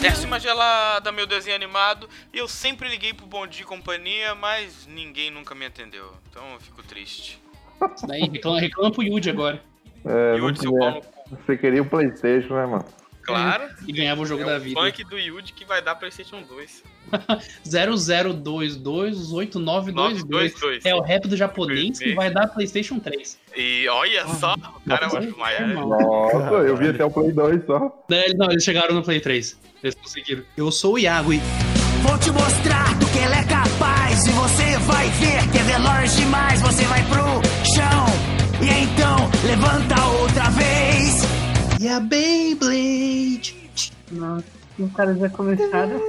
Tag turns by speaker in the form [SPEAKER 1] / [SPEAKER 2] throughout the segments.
[SPEAKER 1] Décima gelada, meu desenho animado. E eu sempre liguei pro Bom Dia e Companhia, mas ninguém nunca me atendeu. Então eu fico triste.
[SPEAKER 2] Isso daí reclama, reclama pro Yudi agora.
[SPEAKER 1] É,
[SPEAKER 3] É, não
[SPEAKER 1] Yudi, seu pau
[SPEAKER 3] queria-
[SPEAKER 1] no cu.
[SPEAKER 3] você queria o Playstation, né, mano?
[SPEAKER 1] Claro,
[SPEAKER 2] E ganhava o jogo
[SPEAKER 1] é
[SPEAKER 2] da
[SPEAKER 1] o
[SPEAKER 2] vida.
[SPEAKER 1] funk do Yudi que vai dar Playstation 2.
[SPEAKER 2] 00228922.
[SPEAKER 1] 922.
[SPEAKER 2] É o rap do japonês que vai dar Playstation 3.
[SPEAKER 1] E olha só, o cara é
[SPEAKER 2] Ah, Nossa,
[SPEAKER 1] o Maia.
[SPEAKER 2] irmão.
[SPEAKER 3] Nossa,
[SPEAKER 4] Caralho.
[SPEAKER 3] eu vi até o Play 2 só.
[SPEAKER 2] Daí eles- Não, eles chegaram no Play 3. Eles conseguiram. Eu sou o Iago e
[SPEAKER 5] Vou te mostrar do que ela é capaz. E você vai ver que é veloz demais. Você vai pro chão. E então levanta outra vez.
[SPEAKER 2] E a Beyblade.
[SPEAKER 6] Nossa, os caras já começaram.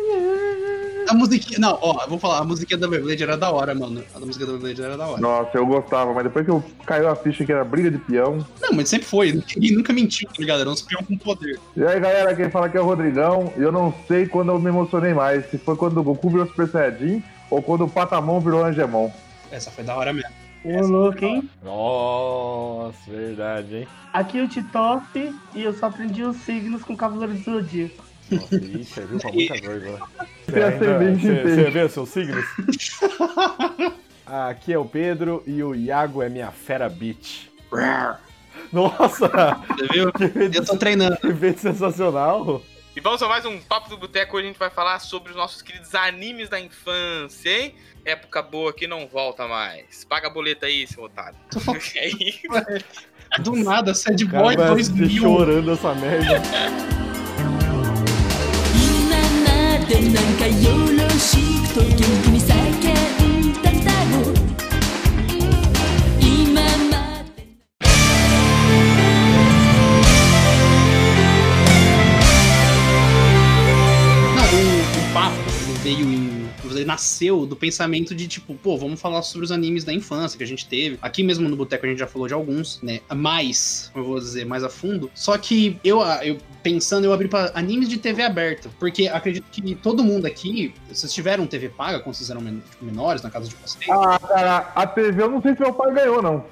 [SPEAKER 2] A musiquinha. Não, ó, eu vou falar, a musiquinha da Beyblade era da hora, mano. A música da Beyblade era da hora. Não,
[SPEAKER 3] Nossa, eu gostava, mas depois que eu caiu a ficha que era briga de peão.
[SPEAKER 2] mas sempre foi. Ninguém nunca mentiu, tá ligado? Era uns peão com poder.
[SPEAKER 3] E aí, galera, quem fala que é o Rodrigão, eu não sei quando eu me emocionei mais. Se foi quando o Goku virou Super Saiyajin ou quando o Patamon virou Angemon.
[SPEAKER 2] Essa foi da hora mesmo.
[SPEAKER 6] Ô, louco, hein?
[SPEAKER 4] Nossa, verdade, hein?
[SPEAKER 6] Aqui o Titop e eu só aprendi os signos com o Cavaleiro do Zodíaco.
[SPEAKER 4] Nossa, ih, serviu pra muita coisa. né?
[SPEAKER 3] Tem ascendente em
[SPEAKER 4] você, você
[SPEAKER 3] peixe.
[SPEAKER 4] vê os seus signos? Aqui é o Pedro e o Iago é minha fera beat. Nossa,
[SPEAKER 2] Você viu?
[SPEAKER 4] que evento,
[SPEAKER 2] Eu tô treinando.
[SPEAKER 4] que evento sensacional.
[SPEAKER 1] E vamos a mais um Papo do Boteco. Hoje a gente vai falar sobre os nossos queridos animes da infância, hein? Época boa que não volta mais. Paga a boleta aí, seu otário. É E aí?
[SPEAKER 2] Do nada, Sad
[SPEAKER 4] O cara
[SPEAKER 2] Boy
[SPEAKER 4] vai assistir
[SPEAKER 2] 2000.
[SPEAKER 4] chorando essa merda.
[SPEAKER 7] 今なんてなんかよろしくと元気に叫んだんだろう今まで
[SPEAKER 2] Não, o, o papo ele veio em. Ele nasceu do pensamento de tipo, pô, vamos falar sobre os animes da infância que a gente teve. Aqui mesmo no Boteco a gente já falou de alguns, né? Mais, eu vou dizer, mais a fundo. Só que eu, ah, eu pensando, eu abri pra animes de TV aberta. Porque acredito que todo mundo aqui, vocês tiveram TV paga quando vocês eram men- tipo, menores na casa de vocês.
[SPEAKER 3] Ah, cara, a TV eu não sei se meu pai ganhou, não.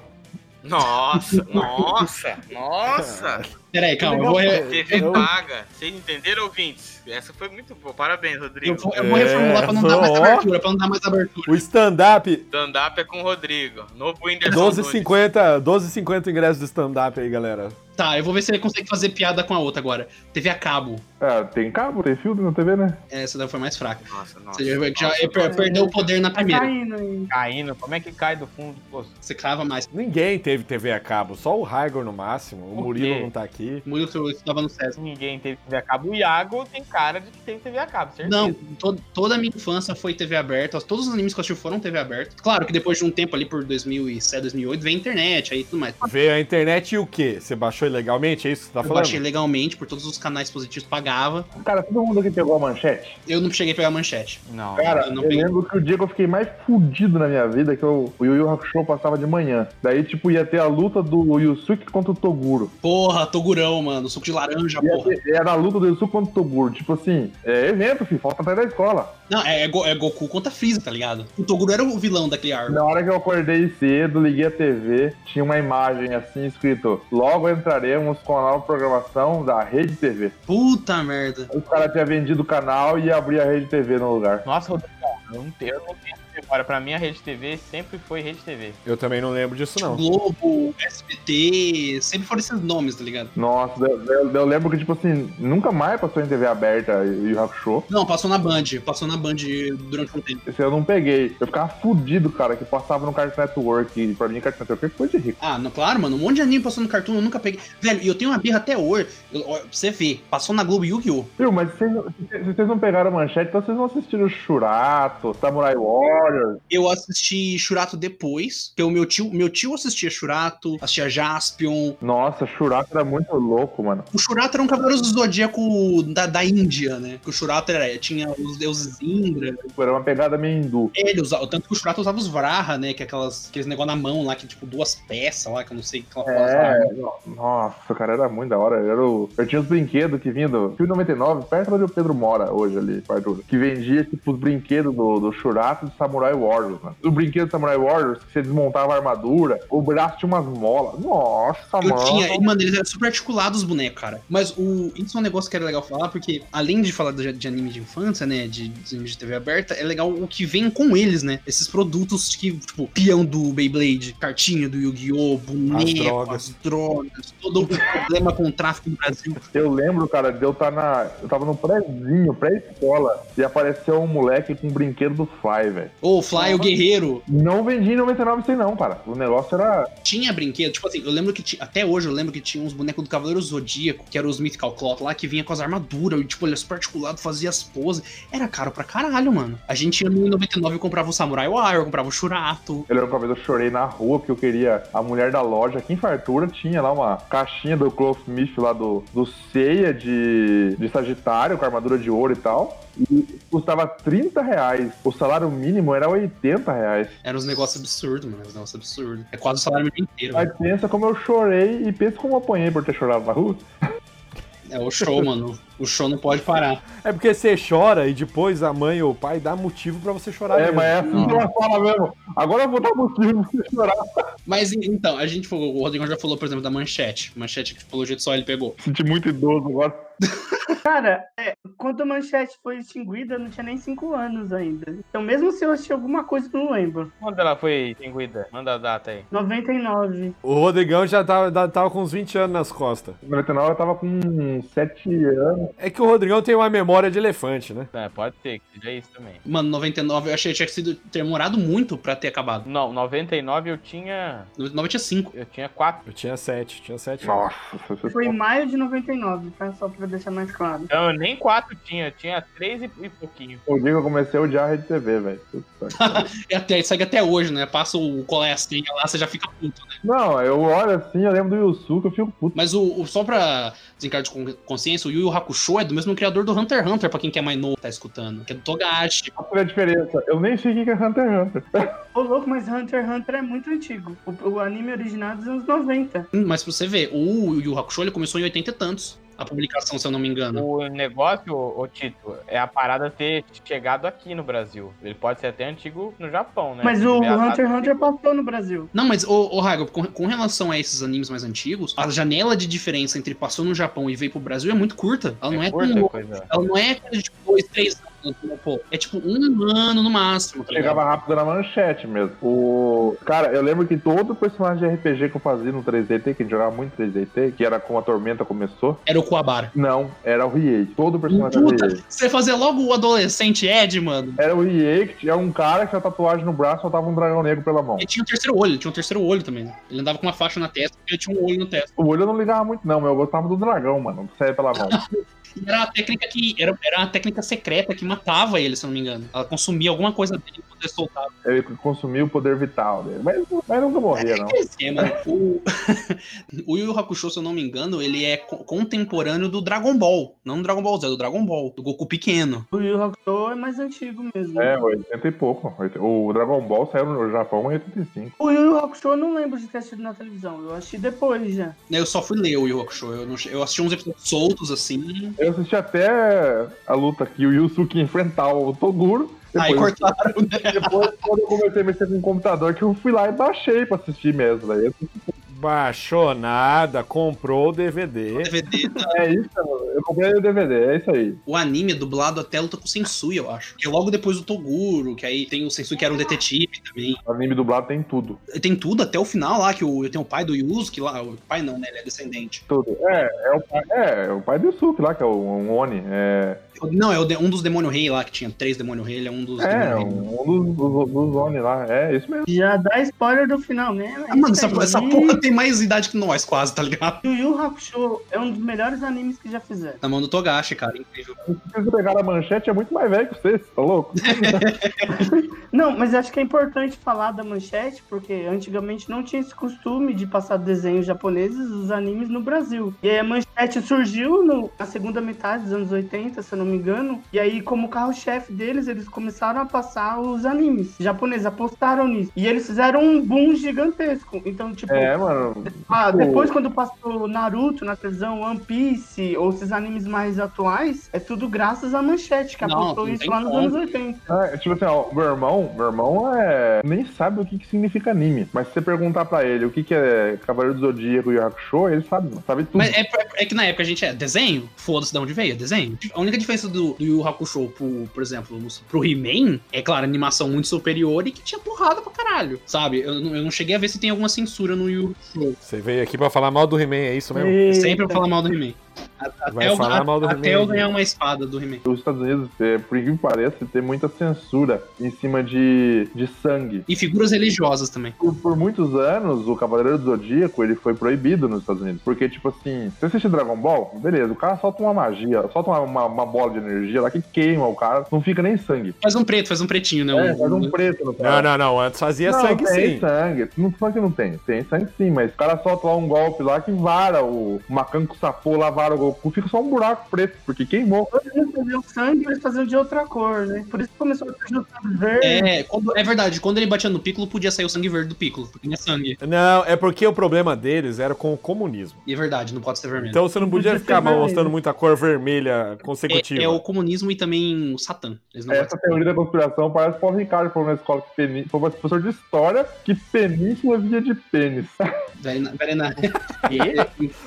[SPEAKER 1] Nossa, nossa, nossa.
[SPEAKER 2] Peraí, calma, eu vou, re-
[SPEAKER 1] TV
[SPEAKER 4] Eu-
[SPEAKER 1] paga. Vocês entenderam, ouvintes? Essa foi muito boa. Parabéns, Rodrigo.
[SPEAKER 2] eu vou- eu vou
[SPEAKER 4] É,
[SPEAKER 2] reformular pra não dar
[SPEAKER 4] só-
[SPEAKER 2] mais abertura, pra não dar mais abertura.
[SPEAKER 4] O stand-up,
[SPEAKER 1] Stand-up é com o Rodrigo. Novo Whindersson. Nunes.
[SPEAKER 4] 12,50 12,50 ingresso do stand-up aí, galera.
[SPEAKER 2] Tá, eu vou ver se ele consegue fazer piada com a outra agora. TV a cabo.
[SPEAKER 3] É, tem cabo, tem filtro na TV, né?
[SPEAKER 2] Essa daí foi mais fraca.
[SPEAKER 1] Nossa, nossa.
[SPEAKER 2] Você já, já
[SPEAKER 1] nossa,
[SPEAKER 2] per- perdeu o poder na
[SPEAKER 6] Tá
[SPEAKER 2] primeira.
[SPEAKER 6] caindo aí.
[SPEAKER 8] Caindo, como é que cai do fundo do poço?
[SPEAKER 2] Você crava mais.
[SPEAKER 4] Ninguém teve TV a cabo, só o Raigor no máximo. O
[SPEAKER 8] quê?
[SPEAKER 4] Murilo não tá aqui.
[SPEAKER 2] O Murilo que eu estudava no César.
[SPEAKER 8] Ninguém teve TV a cabo. O Iago tem cara de que tem TV a cabo, certeza.
[SPEAKER 2] Não, to- toda a minha infância foi TV aberta. Todos os animes que eu assisti foram TV aberta. Claro que depois de um tempo ali, por 2007, 2008, veio a internet, aí tudo mais.
[SPEAKER 4] Veio a internet e o quê? Você baixou ilegalmente? É isso que você tá
[SPEAKER 2] eu
[SPEAKER 4] falando?
[SPEAKER 2] baixei legalmente, por todos os canais positivos pagava.
[SPEAKER 3] Cara, todo mundo aqui pegou a manchete.
[SPEAKER 2] Eu não cheguei a pegar a manchete.
[SPEAKER 8] Não.
[SPEAKER 3] Cara,
[SPEAKER 2] Eu
[SPEAKER 3] eu,
[SPEAKER 2] não peguei.
[SPEAKER 3] lembro que o dia que eu fiquei mais fudido na minha vida, é que eu, o Yu Yu Hakusho passava de manhã. Daí, tipo, ia ter a luta do Yusuke contra o Toguro.
[SPEAKER 2] Porra, Togurão, mano. Suco de laranja,
[SPEAKER 3] Ia
[SPEAKER 2] Ah, porra.
[SPEAKER 3] ter- era a luta do Yusuke contra o Toguro. Tipo assim, é evento, filho, falta até da escola.
[SPEAKER 2] Não, é, é Go- é Goku contra Freeza, tá ligado? O Toguro era o vilão daquele arco.
[SPEAKER 3] Na hora que eu acordei cedo, liguei a TV, tinha uma imagem assim escrito: Logo entraremos com a nova programação da Rede TV.
[SPEAKER 2] Puta merda.
[SPEAKER 3] Os caras tinham vendido o canal e ia abrir a Rede TV no lugar.
[SPEAKER 8] Nossa, Rodrigo, eu não tenho, eu não tenho essa memória. Pra mim, a Rede TV sempre foi Rede TV.
[SPEAKER 4] Eu também não lembro disso, não.
[SPEAKER 2] Globo, SBT, sempre foram esses nomes, tá ligado?
[SPEAKER 3] Nossa, eu, eu- eu lembro que, tipo assim, nunca mais passou em TV aberta e o Hakusho.
[SPEAKER 2] Não, passou na Band. Passou na Band durante um tempo.
[SPEAKER 3] Esse eu não peguei. Eu ficava fudido, cara, que passava no Cartoon Network. E pra mim, Cartoon Network é coisa de rico.
[SPEAKER 2] Ah, não, claro, mano. Um monte de anime passou no Cartoon, eu nunca peguei. Velho, e eu tenho uma birra até hoje. Eu- ó, pra você ver, passou na Globo Yu-Gi-Oh!
[SPEAKER 3] Viu, mas vocês não- se vocês não pegaram a manchete, então vocês não assistiram Shurato, Samurai Warriors.
[SPEAKER 2] Eu assisti Shurato depois, porque o meu tio, meu tio assistia Shurato, assistia Jaspion.
[SPEAKER 3] Nossa, Shurato era muito louco, mano.
[SPEAKER 2] O Shurato era um cavaleiro do zodíaco da, da Índia, né? Que o Shurato era, tinha os deuses Indra.
[SPEAKER 3] Era uma pegada meio hindu.
[SPEAKER 2] Ele usava, tanto que o Shurato usava os Vraha, né? Que é aquelas, aqueles negócio na mão lá, que tipo duas peças lá, que eu não sei o que ela fala.
[SPEAKER 3] É, nossa, cara, era muito da hora. Era o- Eu tinha os brinquedos que vinha do Fio 99, perto de onde o Pedro mora hoje ali, Pardura. Que vendia, tipo, os brinquedos do, do Churato, do Samurai Warriors, mano. O brinquedo do Samurai Warriors, que você desmontava a armadura, o braço tinha umas molas. Nossa,
[SPEAKER 2] Eu
[SPEAKER 3] mano.
[SPEAKER 2] tinha, e, mano, eles eram super articulados os bonecos, cara. Mas o, isso é um negócio que era legal falar, porque além de falar de, de anime de infância, né, de, de anime de TV aberta, é legal o que vem com eles, né? Esses produtos que, tipo, peão do Beyblade, cartinha do Yu-Gi-Oh!, boneco, as drogas.
[SPEAKER 4] drogas.
[SPEAKER 2] todo o problema com o tráfico no Brasil.
[SPEAKER 3] Eu lembro, cara, de eu tá na. Eu tava no prézinho, pré-escola, e apareceu um moleque com um brinquedo do Fly, velho.
[SPEAKER 2] Ô, Fly, o guerreiro,
[SPEAKER 3] Não vendi em 99 sem não, cara. O negócio era.
[SPEAKER 2] tinha brinquedo, tipo assim, eu lembro que, ti- até hoje eu lembro que tinha uns bonecos do Cavaleiro Zodíaco, que era os Mythical Cloth lá, que vinha com as armaduras, e tipo, ele era super articulado, fazia as poses, era caro pra caralho, mano. A gente ia no 99 e comprava o Samurai Warrior, comprava o Shurato,
[SPEAKER 3] Eu lembro que uma vez eu chorei na rua porque eu queria a mulher da loja aqui em Fartura tinha lá uma caixinha do Clothmith lá do, do Ceia de, de Sagitário, com armadura de ouro e tal. E custava 30 reais. O salário mínimo era 80 reais.
[SPEAKER 2] era uns negócios absurdos, mano, era uns negócios absurdos. É quase o salário mínimo inteiro,
[SPEAKER 3] Aí
[SPEAKER 2] mano.
[SPEAKER 3] pensa como eu chorei e pensa como eu apanhei por ter chorado na rua.
[SPEAKER 2] é o show, mano, o show não pode parar.
[SPEAKER 4] É porque você chora e depois a mãe ou o pai dá motivo pra você chorar.
[SPEAKER 3] É,
[SPEAKER 4] mesmo.
[SPEAKER 3] mas é assim que ela fala mesmo. Agora eu vou dar motivo pra você chorar.
[SPEAKER 2] Mas en- então, a gente falou, o Rodrigão já falou, por exemplo, da manchete, manchete que pelo jeito só ele pegou.
[SPEAKER 3] Senti muito idoso agora.
[SPEAKER 6] Cara, é, quando a manchete foi extinguida, eu não tinha nem 5 anos ainda. Então, mesmo se eu achei alguma coisa, eu não lembro.
[SPEAKER 1] Quando ela foi extinguida? Manda a data aí.
[SPEAKER 6] 99.
[SPEAKER 4] O Rodrigão já tava, já tava com uns 20 anos nas costas.
[SPEAKER 3] Em 99 eu tava com 7 anos.
[SPEAKER 4] É que o Rodrigão tem uma memória de elefante, né?
[SPEAKER 1] É, pode ser, que seja isso também.
[SPEAKER 2] Mano, 99 eu achei que tinha que sido- ter demorado muito pra ter acabado.
[SPEAKER 1] Não, 99 eu tinha.
[SPEAKER 2] 99 tinha 5.
[SPEAKER 1] Eu tinha 4.
[SPEAKER 4] Eu tinha 7, tinha 7 anos.
[SPEAKER 3] Nossa, você
[SPEAKER 6] Foi em maio de 99, tá? Só pra deixar mais claro.
[SPEAKER 1] Não, eu nem 4 tinha, eu tinha 3 e, e pouquinho.
[SPEAKER 3] O dia que eu comecei a odiar a Rede TV, velho. Puta que pariu.
[SPEAKER 2] E até, segue até hoje, né? Passa o colestrinha lá, você já fica puto. Né?
[SPEAKER 3] Não, eu olho assim, eu lembro do Yusuke, eu fico puto.
[SPEAKER 2] Mas o, o- só pra desencargo de con- consciência, o Yu Yu Hakusho é do mesmo criador do Hunter x Hunter, pra quem quer mais novo tá escutando. Que é do Togashi.
[SPEAKER 3] Qual é a diferença? Eu nem sei o que é Hunter x Hunter.
[SPEAKER 6] Ô, louco, mas Hunter x Hunter é muito antigo. O, o anime original é dos anos 90.
[SPEAKER 2] Hum, Mas pra você ver, o Yu Yu Hakusho ele começou em 80 e tantos. A publicação, se eu não me engano.
[SPEAKER 1] O negócio, ô ô, Tito, é a parada ter chegado aqui no Brasil. Ele pode ser até antigo no Japão, né?
[SPEAKER 6] Mas o
[SPEAKER 1] Ver a-
[SPEAKER 6] Hunter x Hunter passou no Brasil.
[SPEAKER 2] Não, mas, ô, ô Rago, com, com relação a esses animes mais antigos, a janela de diferença entre passou no Japão e veio pro Brasil é muito curta. Ela não é,
[SPEAKER 1] É curta
[SPEAKER 2] tão-
[SPEAKER 1] a coisa.
[SPEAKER 2] Ela não é coisa de tipo, dois, três anos, né, pô. É tipo um ano no máximo. Tá ligado?
[SPEAKER 3] Chegava rápido na manchete mesmo. O... Cara, eu lembro que todo personagem de RPG que eu fazia no 3DT, que a gente jogava muito 3DT, que era como a Tormenta começou,
[SPEAKER 2] Era o Kuwabara.
[SPEAKER 3] não, era o Riei. Todo personagem era o
[SPEAKER 2] Puta,
[SPEAKER 3] Riei.
[SPEAKER 2] você fazer logo o adolescente Ed, mano.
[SPEAKER 3] Era o Riei, que é um cara que tinha tatuagem no braço e soltava um dragão negro pela mão.
[SPEAKER 2] Ele tinha um terceiro olho, ele tinha um terceiro olho também, né? Ele andava com uma faixa na testa porque ele tinha um olho no testa.
[SPEAKER 3] O olho eu não ligava muito, não, mas eu gostava do dragão, mano. Não saia pela mão.
[SPEAKER 2] E era a técnica que. Era, era a técnica secreta que matava ele, se eu não me engano. Ela consumia alguma coisa dele pra poder soltar.
[SPEAKER 3] Ele consumia o poder vital dele. Mas, mas nunca morria, não.
[SPEAKER 2] É, mano. O, o Yu Yu Hakusho, se eu não me engano, ele é co- contemporâneo do Dragon Ball. Não do Dragon Ball Z, é do Dragon Ball. Do Goku pequeno.
[SPEAKER 6] O Yu Hakusho é mais antigo mesmo.
[SPEAKER 3] É, 80 e pouco. O Dragon Ball saiu no Japão em 85.
[SPEAKER 6] O Yu Hakusho eu não lembro de ter assistido na televisão. Eu achei depois já.
[SPEAKER 2] Né, Eu só fui ler o Yu Yu Hakusho. Eu, não che- eu assisti uns episódios soltos, assim.
[SPEAKER 3] Eu assisti até a luta que o Yusuke enfrentava o Toguro.
[SPEAKER 2] Aí
[SPEAKER 3] Depois,
[SPEAKER 2] cortaram, né?
[SPEAKER 3] depois, quando eu comecei a mexer com o computador, que eu fui lá e baixei pra assistir mesmo. Daí.
[SPEAKER 4] Baixou nada, comprou o
[SPEAKER 2] O
[SPEAKER 4] DVD.
[SPEAKER 2] DVD,
[SPEAKER 3] É isso, eu comprei o DVD, é isso aí.
[SPEAKER 2] o anime é dublado até a luta com o Sensui, eu acho. Que é logo depois do Toguro, que aí tem o Sensui que era um detetive também.
[SPEAKER 3] O anime dublado tem tudo.
[SPEAKER 2] tem tudo até o final lá, que o, tem o pai do Yusuke lá, o pai não, né, ele é descendente.
[SPEAKER 3] Tudo. É, é o pai, é, é o pai do Yusuke lá, que é o um Oni. É,
[SPEAKER 2] Não, é o de- um dos demônio rei lá, que tinha três demônio rei, ele é um dos
[SPEAKER 3] é
[SPEAKER 2] demônio rei.
[SPEAKER 3] um, um dos, dos, dos Oni lá. É isso mesmo.
[SPEAKER 6] Já dá spoiler do final, né?
[SPEAKER 2] Ah, mano, essa,
[SPEAKER 6] Isso aí.
[SPEAKER 2] essa porra tem mais idade que nós, quase, tá ligado?
[SPEAKER 6] Yu Yu Hakusho é um dos melhores animes que já fizeram.
[SPEAKER 2] Na mão do Togashi, cara, incrível.
[SPEAKER 3] Vocês pegaram a manchete, é muito mais velho que vocês, tá louco?
[SPEAKER 6] Não, mas acho que é importante falar da manchete, porque antigamente não tinha esse costume de passar desenhos japoneses, os animes no Brasil. E aí a manchete surgiu no- na segunda metade dos anos 80, se eu não me engano. E aí, como carro-chefe deles, eles começaram a passar os animes japoneses, apostaram nisso. E eles fizeram um boom gigantesco. Então, tipo,
[SPEAKER 3] É, mano,
[SPEAKER 2] Tipo,
[SPEAKER 6] Ah, depois quando passou Naruto na televisão, One Piece, ou esses animes mais atuais, é tudo graças à manchete, que
[SPEAKER 2] Não,
[SPEAKER 6] apostou
[SPEAKER 2] não
[SPEAKER 6] isso
[SPEAKER 2] tem
[SPEAKER 6] lá nos
[SPEAKER 2] como.
[SPEAKER 6] anos 80.
[SPEAKER 9] É, tipo assim, ó, meu irmão, meu irmão é. nem sabe o que, que significa anime. Mas se você perguntar pra ele o que, que é Cavaleiro do Zodíaco e Yu Yu Hakusho, ele sabe, mano. Sabe tudo.
[SPEAKER 2] Mas é, é- é que na época a gente é desenho, foda-se de onde veio, é desenho. A única diferença do, do Yu Hakusho pro, por exemplo, no- pro He-Man, é claro, animação muito superior e que tinha porrada pra caralho, sabe? Eu, não- eu não cheguei a ver se tem alguma censura no Yu Hakusho.
[SPEAKER 4] Você veio aqui pra falar mal do He-Man, é isso mesmo?
[SPEAKER 6] Eita.
[SPEAKER 2] Sempre eu falo mal do He-Man. A- Até, eu,
[SPEAKER 4] falar
[SPEAKER 2] a-
[SPEAKER 4] mal do
[SPEAKER 2] até
[SPEAKER 4] He-Man,
[SPEAKER 2] eu ganhar
[SPEAKER 4] né?
[SPEAKER 2] uma espada do He-Man.
[SPEAKER 9] Os Estados Unidos, é, por incrível que pareça, tem muita censura em cima de, de sangue.
[SPEAKER 2] E figuras religiosas também.
[SPEAKER 9] Por, por muitos anos, o Cavaleiro do Zodíaco ele foi proibido nos Estados Unidos. Porque, tipo assim, você assiste Dragon Ball, beleza, o cara solta uma magia, solta uma, uma- uma bola de energia lá que queima o cara, não fica nem sangue.
[SPEAKER 2] Faz um preto, faz um pretinho, né?
[SPEAKER 9] É,
[SPEAKER 2] Um-
[SPEAKER 9] faz um preto no cara.
[SPEAKER 4] Não, não, não. Antes fazia
[SPEAKER 3] é
[SPEAKER 4] sangue
[SPEAKER 9] tem
[SPEAKER 4] sim.
[SPEAKER 9] sangue. Não fala que não tem. Tem sangue sim, mas o cara solta lá um golpe lá que vara o macanco sapô lá, vara o Goku, fica só um buraco preto, porque queimou.
[SPEAKER 6] Hoje não faziam sangue, mas faziam de outra cor, né? Por isso que começou a surgir o sangue verde.
[SPEAKER 2] É, quando- é verdade, quando ele batia no Piccolo, podia sair o sangue verde do Piccolo, porque tinha sangue.
[SPEAKER 4] Não, é porque o problema deles era com o comunismo.
[SPEAKER 2] E é verdade, não pode ser vermelho.
[SPEAKER 4] Então você não podia
[SPEAKER 6] Podia ser
[SPEAKER 4] ficar
[SPEAKER 6] vermelho.
[SPEAKER 4] mostrando muita cor vermelha
[SPEAKER 2] é,
[SPEAKER 4] consecutiva.
[SPEAKER 2] é o comunismo e também o Satã. Eles não
[SPEAKER 9] Essa teoria da conspiração parece que o Paulo Ricardo falou na escola que peni... foi um professor de história que península vinha de pênis.
[SPEAKER 2] Velho, na- velho, na-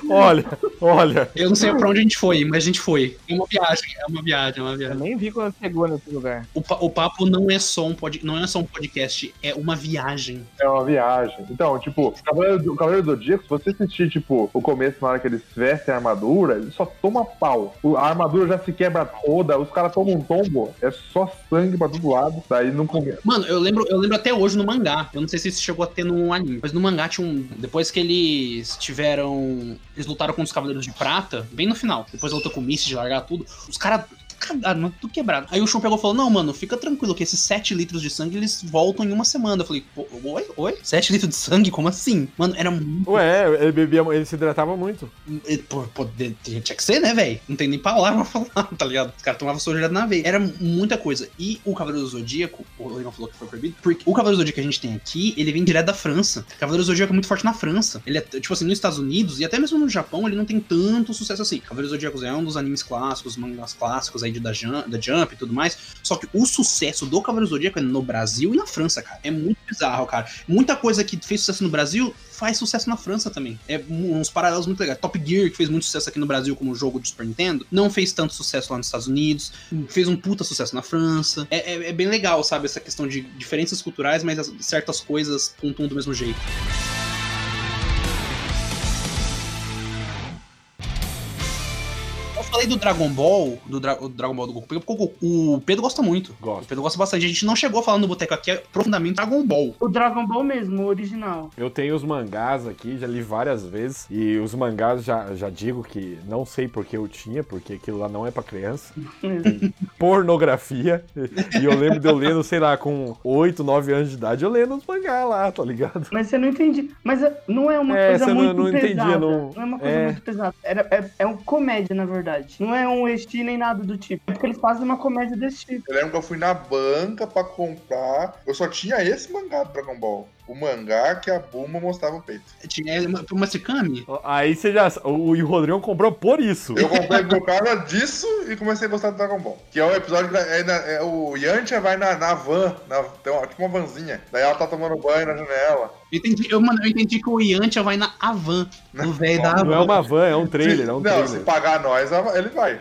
[SPEAKER 4] Olha, olha.
[SPEAKER 2] Eu não sei pra onde a gente foi, mas a gente foi. É uma viagem, é uma viagem, é uma
[SPEAKER 1] Eu
[SPEAKER 2] viagem.
[SPEAKER 1] nem vi quando chegou nesse lugar.
[SPEAKER 2] O, pa- o papo não é só um pod, não é só um podcast, é uma viagem.
[SPEAKER 9] É uma viagem. Então, tipo, o Cavaleiro do, o Cavaleiro do Zodíaco, se você assistir, tipo, o começo na hora que eles vestem a armadura, ele só toma pau. O- A armadura já se quebra toda, os caras tomam um tombo, é só sangue pra todo lado, daí não começa.
[SPEAKER 2] Mano, eu lembro, eu lembro até hoje no mangá. Eu não sei se isso chegou a ter no anime, mas no mangá tinha um. Depois que eles tiveram. Eles lutaram contra os Cavaleiros de Prata, bem no final. Depois da luta com o Misty, de largar tudo. Os caras. Cagaram, mano, tudo quebrado. Aí o Shun pegou e falou: Não, mano, fica tranquilo, que esses 7 litros de sangue eles voltam em uma semana. Eu falei: "Pô, Oi, oi? 7 litros de sangue? Como assim? Mano, era muito.
[SPEAKER 4] Ué, ele bebia, ele se hidratava muito.
[SPEAKER 2] É, Pô, pô, de- tinha tinha que ser, né, velho? Não tem nem palavra pra falar, tá ligado? Os caras tomavam soro direto na veia. Era muita coisa. E o Cavaleiro do Zodíaco, o Leon falou que foi proibido, porque o Cavaleiro do Zodíaco que a gente tem aqui, ele vem direto da França. O Cavaleiro do Zodíaco é muito forte na França. Ele é, tipo assim, nos Estados Unidos e até mesmo no Japão, ele não tem tanto sucesso assim. Cavaleiro do Zodíaco é um dos animes clássicos, mangás clássicos aí de, da, Jam- da Jump e tudo mais. Só que o sucesso do Cavaleiro do Zodíaco é no Brasil e na França, cara. É muito bizarro, cara. Muita coisa que fez sucesso no Brasil faz sucesso na França também. É mu- uns paralelos muito legais. Top Gear, que fez muito sucesso aqui no Brasil como jogo de Super Nintendo, não fez tanto sucesso lá nos Estados Unidos, fez um puta sucesso na França. É, é- é bem legal, sabe, essa questão de diferenças culturais, mas as- certas coisas pontuam do mesmo jeito. Eu falei do Dragon Ball, do, Dra- do Dragon Ball do Goku, porque o Goku- o Pedro gosta muito. O
[SPEAKER 4] Gosto.
[SPEAKER 2] Pedro gosta bastante. A gente não chegou a falar no boteco aqui é profundamente Dragon Ball.
[SPEAKER 6] O Dragon Ball mesmo, o original.
[SPEAKER 4] Eu tenho os mangás aqui, já li várias vezes. E os mangás já, já digo que não sei porque eu tinha, porque aquilo lá não é pra criança. Pornografia. E eu lembro de eu lendo, sei lá, com 8, 9 anos de idade, eu lendo os mangás lá, tá ligado?
[SPEAKER 6] Mas você não entendi. Mas é- não é uma
[SPEAKER 4] É,
[SPEAKER 6] coisa
[SPEAKER 4] você não-
[SPEAKER 6] muito
[SPEAKER 4] não entendia,
[SPEAKER 6] pesada.
[SPEAKER 4] não-
[SPEAKER 6] é uma coisa
[SPEAKER 4] é.
[SPEAKER 6] muito pesada. Era- é, é um comédia, na verdade. Não é um estilo nem nada do tipo. É porque eles fazem uma comédia desse tipo.
[SPEAKER 3] Eu lembro que eu fui na banca pra comprar. Eu só tinha esse mangá do Dragon Ball. O mangá que a Buma mostrava o peito.
[SPEAKER 2] Tinha uma, uma Tsukami?
[SPEAKER 4] Aí você já. O, e o Rodrigão comprou por isso.
[SPEAKER 3] Eu comprei por causa disso e comecei a gostar do Dragon Ball. Que é o episódio que é na- é o Yantia vai na, na van, na, tem uma, tipo uma vanzinha. Daí ela tá tomando banho na janela.
[SPEAKER 2] Eu entendi, eu, mano, eu entendi que o Yantia vai na Avan, no velho da
[SPEAKER 4] Não é
[SPEAKER 2] Avan.
[SPEAKER 4] uma van, é um trailer, é um
[SPEAKER 3] não, se
[SPEAKER 4] trailer.
[SPEAKER 3] pagar nós, ela- ele vai.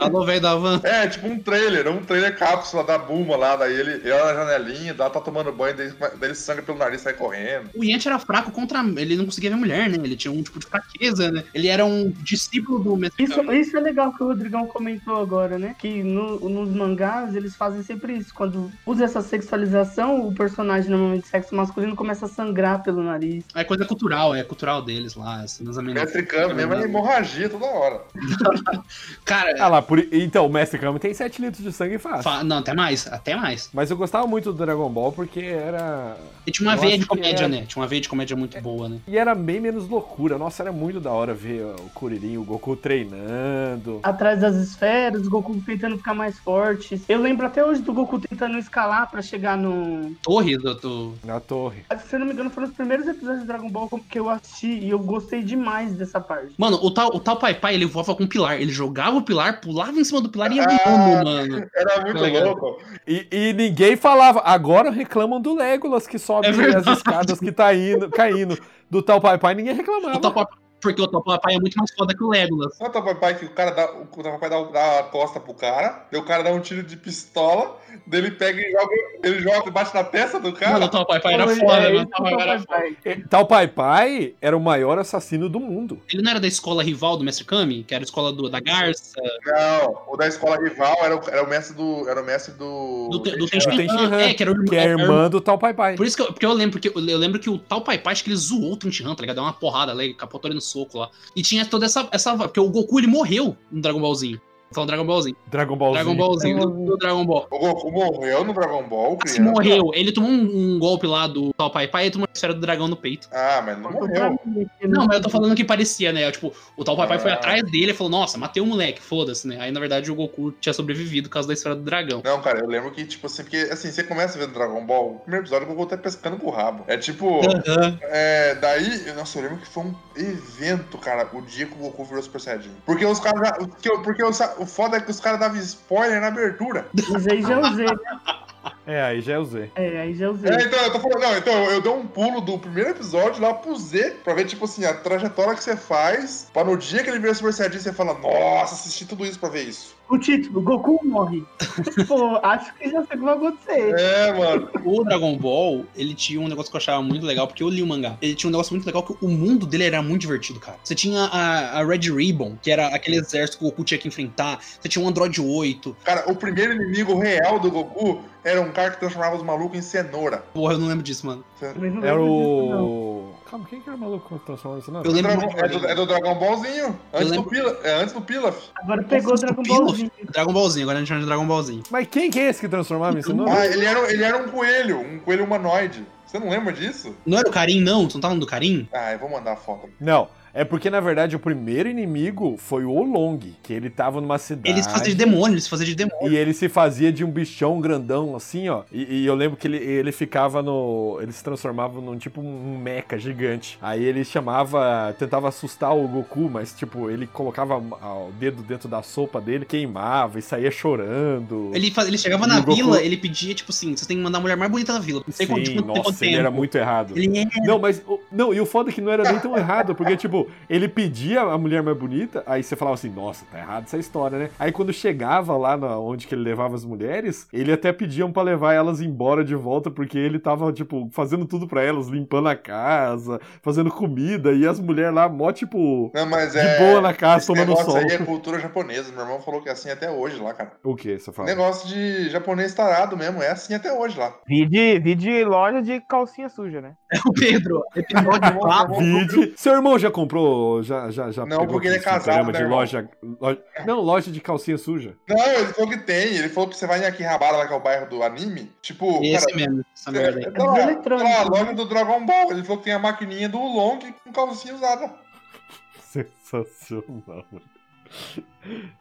[SPEAKER 2] Alô, velho da Avan.
[SPEAKER 3] É, tipo um trailer, um trailer cápsula da Buma lá, daí ele, ele olha na janelinha, daí ela tá tomando banho, daí, daí ele sangra pelo nariz e sai correndo.
[SPEAKER 2] O Yantia era fraco contra. Ele não conseguia ver mulher, né? Ele tinha um tipo de fraqueza, né? Ele era um discípulo do
[SPEAKER 6] Isso,
[SPEAKER 2] Metricame.
[SPEAKER 6] isso é legal que o Rodrigão comentou agora, né? Que no- nos mangás eles fazem sempre isso. Quando usa essa sexualização, o personagem normalmente de sexo masculino começa a sangrar pelo nariz.
[SPEAKER 2] É coisa cultural, é cultural deles lá. Assim, nas
[SPEAKER 3] Mestre Kami mesmo é hemorragia toda hora.
[SPEAKER 2] Cara,
[SPEAKER 4] Ah lá, por Por- Então, o Mestre Kami tem 7 litros de sangue fácil.
[SPEAKER 2] Fa- Não, até mais, até mais.
[SPEAKER 4] Mas eu gostava muito do Dragon Ball porque era.
[SPEAKER 2] E tinha uma
[SPEAKER 4] Eu
[SPEAKER 2] veia
[SPEAKER 4] acho
[SPEAKER 2] de
[SPEAKER 4] que
[SPEAKER 2] comédia,
[SPEAKER 4] é-
[SPEAKER 2] né? Tinha uma veia de comédia muito boa, né?
[SPEAKER 4] E era bem menos loucura. Nossa, era muito da hora ver ó, o Kuririn, e o Goku treinando.
[SPEAKER 6] Atrás das esferas, o Goku tentando ficar mais forte. Eu lembro até hoje do Goku tentando escalar pra chegar no,
[SPEAKER 2] Torre do. do-
[SPEAKER 4] Na torre.
[SPEAKER 6] Se eu não me engano, foram os primeiros episódios de Dragon Ball que eu assisti e eu gostei demais dessa parte.
[SPEAKER 2] Mano, o tal, o tal Pai Pai, ele voava com o pilar. Ele jogava o pilar, pulava em cima do pilar e ia
[SPEAKER 3] Ah.
[SPEAKER 2] voando, mano.
[SPEAKER 3] Era muito
[SPEAKER 2] Legal.
[SPEAKER 3] louco.
[SPEAKER 4] E, e ninguém falava. Agora reclamam do Legolas que sobe
[SPEAKER 2] É verdade.
[SPEAKER 4] as escadas que tá indo, caindo. Do tal Pai Pai, ninguém reclamava.
[SPEAKER 2] O tal Pai- porque o tal Pai Pai é muito mais foda que o Legolas.
[SPEAKER 3] Não é o papai que o cara dá, o papai dá, dá a costa pro cara, daí o cara dá um tiro de pistola, daí ele pega e joga, ele joga, bate na testa do cara.
[SPEAKER 2] Mano, o tal Pai Pai era
[SPEAKER 6] Foi,
[SPEAKER 2] foda,
[SPEAKER 6] é,
[SPEAKER 2] mano. O
[SPEAKER 6] isso
[SPEAKER 2] Tal
[SPEAKER 6] que
[SPEAKER 2] Pai Pai era
[SPEAKER 6] eu
[SPEAKER 2] foda.
[SPEAKER 6] falei.
[SPEAKER 4] Tal Pai Pai era o maior assassino do mundo.
[SPEAKER 2] Ele não era da escola rival do Mestre Kami? Que era a escola do, da Garça?
[SPEAKER 3] Não, o da escola rival era o, era o mestre do. Era o mestre do.
[SPEAKER 2] Do, do, do
[SPEAKER 3] Tenshinhan.
[SPEAKER 2] Tenshinhan.
[SPEAKER 4] Tenshinhan,
[SPEAKER 2] É, que era o
[SPEAKER 4] Que é a
[SPEAKER 2] era o
[SPEAKER 4] irmã do tal Pai Pai.
[SPEAKER 2] Por isso que eu, porque eu lembro que eu lembro que o tal Pai Pai, acho que ele zoou o Tenshinhan, tá ligado? Deu uma porrada lá, ele capotou ele no soco lá. E tinha toda essa essa vibe, porque o Goku ele morreu no Dragon Ballzinho. Falando Dragon Ballzinho.
[SPEAKER 4] Dragon Ball Z.
[SPEAKER 2] Dragon Ballzinho do, do Dragon Ball.
[SPEAKER 3] O Goku morreu no Dragon Ball,
[SPEAKER 2] Assim,
[SPEAKER 3] criança?
[SPEAKER 2] morreu. Ele tomou um, um golpe lá do tal Pai Pai e tomou a esfera do dragão no peito.
[SPEAKER 3] Ah, mas não
[SPEAKER 6] Foi pra
[SPEAKER 3] morreu.
[SPEAKER 6] mim aqui, né?
[SPEAKER 2] Não, mas eu tô falando que parecia, né? Tipo, o tal Pai Pai foi
[SPEAKER 3] Ah.
[SPEAKER 2] atrás dele e falou: Nossa, matei o moleque, foda-se, né? Aí na verdade o Goku tinha sobrevivido por causa da esfera do dragão.
[SPEAKER 3] Não, cara, eu lembro que, tipo assim, porque assim, você começa vendo Dragon Ball, o primeiro episódio o Goku tá pescando com o rabo. É tipo.
[SPEAKER 2] Aham.
[SPEAKER 3] É, daí, nossa, eu lembro que foi um evento, cara, o dia que o Goku virou Super Saiyajin. Porque os caras. já- o que eu- Porque os- o foda é que os caras davam spoiler na abertura.
[SPEAKER 6] Mas aí já é o Z, né?
[SPEAKER 4] É, aí já é o Z.
[SPEAKER 6] É, aí já é o Z.
[SPEAKER 3] É, então, eu tô falando, não, então eu dei um pulo do primeiro episódio lá pro Z, pra ver, tipo assim, a trajetória que você faz, pra no dia que ele vira Super Saiyajin, você fala, nossa, assisti tudo isso pra ver isso.
[SPEAKER 6] O título, Goku morre. Pô, acho que já sei o que vai acontecer.
[SPEAKER 3] É, mano.
[SPEAKER 2] O Dragon Ball, ele tinha um negócio que eu achava muito legal, porque eu li o mangá. Ele tinha um negócio muito legal que o mundo dele era muito divertido, cara. Você tinha a, a Red Ribbon, que era aquele exército que o Goku tinha que enfrentar. Você tinha um Android 8.
[SPEAKER 3] Cara, o primeiro inimigo real do Goku era um cara que transformava os malucos em cenoura.
[SPEAKER 2] Porra, eu não lembro disso, mano.
[SPEAKER 6] Mas não
[SPEAKER 4] Era
[SPEAKER 6] lembro disso, não.
[SPEAKER 4] o. Calma, quem que era o maluco transformando isso? Não,
[SPEAKER 2] Eu lembro
[SPEAKER 3] Dragon-
[SPEAKER 2] muito
[SPEAKER 3] é, do,
[SPEAKER 2] do
[SPEAKER 3] é do Dragon Ballzinho. Antes do,
[SPEAKER 2] lembro.
[SPEAKER 3] Pila, é antes do Pilaf.
[SPEAKER 6] Agora pegou o Dragon Ballzinho.
[SPEAKER 2] Dragon Ballzinho, agora a gente chama de Dragon Ballzinho.
[SPEAKER 4] Mas quem que é esse que transformava isso? Não,
[SPEAKER 3] Ah, ele era, ele era um coelho, um coelho humanoide. Você não lembra disso?
[SPEAKER 2] Não era o Karim, não? Você não tá falando do Karim?
[SPEAKER 3] Ah, eu vou mandar a foto.
[SPEAKER 4] não. É porque, na verdade, o primeiro inimigo foi o Olong, que ele tava numa cidade.
[SPEAKER 2] Ele se fazia de demônio, ele se fazia de demônio.
[SPEAKER 4] E ele se fazia de um bichão grandão, assim, ó. E, e eu lembro que ele, ele ficava no. Ele se transformava num tipo um mecha gigante. Aí ele chamava. Tentava assustar o Goku, mas, tipo, ele colocava a- o dedo dentro da sopa dele, queimava e saía chorando.
[SPEAKER 2] Ele, faz- ele chegava
[SPEAKER 4] E
[SPEAKER 2] na
[SPEAKER 4] o Goku-
[SPEAKER 2] vila, ele pedia, tipo assim, você tem que mandar a mulher mais bonita da vila. Não sei quanto, tipo,
[SPEAKER 4] Sim,
[SPEAKER 2] quanto, quanto
[SPEAKER 4] nossa, ele
[SPEAKER 2] tempo.
[SPEAKER 4] era muito errado.
[SPEAKER 2] Ele é-
[SPEAKER 4] Não, mas. o- Não, e o foda é que não era nem tão errado, porque, tipo, ele pedia a mulher mais bonita, aí você falava assim, nossa, tá errado essa história, né? Aí quando chegava lá na, onde que ele levava as mulheres, ele até pediam pra levar elas embora de volta, porque ele tava, tipo, fazendo tudo pra elas, limpando a casa, fazendo comida, e as mulheres lá, mó, tipo,
[SPEAKER 3] Não, mas
[SPEAKER 4] de
[SPEAKER 3] é.
[SPEAKER 4] boa na casa,
[SPEAKER 3] esse
[SPEAKER 4] tomando
[SPEAKER 3] negócio
[SPEAKER 4] sol.
[SPEAKER 3] aí é cultura japonesa. Meu irmão falou que é assim até hoje lá, cara.
[SPEAKER 4] O que você fala?
[SPEAKER 3] Negócio de japonês tarado mesmo. É assim até hoje lá.
[SPEAKER 4] Tá,
[SPEAKER 1] Vi de, vi de loja de calcinha suja, né?
[SPEAKER 2] é o Pedro. Episódio
[SPEAKER 3] Não,
[SPEAKER 2] lá.
[SPEAKER 4] Vide. Seu irmão já comprou, já, já, já
[SPEAKER 3] Não,
[SPEAKER 4] pegou
[SPEAKER 3] porque ele é
[SPEAKER 4] aquele
[SPEAKER 3] casado,
[SPEAKER 4] programa
[SPEAKER 3] né,
[SPEAKER 4] de
[SPEAKER 3] irmão?
[SPEAKER 4] loja, loja- não, loja de calcinha suja.
[SPEAKER 3] Não, ele falou que tem. Ele falou que você vai em Akihabara, lá que é o bairro do anime. Tipo,
[SPEAKER 2] Esse
[SPEAKER 3] cara.
[SPEAKER 2] mesmo, essa
[SPEAKER 3] É,
[SPEAKER 2] merda aí.
[SPEAKER 3] tá lá, tá lá, a
[SPEAKER 6] É dos eletrônicos.
[SPEAKER 3] loja do Dragon Ball. Ele falou que tem a maquininha do Long com calcinha usada.
[SPEAKER 4] Sensacional.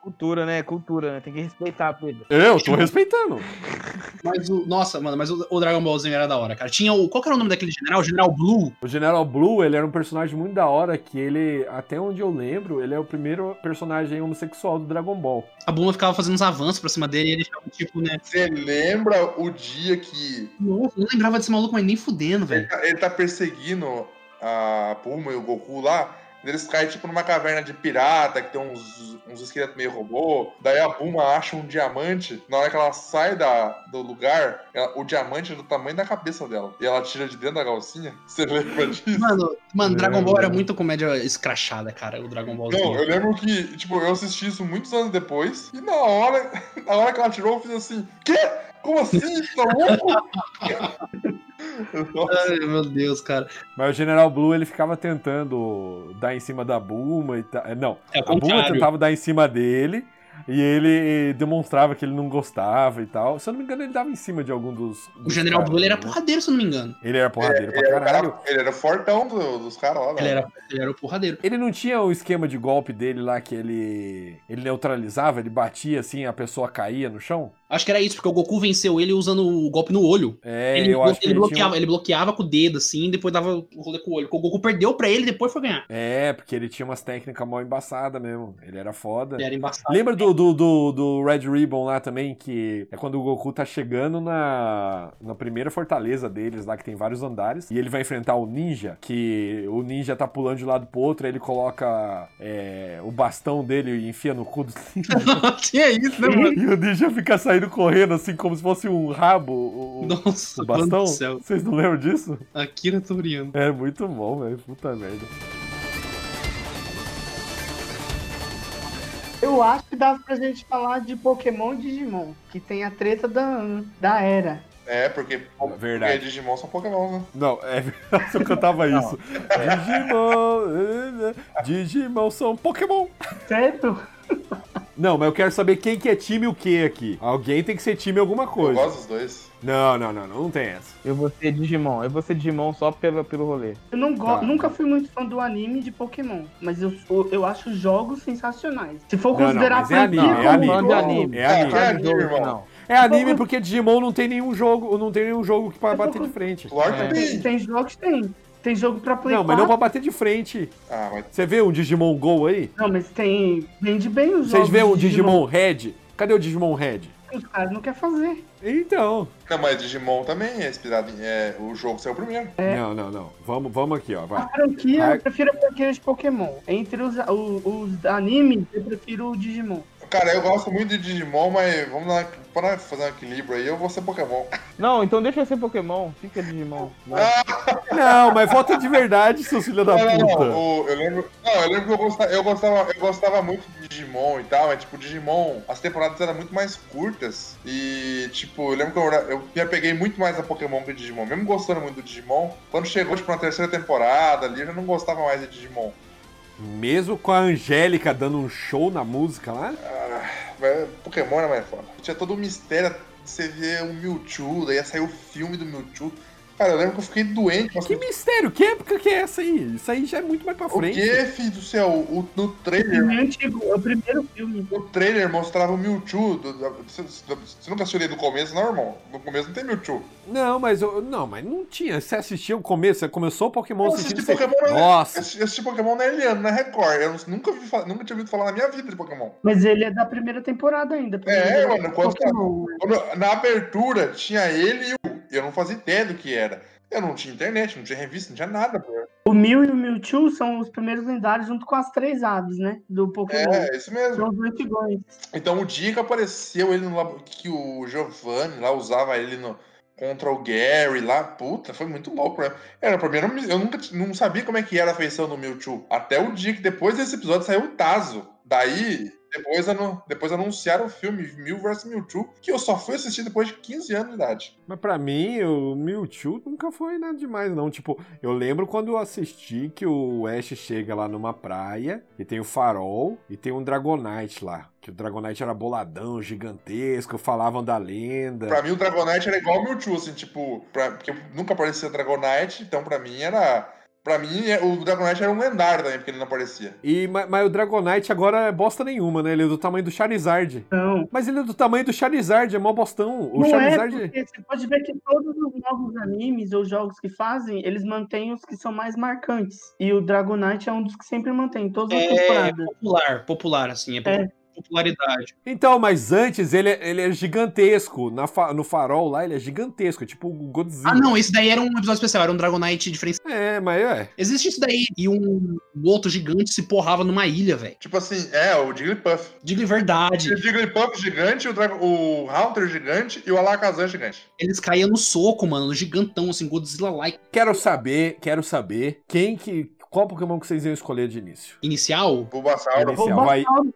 [SPEAKER 1] Cultura, né? Cultura, né? Tem que respeitar, Pedro.
[SPEAKER 4] Eu
[SPEAKER 2] Tipo,
[SPEAKER 4] tô respeitando.
[SPEAKER 2] Mas o. Nossa, mano, mas o, o Dragon Ballzinho era da hora, cara. Tinha o. Qual que era o nome daquele general? General Blue?
[SPEAKER 4] O General Blue, ele era um personagem muito da hora que ele, até onde eu lembro, ele é o primeiro personagem homossexual do Dragon Ball.
[SPEAKER 2] A Buma ficava fazendo uns avanços pra cima dele e ele ficava tipo, né?
[SPEAKER 3] Você lembra o dia que
[SPEAKER 2] Nossa, eu não lembrava desse maluco, mas nem fudendo, velho.
[SPEAKER 3] ele tá perseguindo a Puma e o Goku lá. Eles caem tipo numa caverna de pirata que tem uns, uns esqueletos meio robô. Daí a Puma acha um diamante. Na hora que ela sai da, do lugar, ela- o diamante é do tamanho da cabeça dela. E ela tira de dentro da calcinha. Você lembra disso?
[SPEAKER 2] Mano, mano, Dragon Ball era
[SPEAKER 4] Lembro.
[SPEAKER 2] muito comédia escrachada, cara, o Dragon Ballzinho.
[SPEAKER 3] Não, eu lembro que, tipo, eu assisti isso muitos anos depois. E na hora, na hora que ela tirou, eu fiz assim: Quê? Como assim? Tá louco? Nossa.
[SPEAKER 2] Ai, meu Deus, cara.
[SPEAKER 4] Mas o General Blue, ele ficava tentando dar em cima da Bulma e tal. Não,
[SPEAKER 2] É o
[SPEAKER 4] a Bulma
[SPEAKER 2] contrário.
[SPEAKER 4] tentava dar em cima dele. E ele demonstrava que ele não gostava e tal. Se eu não me engano, ele dava em cima de algum dos.
[SPEAKER 2] O General Bull ele era porradeiro, se eu não me engano.
[SPEAKER 4] Ele era porradeiro
[SPEAKER 3] É, Ele
[SPEAKER 4] pra
[SPEAKER 3] era, o
[SPEAKER 4] caralho.
[SPEAKER 3] cara- ele era o fortão do- dos caras lá, né?
[SPEAKER 2] Ele
[SPEAKER 3] velho.
[SPEAKER 2] era, ele era o porradeiro.
[SPEAKER 4] Ele não tinha o esquema de golpe dele lá que ele. ele neutralizava, ele batia assim, a pessoa caía no chão?
[SPEAKER 2] Acho que era isso, porque o Goku venceu ele usando o golpe no olho.
[SPEAKER 4] É,
[SPEAKER 2] ele,
[SPEAKER 4] eu acho que
[SPEAKER 2] ele
[SPEAKER 4] ele
[SPEAKER 2] bloqueava,
[SPEAKER 4] tinha. um-
[SPEAKER 2] ele bloqueava com o dedo, assim, e depois dava o rolê com o olho. O Goku perdeu pra ele e depois foi ganhar.
[SPEAKER 4] É, porque ele tinha umas técnicas mal embaçadas mesmo. Ele era foda.
[SPEAKER 2] Ele era embaçado.
[SPEAKER 4] Lembra do, do, do, do Red Ribbon lá também, que é quando o Goku tá chegando na, na primeira fortaleza deles lá, que tem vários andares, e ele vai enfrentar o ninja, que o ninja tá pulando de um lado pro outro, aí ele coloca é, o bastão dele e enfia no cu do ninja,
[SPEAKER 2] que é isso, né, mano?
[SPEAKER 4] e o ninja fica saindo correndo assim, como se fosse um rabo, o, o-
[SPEAKER 2] Nossa,
[SPEAKER 4] o
[SPEAKER 2] mano
[SPEAKER 4] bastão.
[SPEAKER 2] do céu.
[SPEAKER 4] Vocês não lembram disso?
[SPEAKER 2] Akira tá Toriyama.
[SPEAKER 4] É muito bom, velho, puta merda.
[SPEAKER 6] Eu acho que dava pra gente falar de Pokémon e Digimon, que tem a treta da, da era.
[SPEAKER 3] É, porque, porque
[SPEAKER 4] Verdade.
[SPEAKER 3] Digimon são Pokémon, né?
[SPEAKER 4] Não, é verdade, eu cantava isso. Digimon, eh, eh, Digimon são Pokémon.
[SPEAKER 6] Certo?
[SPEAKER 4] Não, mas eu quero saber quem que é time o que aqui. Alguém tem que ser time alguma
[SPEAKER 3] Eu
[SPEAKER 4] coisa.
[SPEAKER 3] gosto dos dois.
[SPEAKER 4] Não, não, não, não, não tem essa.
[SPEAKER 1] Eu vou ser Digimon. Eu vou ser Digimon só pelo, pelo rolê.
[SPEAKER 6] Eu não go-
[SPEAKER 4] Tá.
[SPEAKER 6] nunca fui muito fã do anime de Pokémon, mas eu, sou- eu acho jogos sensacionais. Se for
[SPEAKER 4] Não, não,
[SPEAKER 6] considerar
[SPEAKER 4] mas é anime,
[SPEAKER 6] franquia
[SPEAKER 4] é anime.
[SPEAKER 6] como-
[SPEAKER 1] Falando de anime.
[SPEAKER 4] É anime.
[SPEAKER 1] Não
[SPEAKER 3] É
[SPEAKER 1] fala de
[SPEAKER 3] anime,
[SPEAKER 1] jogo,
[SPEAKER 3] irmão.
[SPEAKER 1] não.
[SPEAKER 4] É anime porque Digimon não tem nenhum jogo, não tem nenhum jogo que
[SPEAKER 6] É
[SPEAKER 4] pra bater de frente.
[SPEAKER 3] Lorde
[SPEAKER 1] É.
[SPEAKER 3] tem.
[SPEAKER 6] Tem, tem jogos, tem. Tem jogo pra Play
[SPEAKER 4] Não, mas não pra bater de frente.
[SPEAKER 3] Ah, mas
[SPEAKER 4] Você vê um Digimon Go aí?
[SPEAKER 6] Não, mas tem. Vende bem os jogos.
[SPEAKER 4] Vocês vê
[SPEAKER 6] de
[SPEAKER 4] um Digimon Red? Cadê o Digimon Red?
[SPEAKER 6] que Os caras não querem fazer.
[SPEAKER 4] Então.
[SPEAKER 3] Não, mas Digimon também é inspirado em. É, o jogo saiu primeiro.
[SPEAKER 6] É.
[SPEAKER 4] Não, não, não. Vamos, vamos aqui, ó.
[SPEAKER 6] A
[SPEAKER 4] Vai.
[SPEAKER 6] franquia,
[SPEAKER 4] Ah.
[SPEAKER 6] eu prefiro a franquia de Pokémon. Entre os, o- os animes, eu prefiro o Digimon.
[SPEAKER 3] Cara, eu gosto muito de Digimon, mas vamos lá. Para fazer um equilíbrio aí, eu vou ser Pokémon.
[SPEAKER 1] Não, então deixa eu ser Pokémon. Fica Digimon. Não.
[SPEAKER 4] Não, mas vota de verdade, seu filho da
[SPEAKER 3] Não, não,
[SPEAKER 4] puta.
[SPEAKER 3] não. o- eu lembro. Não, eu lembro que eu gostava, eu gostava, eu gostava muito de Digimon e tal. É tipo, Digimon, as temporadas eram muito mais curtas. E, tipo, eu lembro que eu, era- eu me apeguei muito mais a Pokémon que Digimon. Mesmo gostando muito do Digimon, quando chegou, tipo, na terceira temporada ali, eu já não gostava mais de Digimon.
[SPEAKER 4] Mesmo com a Angélica dando um show na música lá?
[SPEAKER 3] Ah, Mas Pokémon era mais foda. Tinha todo um mistério. Você vê o Mewtwo, daí ia sair o filme do Mewtwo. Cara, eu lembro que eu fiquei doente. mas
[SPEAKER 4] Que mistério, que época que é essa aí? Isso aí já é muito mais pra
[SPEAKER 3] o
[SPEAKER 4] frente.
[SPEAKER 3] que, filho do céu? O, no
[SPEAKER 6] É
[SPEAKER 3] trailer.
[SPEAKER 6] bem antigo, é o primeiro filme.
[SPEAKER 3] No trailer mostrava o Mewtwo. do- da- Você você nunca assistiu ele do começo, não, irmão? No começo não tem Mewtwo.
[SPEAKER 4] Não, mas eu, não, mas não tinha. Você assistia o começo, você começou o Pokémon
[SPEAKER 3] Eu
[SPEAKER 4] assistindo.
[SPEAKER 3] assisti
[SPEAKER 4] você-
[SPEAKER 3] Pokémon, né? Eu
[SPEAKER 4] Nossa,
[SPEAKER 3] assisti eu assisti Pokémon na Eliana, na Record. Eu nunca, vi, fa- nunca tinha ouvido falar na minha vida de Pokémon.
[SPEAKER 6] Mas ele é da primeira temporada ainda.
[SPEAKER 3] É,
[SPEAKER 6] primeira
[SPEAKER 3] mano, quando,
[SPEAKER 6] Pokémon.
[SPEAKER 3] quando- na abertura tinha ele e o. Eu não fazia ideia do que era. Eu não tinha internet, não tinha revista, não tinha nada, pô.
[SPEAKER 6] O Mew e o Mewtwo são os primeiros lendários junto com as três aves, né? Do Pokémon.
[SPEAKER 3] É, isso mesmo.
[SPEAKER 6] São os antigões.
[SPEAKER 3] Então, o dia que apareceu ele no labo, que o Giovanni lá usava ele no, contra o Gary lá, puta, foi muito louco, né? Era pra mim, eu, não, eu nunca não sabia como é que era a feição do Mewtwo. Até o dia que depois desse episódio saiu o Tazo. Daí, depois, anu- depois anunciaram o filme Mew vs Mewtwo, que eu só fui assistir depois de 15 anos de idade.
[SPEAKER 4] mas pra mim, o Mewtwo nunca foi nada demais, não. Tipo, eu lembro quando eu assisti que o Ash chega lá numa praia e tem o farol e tem um Dragonite lá. Que o Dragonite era boladão, gigantesco, falavam da lenda.
[SPEAKER 3] Pra mim, o Dragonite era igual o Mewtwo, assim, tipo, pra- porque nunca aparecia Dragonite, então pra mim era. Pra mim, é- o Dragonite era um lendário também, porque ele não aparecia.
[SPEAKER 4] E, ma- mas, o Dragonite agora é bosta nenhuma, né? Ele é do tamanho do Charizard.
[SPEAKER 6] Não.
[SPEAKER 4] Mas ele é do tamanho do Charizard, é mó bostão. O
[SPEAKER 6] Então, não
[SPEAKER 4] Charizard.
[SPEAKER 6] é, porque você pode ver que todos os novos animes ou jogos que fazem, eles mantêm os que são mais marcantes. E o Dragonite é um dos que sempre mantém, em todas as
[SPEAKER 2] É
[SPEAKER 6] temporadas.
[SPEAKER 2] popular, popular, assim. É,
[SPEAKER 6] É.
[SPEAKER 2] popularidade.
[SPEAKER 4] Então, mas antes ele, é- ele é gigantesco. Na fa- no farol lá, ele é gigantesco, é tipo o Godzilla.
[SPEAKER 2] Ah, não, esse daí era um episódio especial, era um Dragonite diferenciado.
[SPEAKER 4] É, mas é.
[SPEAKER 2] Existe isso daí. E um outro gigante se porrava numa ilha, velho.
[SPEAKER 3] Tipo assim, é, o Jigglypuff.
[SPEAKER 2] Diga a verdade.
[SPEAKER 3] O Jigglypuff gigante, o, Drago, o Haunter gigante e o Alakazam gigante.
[SPEAKER 2] Eles caíam no soco, mano, no gigantão, assim, Godzilla-like.
[SPEAKER 4] Quero saber, quero saber quem que. Qual Pokémon que vocês iam escolher de início?
[SPEAKER 2] Inicial,
[SPEAKER 3] Bulbasauro.
[SPEAKER 4] Inicial, vai.
[SPEAKER 6] é um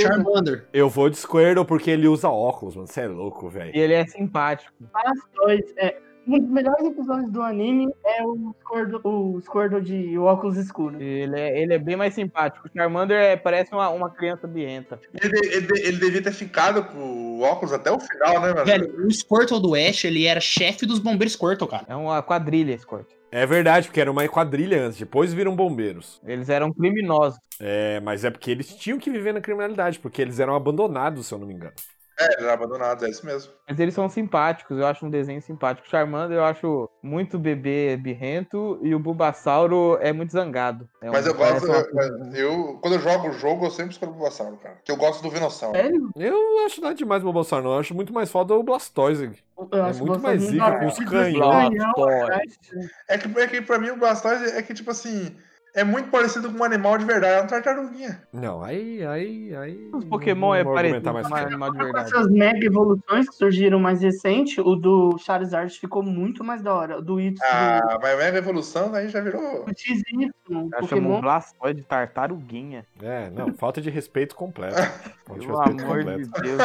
[SPEAKER 2] Charmander.
[SPEAKER 4] Eu vou de Squirtle porque ele usa óculos, mano. Você é louco, velho.
[SPEAKER 1] E ele é simpático.
[SPEAKER 6] Blastoise, é, Um dos melhores episódios do anime é o Squirtle, o Squirtle de óculos escuros.
[SPEAKER 1] Ele é, ele é bem mais simpático. O Charmander é- parece uma, uma criança bienta.
[SPEAKER 3] Ele, ele- ele devia ter ficado com o óculos até o final, né, mano?
[SPEAKER 2] Velho, o Squirtle do Ash, ele era chefe dos bombeiros Squirtle, cara.
[SPEAKER 1] É uma quadrilha esse corte.
[SPEAKER 4] É verdade, porque era uma quadrilha antes, depois viram bombeiros.
[SPEAKER 1] Eles eram criminosos.
[SPEAKER 4] É, mas é porque eles tinham que viver na criminalidade, porque eles eram abandonados, se eu não me engano.
[SPEAKER 3] É, ele era abandonado, é isso mesmo.
[SPEAKER 1] Mas eles são simpáticos, eu acho um desenho simpático. Charmander eu acho muito bebê birrento e o Bulbasauro é muito zangado. É um-
[SPEAKER 3] Mas eu
[SPEAKER 1] parece
[SPEAKER 3] gosto.
[SPEAKER 1] uma-
[SPEAKER 3] Eu, eu- quando eu jogo o jogo, eu sempre escolho o Bulbasauro, cara. Porque eu gosto do Venossauro.
[SPEAKER 6] Sério?
[SPEAKER 4] Eu não acho nada demais o Bulbasaur, não. Eu acho muito mais foda o Blastoise.
[SPEAKER 6] Eu
[SPEAKER 4] É
[SPEAKER 6] acho que
[SPEAKER 4] muito
[SPEAKER 6] vocês
[SPEAKER 4] mais
[SPEAKER 6] não
[SPEAKER 4] zica
[SPEAKER 6] sabem.
[SPEAKER 4] com os canhões.
[SPEAKER 1] um Blastoise.
[SPEAKER 3] É que, é que pra mim o Blastoise é que, tipo assim, é muito parecido com um animal de verdade, é uma tartaruguinha.
[SPEAKER 4] Não, aí, aí, aí.
[SPEAKER 1] Os Pokémon
[SPEAKER 4] não
[SPEAKER 1] é
[SPEAKER 4] vou
[SPEAKER 1] parecido
[SPEAKER 4] argumentar mais.
[SPEAKER 1] com um animal de
[SPEAKER 6] Com
[SPEAKER 1] verdade.
[SPEAKER 6] essas mega evoluções que surgiram mais recente, o do Charizard ficou muito mais da hora. O Do Y,
[SPEAKER 3] Ah, mas a Mega Evolução aí já virou.
[SPEAKER 6] do XY,
[SPEAKER 1] Ela chamou um
[SPEAKER 6] Pokémon.
[SPEAKER 1] Blastoise de tartaruguinha.
[SPEAKER 4] É, não, falta de respeito completo. Falta de
[SPEAKER 1] Pelo
[SPEAKER 4] respeito
[SPEAKER 1] amor
[SPEAKER 4] completo.
[SPEAKER 1] de Deus.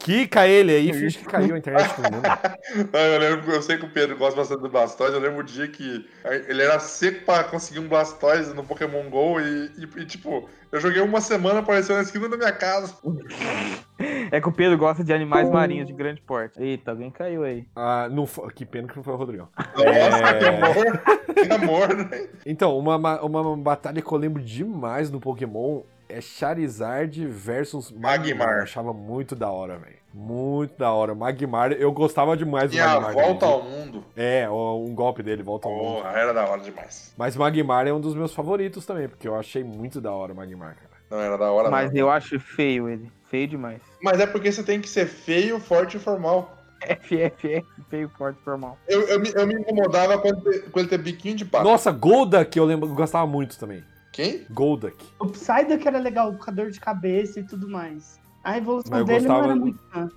[SPEAKER 4] Kika ele aí, finge que caiu a internet do mundo.
[SPEAKER 3] Ah, eu lembro, eu sei que o Pedro gosta bastante do Blastoise, eu lembro o dia que ele era seco pra conseguir um Blastoise no Pokémon GO e, e- e, tipo, eu joguei uma semana, apareceu na esquina da minha casa.
[SPEAKER 1] É que o Pedro gosta de animais marinhos de grande porte. Eita, alguém caiu aí.
[SPEAKER 4] Ah, não foi- que pena que não foi o Rodrigão.
[SPEAKER 3] Nossa,
[SPEAKER 4] É.
[SPEAKER 3] que amor! Que amor, né?
[SPEAKER 4] Então, uma, ma- uma batalha que eu lembro demais no Pokémon é Charizard versus Magmar.
[SPEAKER 3] Magmar.
[SPEAKER 4] Eu achava muito da hora, velho. Muito da hora. Magmar, eu gostava demais do
[SPEAKER 3] E a
[SPEAKER 4] Magmar. também,
[SPEAKER 3] volta
[SPEAKER 4] viu?
[SPEAKER 3] ao mundo.
[SPEAKER 4] É, o- um golpe dele, volta ao mundo.
[SPEAKER 3] Porra, era da hora demais.
[SPEAKER 4] Mas Magmar é um dos meus favoritos também, porque eu achei muito da hora o Magmar, cara.
[SPEAKER 3] Não, era da hora
[SPEAKER 1] Mas
[SPEAKER 3] não.
[SPEAKER 1] eu acho feio ele. Feio demais.
[SPEAKER 3] Mas é porque você tem que ser feio, forte e formal.
[SPEAKER 1] FFF, feio, forte, formal.
[SPEAKER 3] Eu, eu, me, eu me incomodava com ele, ter, com ele ter biquinho de pato.
[SPEAKER 4] Nossa, Golduck eu lembro, eu gostava muito também.
[SPEAKER 3] Quem?
[SPEAKER 4] Golduck.
[SPEAKER 6] O Psyduck era legal, com a dor de cabeça e tudo mais. A
[SPEAKER 4] Mas eu
[SPEAKER 6] evolução dele não
[SPEAKER 4] gostava
[SPEAKER 6] era
[SPEAKER 4] do-
[SPEAKER 6] muito. fã.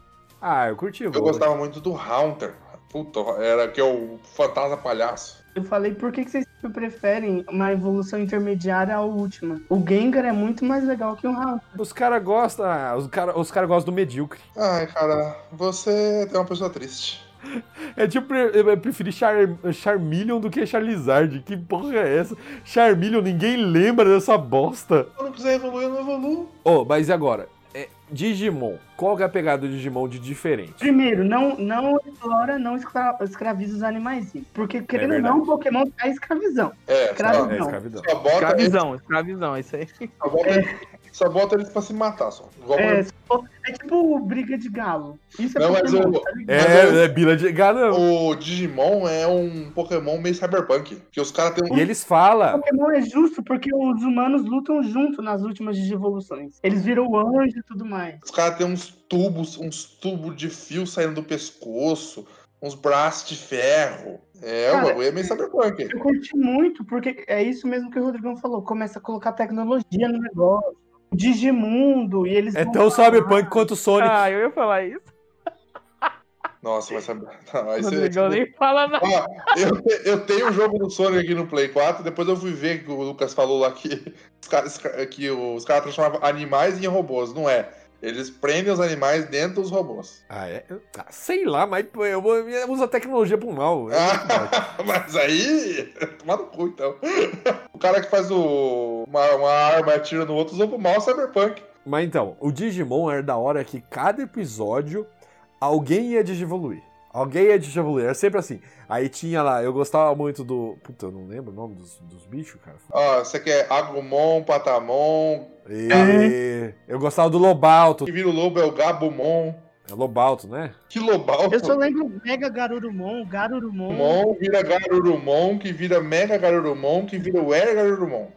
[SPEAKER 4] Ah, eu curti o
[SPEAKER 3] Eu
[SPEAKER 4] Golduck.
[SPEAKER 3] gostava muito do Haunter. Puta, era que é o fantasma palhaço.
[SPEAKER 6] Eu falei, por que, que vocês sempre preferem uma evolução intermediária à última? O Gengar é muito mais legal que o Raul.
[SPEAKER 4] Os caras gostam, ah, os caras os cara gostam do medíocre.
[SPEAKER 3] Ai, cara, você é uma pessoa triste.
[SPEAKER 4] É tipo, eu eu preferi Char Charmeleon do que Charizard. Que porra é essa? Charmeleon, ninguém lembra dessa bosta.
[SPEAKER 3] Eu não precisei evoluir, eu não evoluo.
[SPEAKER 4] Ô, mas e agora? É, Digimon. Qual que é a pegada do Digimon de diferente?
[SPEAKER 6] Primeiro, não, não explora, não escra- escraviza os animais. Porque, querendo ou
[SPEAKER 4] verdade.
[SPEAKER 6] não, o Pokémon é escravizão.
[SPEAKER 3] É,
[SPEAKER 6] Escravo.
[SPEAKER 3] só,
[SPEAKER 4] É,
[SPEAKER 6] Não.
[SPEAKER 4] escravidão.
[SPEAKER 3] só bota, eles,
[SPEAKER 1] Escravizão, escravizão, isso aí.
[SPEAKER 3] só, bota eles, só bota eles pra se matar, só. Igual
[SPEAKER 6] É, só- é tipo briga de galo. Isso é
[SPEAKER 3] Não, mas
[SPEAKER 6] Pokémon,
[SPEAKER 3] o-
[SPEAKER 6] tá ligado?
[SPEAKER 4] É, é bila de garão.
[SPEAKER 3] O Digimon é um Pokémon meio cyberpunk. Que os caras têm um.
[SPEAKER 4] E eles falam.
[SPEAKER 6] Pokémon é justo porque os humanos lutam junto nas últimas evoluções. Eles viram o anjo e tudo mais.
[SPEAKER 3] Os caras têm uns tubos, uns tubos de fio saindo do pescoço, uns braços de ferro. É, o
[SPEAKER 6] Cara,
[SPEAKER 3] bagulho é meio cyberpunk.
[SPEAKER 6] Eu curti muito, porque é isso mesmo que o Rodrigão falou. Começa a colocar tecnologia no negócio. O Digimundo, e eles
[SPEAKER 4] É
[SPEAKER 6] vão
[SPEAKER 4] tão
[SPEAKER 6] falar.
[SPEAKER 4] cyberpunk quanto o Sonic.
[SPEAKER 1] Ah, eu ia falar isso.
[SPEAKER 3] Nossa, mas é, tipo, sabe. Não, aí
[SPEAKER 1] O
[SPEAKER 3] você-
[SPEAKER 1] Rodrigão nem fala nada.
[SPEAKER 3] Ó, eu, eu tenho o jogo do Sonic aqui no Play 4, depois eu fui ver que o Lucas falou lá que os caras, que os caras transformavam animais em robôs, não é? Eles prendem os animais dentro dos robôs.
[SPEAKER 4] Ah, é? Ah, sei lá, mas pô, eu, vou- eu uso a tecnologia pro mal. É verdade.
[SPEAKER 3] Ah, mas aí. Toma no cu, então. O cara que faz o, uma, uma arma e atira no outro usou pro mal o Cyberpunk.
[SPEAKER 4] mas então, o Digimon era da hora que cada episódio alguém ia digivoluir. Alguém ia digivoluir. Era sempre assim. Aí tinha lá, eu gostava muito do. Puta, eu não lembro o nome dos, dos bichos, cara.
[SPEAKER 3] Ó, você quer Agumon, Patamon,
[SPEAKER 4] E... Eu gostava do Lobalto.
[SPEAKER 3] que vira o lobo é o Gabumon.
[SPEAKER 4] É Lobalto, né?
[SPEAKER 3] Que é lobal.
[SPEAKER 6] Eu só lembro o Mega Garurumon, Garurumon.
[SPEAKER 3] Mon, vira Garurumon, que vira Mega Garurumon, que vira Were Garurumon.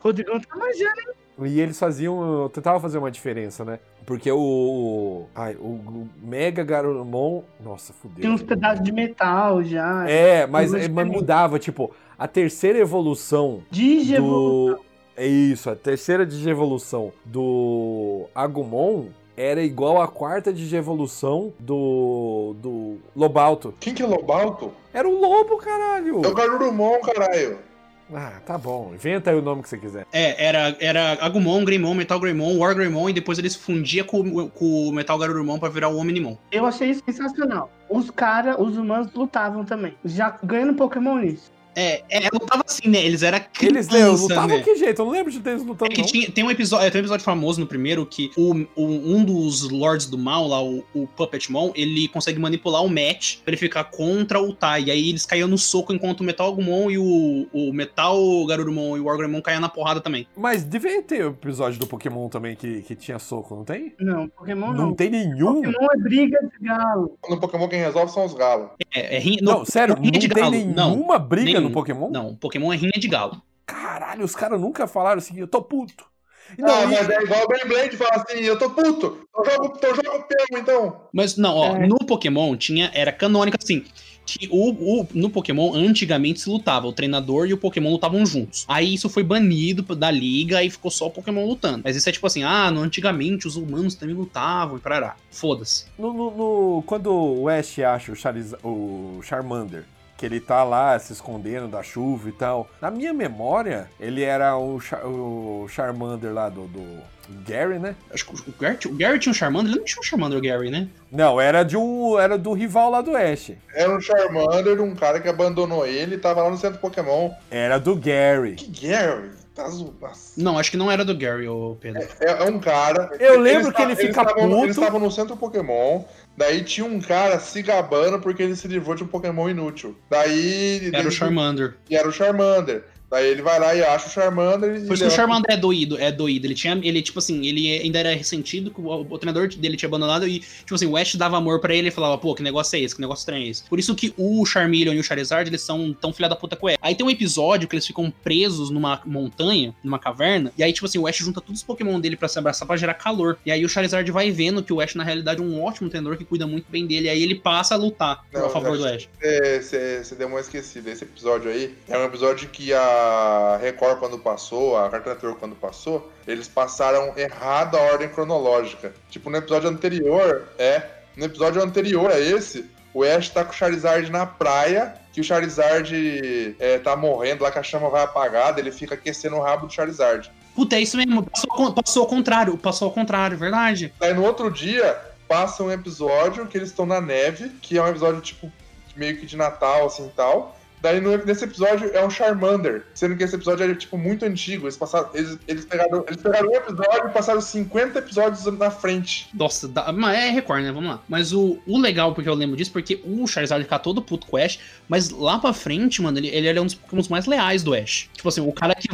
[SPEAKER 6] Rodrigão tá manjando.
[SPEAKER 4] E eles faziam. Eu tentava fazer uma diferença, né? Porque o. Ai, o o Mega Garurumon. Nossa, fudeu.
[SPEAKER 6] Tinha uns pedaços de metal já.
[SPEAKER 4] É, mas,
[SPEAKER 6] Duas
[SPEAKER 4] é, mas
[SPEAKER 6] diferentes.
[SPEAKER 4] mudava, tipo, a terceira evolução
[SPEAKER 6] Digimon.
[SPEAKER 4] do. É isso, a terceira digievolução do Agumon era igual à quarta digievolução do. do Lobalto.
[SPEAKER 3] Quem que é Lobalto?
[SPEAKER 4] Era um lobo, caralho!
[SPEAKER 3] É o Garurumon, caralho.
[SPEAKER 4] Ah, tá bom. Inventa aí o nome que você quiser.
[SPEAKER 2] É, era, era Agumon, Greymon, Metal Greymon, War Greymon, e depois eles fundiam com, o- com o Metal Garurumon pra virar o Omnimon.
[SPEAKER 6] Eu achei isso sensacional. Os caras, os humanos lutavam também. Já ganhando Pokémon nisso.
[SPEAKER 2] É, é, lutava assim, né? Eles eram
[SPEAKER 4] Eles
[SPEAKER 2] criança,
[SPEAKER 4] leu, lutavam
[SPEAKER 2] né?
[SPEAKER 4] que jeito? Eu não lembro de ter eles
[SPEAKER 2] É
[SPEAKER 4] lutando,
[SPEAKER 2] que
[SPEAKER 4] não.
[SPEAKER 2] tinha, tem, um episódio, tem um episódio famoso no primeiro que o, o- um dos Lords do Mal, lá, o, o Puppetmon, ele consegue manipular o Match pra ele ficar contra o Tai. E aí eles caíam no soco enquanto o Metal Agumon e o, o Metal Garurumon e o Wargreymon caíam na porrada também.
[SPEAKER 4] Mas devia ter o episódio do Pokémon também que, que tinha soco, não tem?
[SPEAKER 6] Não, Pokémon
[SPEAKER 4] Não,
[SPEAKER 6] não.
[SPEAKER 4] tem nenhum.
[SPEAKER 6] Pokémon é briga de galo.
[SPEAKER 3] No Pokémon quem resolve são os galos.
[SPEAKER 2] É, é rin-
[SPEAKER 4] Não, sério, não
[SPEAKER 2] rinha de
[SPEAKER 4] tem
[SPEAKER 2] galo. Não,
[SPEAKER 4] nenhuma briga
[SPEAKER 2] nenhum.
[SPEAKER 4] no Pokémon?
[SPEAKER 2] não, Pokémon é rinha de galo.
[SPEAKER 4] Caralho, os caras nunca falaram assim, eu tô puto. E
[SPEAKER 3] Não,
[SPEAKER 4] não, e-
[SPEAKER 3] mas é igual o Beyblade fala assim, eu tô puto, eu jogo, eu jogo pego, então.
[SPEAKER 2] Mas não, ó,
[SPEAKER 6] É.
[SPEAKER 2] no Pokémon tinha, era canônico assim, que o, o- no Pokémon antigamente se lutava, o treinador e o Pokémon lutavam juntos. Aí isso foi banido da liga e ficou só o Pokémon lutando. Mas isso é tipo assim, ah, no, antigamente os humanos também lutavam e parará. Foda-se.
[SPEAKER 4] no- no- no- quando o Ash acha o, Chariz- o Charmander, que ele tá lá se escondendo da chuva e tal, na minha memória, ele era o, Char- o Charmander lá do, do Gary, né?
[SPEAKER 2] Acho que o Gary, o Gary tinha um Charmander, ele não tinha um Charmander, o Gary, né?
[SPEAKER 4] Não, era de um, era do rival lá do Ash.
[SPEAKER 3] Era um Charmander, um cara que abandonou ele e tava lá no centro Pokémon.
[SPEAKER 4] Era do Gary.
[SPEAKER 3] Que Gary? Tá zo- Nossa.
[SPEAKER 2] Não, acho que não era do Gary, ô Pedro.
[SPEAKER 3] É, é um cara.
[SPEAKER 4] Eu lembro que
[SPEAKER 3] ta-
[SPEAKER 4] ele fica
[SPEAKER 3] estavam,
[SPEAKER 4] puto.
[SPEAKER 3] Eles estavam no centro Pokémon. Daí tinha um cara se gabando porque ele se livrou de um Pokémon inútil. Daí.
[SPEAKER 2] Era
[SPEAKER 3] ele-
[SPEAKER 2] o Charmander.
[SPEAKER 3] E era o Charmander. Daí ele vai lá e acha o Charmander e.
[SPEAKER 2] Por isso que o
[SPEAKER 3] leva-
[SPEAKER 2] Charmander é doído, é doído. Ele tinha, ele tipo assim, ele ainda era ressentido, que o, o treinador dele tinha abandonado e tipo assim, o Ash dava amor pra ele e falava, pô, que negócio é esse? Que negócio estranho é esse? Por isso que o Charmeleon e o Charizard, eles são tão filha da puta com o Ash. Aí tem um episódio que eles ficam presos numa montanha, numa caverna, e aí tipo assim, o Ash junta todos os Pokémon dele pra se abraçar pra gerar calor. E aí o Charizard vai vendo que o Ash na realidade é um ótimo treinador que cuida muito bem dele, aí ele passa a lutar
[SPEAKER 3] Não,
[SPEAKER 2] a favor
[SPEAKER 3] eu
[SPEAKER 2] do
[SPEAKER 3] acho-
[SPEAKER 2] Ash.
[SPEAKER 3] É, Você você deu uma esquecida. Esse episódio aí é um episódio que a Record, quando passou, a Cartoon Network, quando passou, eles passaram errado a ordem cronológica. Tipo, no episódio anterior, é. No episódio anterior a esse, o Ash tá com o Charizard na praia, que o Charizard é, tá morrendo lá, que a chama vai apagada, ele fica aquecendo o rabo do Charizard.
[SPEAKER 2] Puta, é isso mesmo, passou, ao con- passou ao contrário, passou ao contrário, verdade.
[SPEAKER 3] Daí no outro dia, passa um episódio que eles estão na neve, que é um episódio tipo meio que de Natal, assim tal. Daí no- nesse episódio é um Charmander, sendo que esse episódio é tipo muito antigo. Eles, passaram, eles, eles, pegaram, eles pegaram um episódio e passaram 50 episódios na frente.
[SPEAKER 2] Nossa, dá- mas é Record, né? Vamos lá. Mas o, o legal, porque eu lembro disso, porque o Charizard fica todo puto com o Ash, mas lá pra frente, mano, ele, ele é um dos Pokémon mais leais do Ash. Tipo assim, o cara que,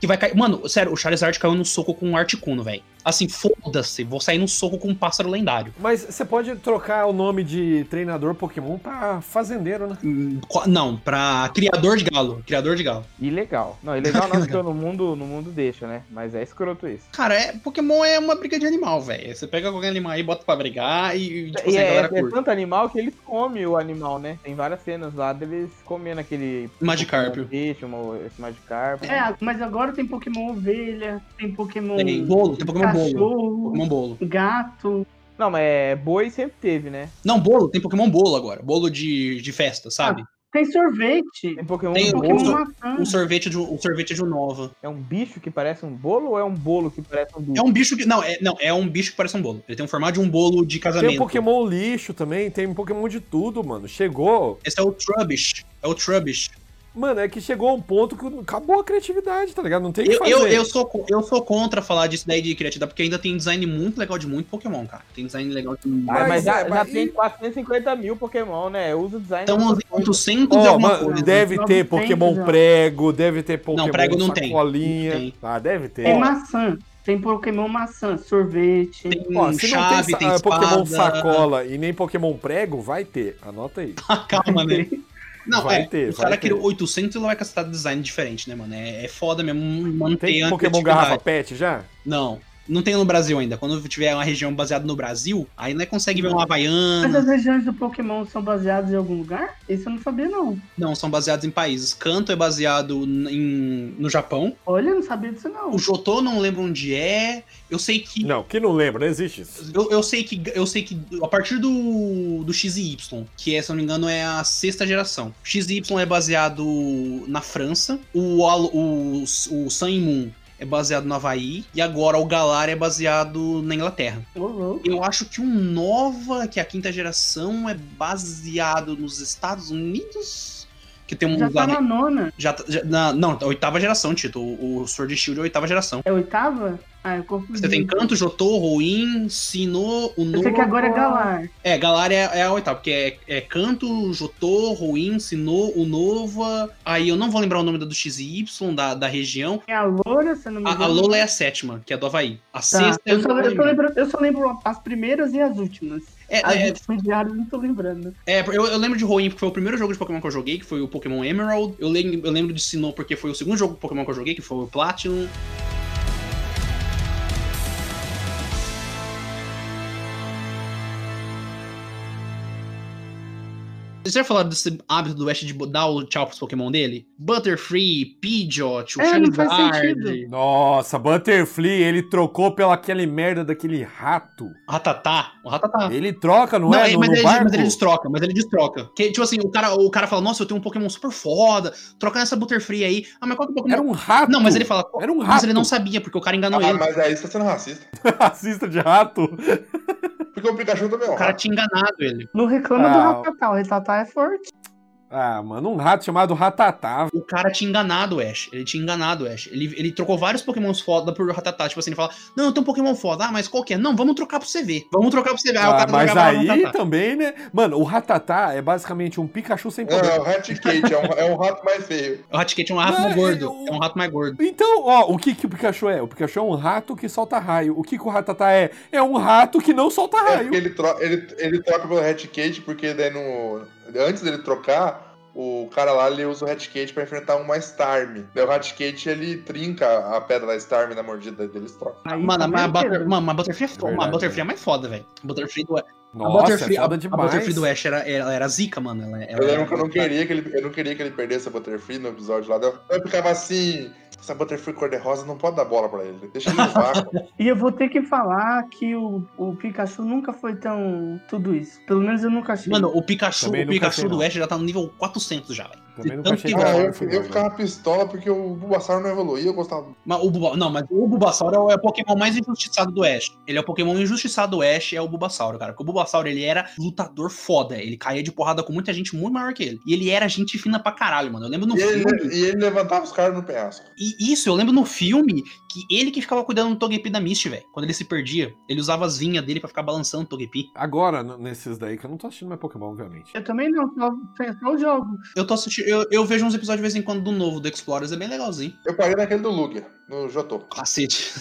[SPEAKER 2] que vai cair. Mano, sério, o Charizard caiu no soco com um Articuno, velho. Assim, foda-se, vou sair no soco com um pássaro lendário.
[SPEAKER 4] Mas você pode trocar o nome de treinador Pokémon pra fazendeiro, né?
[SPEAKER 2] Hum, qua- Não, pra criador de galo. Criador de galo.
[SPEAKER 1] Ilegal. Não, ilegal não, porque no mundo, no mundo deixa, né? Mas é escroto isso.
[SPEAKER 2] Cara, é, Pokémon é uma briga de animal, velho. Você pega qualquer animal aí, bota pra brigar e, tipo, assim,
[SPEAKER 1] E
[SPEAKER 2] a
[SPEAKER 1] é,
[SPEAKER 2] galera
[SPEAKER 1] é
[SPEAKER 2] curte.
[SPEAKER 1] tanto animal que eles comem o animal, né? Tem várias cenas lá deles comendo aquele.
[SPEAKER 2] Magikarp.
[SPEAKER 1] Ritmo, esse Magikarp.
[SPEAKER 6] É, mas agora tem Pokémon ovelha, tem Pokémon
[SPEAKER 2] Tem bolo, tem Pokémon bolo.
[SPEAKER 6] cachorro,
[SPEAKER 2] Pokémon bolo.
[SPEAKER 6] gato.
[SPEAKER 1] Não, mas é, boi sempre teve, né?
[SPEAKER 2] Não, bolo, tem Pokémon bolo agora. Bolo de, de festa, sabe?
[SPEAKER 6] Tem sorvete.
[SPEAKER 1] Tem Pokémon.
[SPEAKER 2] Tem
[SPEAKER 1] bolo.
[SPEAKER 6] Pokémon
[SPEAKER 2] bolo.
[SPEAKER 6] maçã.
[SPEAKER 2] um
[SPEAKER 4] Ah.
[SPEAKER 2] sorvete de um, um sorvete de um nova.
[SPEAKER 1] É um bicho que parece um bolo ou é um bolo que parece um bicho?
[SPEAKER 2] É um bicho que não é não é um bicho que parece um bolo. Ele tem um formato de um bolo de
[SPEAKER 4] Tem
[SPEAKER 2] casamento.
[SPEAKER 4] o Pokémon lixo também, tem Pokémon de tudo, mano. Chegou.
[SPEAKER 2] Esse é o Trubbish. É o Trubbish.
[SPEAKER 4] Mano, é que chegou a um ponto que acabou a criatividade, tá ligado? Não tem o que
[SPEAKER 2] Eu,
[SPEAKER 4] fazer.
[SPEAKER 2] eu, eu, sou, co- eu sou contra falar disso daí de criatividade, porque ainda tem design muito legal de muito Pokémon, cara. Tem design legal de muito.
[SPEAKER 1] Ah, mas,
[SPEAKER 4] Mas
[SPEAKER 1] já,
[SPEAKER 4] é,
[SPEAKER 1] já
[SPEAKER 4] mas
[SPEAKER 1] tem
[SPEAKER 4] e-
[SPEAKER 1] 450 mil Pokémon, né? Eu uso design.
[SPEAKER 2] Então, 800 e
[SPEAKER 4] Ó,
[SPEAKER 2] alguma
[SPEAKER 4] mano,
[SPEAKER 2] coisa.
[SPEAKER 4] deve
[SPEAKER 6] Não
[SPEAKER 4] ter
[SPEAKER 6] tem,
[SPEAKER 4] Pokémon
[SPEAKER 6] não.
[SPEAKER 4] prego, deve ter Pokémon
[SPEAKER 2] prego não tem.
[SPEAKER 4] sacolinha.
[SPEAKER 2] Não tem.
[SPEAKER 4] Ah, deve ter.
[SPEAKER 6] Tem maçã. Tem Pokémon maçã, sorvete.
[SPEAKER 2] Tem
[SPEAKER 4] Ó, se não
[SPEAKER 2] chave,
[SPEAKER 4] tem,
[SPEAKER 2] tem,
[SPEAKER 4] sa- ah, Pokémon
[SPEAKER 2] espada.
[SPEAKER 4] sacola e nem Pokémon prego, vai ter. Anota aí.
[SPEAKER 2] Calma, né? Não,
[SPEAKER 4] Vai
[SPEAKER 2] é,
[SPEAKER 4] ter,
[SPEAKER 2] o
[SPEAKER 4] vai
[SPEAKER 2] cara
[SPEAKER 4] ter.
[SPEAKER 2] criou 800 e lá vai cacetar design diferente, né, mano? É, é foda mesmo manter
[SPEAKER 4] Tem
[SPEAKER 2] a
[SPEAKER 4] Pokémon
[SPEAKER 2] criatividade.
[SPEAKER 4] garrafa pet já?
[SPEAKER 2] Não. Não tem no Brasil ainda. Quando tiver uma região baseada no Brasil, aí não consegue ver um
[SPEAKER 6] Mas as
[SPEAKER 2] Havaiana.
[SPEAKER 6] regiões do Pokémon são baseadas em algum lugar? Isso eu não sabia, não.
[SPEAKER 2] Não, são baseados em países. Canto é baseado n- em, no Japão.
[SPEAKER 6] Olha, eu não sabia disso, não.
[SPEAKER 2] O Jotô não lembro onde é. Eu sei que.
[SPEAKER 4] Não, que não lembra, não existe isso.
[SPEAKER 2] Eu, eu sei que eu sei que a partir do, do XY, que é, se eu não me engano, é a sexta geração. XY é baseado na França, o, Al- o, o Sun e Moon é baseado no Havaí, e agora o Galar é baseado na Inglaterra.
[SPEAKER 6] Ô, louco.
[SPEAKER 2] Eu acho que o Nova, que é a quinta geração, é baseado nos Estados Unidos, que tem um
[SPEAKER 6] Já tá
[SPEAKER 2] lugar.
[SPEAKER 6] na nona.
[SPEAKER 2] Já, tá- já- na- não, a oitava geração, Tito. O, o Sword and Shield é a oitava geração.
[SPEAKER 6] É oitava? Ah, eu confundi.
[SPEAKER 2] Você tem Canto, Jotô, Ruin, Sinô, Unô.
[SPEAKER 6] Eu sei que agora é Galar.
[SPEAKER 2] É, Galar é, é a oitava, porque é, é Canto, Jotô, Ruim, Sinô, Unova. Aí eu não vou lembrar o nome da do XY, da, da região.
[SPEAKER 6] É a Loura, se eu não me engano.
[SPEAKER 2] A, a Lola é a sétima, que é a do Havaí. A
[SPEAKER 6] Uhum. Tá.
[SPEAKER 2] sexta é
[SPEAKER 6] Eu, só,
[SPEAKER 2] não
[SPEAKER 6] eu, só
[SPEAKER 2] lembro.
[SPEAKER 6] lembro, eu só lembro as primeiras e as últimas.
[SPEAKER 2] É,
[SPEAKER 6] As
[SPEAKER 2] é,
[SPEAKER 6] intermediárias eu não tô lembrando.
[SPEAKER 2] É, eu, eu lembro de Roin porque foi o primeiro jogo de Pokémon que eu joguei, que foi o Pokémon Emerald. Eu, lem- eu lembro de Sinnoh porque foi o segundo jogo de Pokémon que eu joguei, que foi o Platinum. Vocês já falaram desse hábito do Ash de bo- dar o tchau pros Pokémon dele? Butterfree, Pidgeot, o
[SPEAKER 6] É, não faz
[SPEAKER 2] Charizard,
[SPEAKER 6] sentido.
[SPEAKER 4] Nossa, Butterfly, ele trocou pela aquele merda daquele rato.
[SPEAKER 2] Ratatá. O Ratatá.
[SPEAKER 4] Ele troca, não,
[SPEAKER 2] Não,
[SPEAKER 4] é?
[SPEAKER 2] ele-
[SPEAKER 4] No,
[SPEAKER 2] mas,
[SPEAKER 4] no
[SPEAKER 2] ele,
[SPEAKER 4] barco?
[SPEAKER 2] mas ele destroca, mas ele destroca. Que, tipo assim, o cara, o cara fala, nossa, eu tenho um Pokémon super foda, troca nessa Butterfree aí. Ah, mas qual que é o Pokémon?
[SPEAKER 4] Era um rato.
[SPEAKER 2] Não, mas ele fala,
[SPEAKER 4] Era um
[SPEAKER 2] mas
[SPEAKER 4] rato.
[SPEAKER 2] ele não sabia, porque o cara enganou
[SPEAKER 3] Ah,
[SPEAKER 2] ele.
[SPEAKER 3] mas aí você tá sendo racista.
[SPEAKER 4] Racista de rato.
[SPEAKER 3] Porque o Pikachu também é um
[SPEAKER 2] O cara
[SPEAKER 3] rato.
[SPEAKER 2] tinha enganado ele.
[SPEAKER 6] Não reclama
[SPEAKER 4] Ah,
[SPEAKER 6] do Ratatá. O Ratatá é forte.
[SPEAKER 4] Ah, mano, um rato chamado Ratatá.
[SPEAKER 2] O cara tinha enganado o Ash. Ele tinha enganado o Ash. Ele, ele trocou vários Pokémons foda por Ratatá. Tipo assim, ele fala: Não, eu tenho um Pokémon foda. Ah, mas qual que é? Não, vamos trocar pra você ver. Vamos trocar pra você ver. Aí É, o
[SPEAKER 4] Ah,
[SPEAKER 2] cara
[SPEAKER 4] mas
[SPEAKER 2] trocava lá no
[SPEAKER 4] aí
[SPEAKER 2] Ratatá.
[SPEAKER 4] também, né? Mano, o Ratatá é basicamente um Pikachu sem
[SPEAKER 3] Não,
[SPEAKER 4] poder.
[SPEAKER 3] é o Rat Kate, é um, é um rato mais feio.
[SPEAKER 2] O Raticate é um rato
[SPEAKER 4] Não,
[SPEAKER 2] mais gordo.
[SPEAKER 4] eu-
[SPEAKER 2] É um rato mais gordo.
[SPEAKER 4] Então, ó, o que que o Pikachu é? O Pikachu é um rato que solta raio. O que que o Ratatá é? É um rato que não solta
[SPEAKER 3] É porque
[SPEAKER 4] raio.
[SPEAKER 3] ele, tro ele, ele troca pelo Rat Kate, porque daí no. Antes dele trocar, o cara lá ele usa o Rat Kate pra enfrentar um mais Starm. Daí o Rat Kate ele trinca a pedra da Starm na mordida deles troca.
[SPEAKER 6] Aí
[SPEAKER 2] Mano,
[SPEAKER 6] tá
[SPEAKER 2] mas a
[SPEAKER 6] bem
[SPEAKER 2] Butter-
[SPEAKER 6] inteiro.
[SPEAKER 2] mano, mas a Butterfree é foda.
[SPEAKER 4] Verdade,
[SPEAKER 2] a Butterfree
[SPEAKER 4] né?
[SPEAKER 2] é mais foda, velho. A Butterfree do a,
[SPEAKER 4] Nossa,
[SPEAKER 2] Butterfree,
[SPEAKER 4] é foda
[SPEAKER 2] a- a
[SPEAKER 4] demais.
[SPEAKER 2] Butterfree do Ash era, era, era zica, mano. Ela, ela,
[SPEAKER 3] Eu lembro que
[SPEAKER 2] É.
[SPEAKER 3] eu não queria que ele, eu não queria que ele perdesse a Butterfree no episódio lá. Eu, eu ficava assim. Essa Butterfree cor-de-rosa não pode dar bola pra ele. Deixa ele no vácuo. Ah,
[SPEAKER 6] E eu vou ter que falar que o, o Pikachu nunca foi tão tudo isso. Pelo menos eu nunca achei.
[SPEAKER 2] Mano, o Pikachu,
[SPEAKER 4] Também
[SPEAKER 2] o
[SPEAKER 4] nunca
[SPEAKER 2] Pikachu
[SPEAKER 4] sei,
[SPEAKER 2] do
[SPEAKER 4] não.
[SPEAKER 2] Ash já tá no nível 400 já, velho.
[SPEAKER 4] Também
[SPEAKER 2] Tanto
[SPEAKER 4] nunca achei
[SPEAKER 2] que-
[SPEAKER 3] Ah,
[SPEAKER 4] legal
[SPEAKER 3] eu,
[SPEAKER 4] esse
[SPEAKER 3] eu
[SPEAKER 4] jogo.
[SPEAKER 3] ficava pistola porque o Bulbasaur não evoluía, eu gostava.
[SPEAKER 2] Mas o Buba... Não, mas o Bulbasaur é o Pokémon mais injustiçado do Ash. Ele é o Pokémon injustiçado do Ash, é o Bulbasaur, cara. Porque o Bulbasaur, ele era lutador foda. Ele caía de porrada com muita gente muito maior que ele. E ele era gente fina pra caralho, mano. Eu lembro no
[SPEAKER 3] E
[SPEAKER 2] filme...
[SPEAKER 3] ele, e ele levantava os caras no penhasco.
[SPEAKER 2] E isso, eu lembro no filme que ele que ficava cuidando do Togepi da Mist, velho. Quando ele se perdia, ele usava as vinhas dele pra ficar balançando o Togepi.
[SPEAKER 4] Agora, n- nesses daí, que eu não tô assistindo mais Pokémon, obviamente.
[SPEAKER 6] Eu também não, só, só o jogo.
[SPEAKER 2] Eu tô assistindo... Eu, eu vejo uns episódios de vez em quando do novo, do Explorers. É bem legalzinho.
[SPEAKER 3] Eu parei naquele do Lugia, no Jotô.
[SPEAKER 2] Cacete.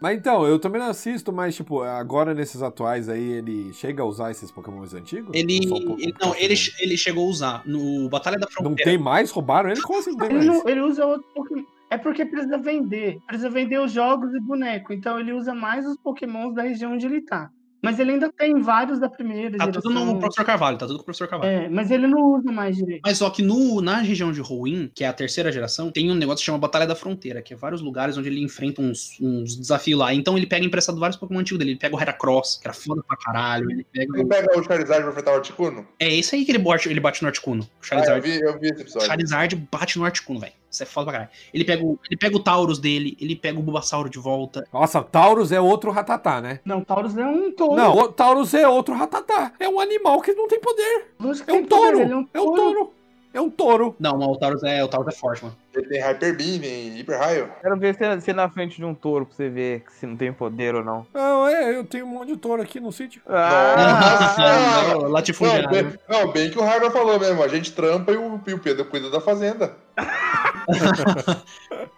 [SPEAKER 4] Mas então, eu também não assisto, mas, tipo, agora nesses atuais aí, ele chega a usar esses Pokémons antigos?
[SPEAKER 2] Ele...
[SPEAKER 4] Ou só o po-
[SPEAKER 2] ele- não,
[SPEAKER 4] Pikachu
[SPEAKER 2] ele,
[SPEAKER 4] mesmo?
[SPEAKER 2] ele chegou a usar no Batalha da
[SPEAKER 4] Não
[SPEAKER 2] Fronteira.
[SPEAKER 4] tem mais? Roubaram ele? Como assim não tem
[SPEAKER 6] Ele,
[SPEAKER 4] mais?
[SPEAKER 6] não- ele usa outro Pokémon. É porque precisa vender. Precisa vender os jogos e boneco. Então ele usa mais os Pokémons da região onde ele tá. Mas ele ainda tem vários da primeira
[SPEAKER 2] Tá
[SPEAKER 6] geração.
[SPEAKER 2] tudo no Professor Carvalho, tá tudo com o Professor Carvalho.
[SPEAKER 6] É, mas ele não usa mais direito.
[SPEAKER 2] Mas só que no, na região de Ruin, que é a terceira geração, tem um negócio que chama Batalha da Fronteira, que é vários lugares onde ele enfrenta uns, uns desafios lá. Então ele pega emprestado vários Pokémon antigos dele. Ele pega o Heracross, que era foda pra caralho. Ele pega
[SPEAKER 3] Ele
[SPEAKER 2] o...
[SPEAKER 3] pega o Charizard pra enfrentar o Articuno?
[SPEAKER 2] É esse aí que ele bate, ele bate no Articuno. O
[SPEAKER 3] Ah, eu
[SPEAKER 2] Charizard.
[SPEAKER 3] vi, eu vi esse
[SPEAKER 2] o
[SPEAKER 3] episódio.
[SPEAKER 2] Charizard bate no Articuno, velho. Isso é foda pra caralho. Ele pega, o, ele pega o Taurus dele, ele pega o Bulbasauro de volta.
[SPEAKER 4] Nossa, Taurus é outro ratatá, né?
[SPEAKER 6] Não, Taurus é um touro.
[SPEAKER 4] Não, o Taurus é outro ratatá. É um animal que não tem poder.
[SPEAKER 6] Lógico que
[SPEAKER 4] É um
[SPEAKER 6] tem poder,
[SPEAKER 4] touro.
[SPEAKER 6] ele
[SPEAKER 4] É um touro. É um touro.
[SPEAKER 2] Não, mas o Taurus é, o Taurus é forte, mano.
[SPEAKER 3] Ele tem Hyper Beam, e Hyper Raio.
[SPEAKER 1] Quero ver se se na frente de um touro pra você ver se não tem poder ou não.
[SPEAKER 4] Não, é, eu tenho um monte de touro aqui no sítio.
[SPEAKER 3] Ah!
[SPEAKER 2] Não,
[SPEAKER 3] Não,
[SPEAKER 2] latifundiário.
[SPEAKER 3] bem, não, bem que o Harvard falou mesmo, a gente trampa e o, e o Pedro cuida da fazenda.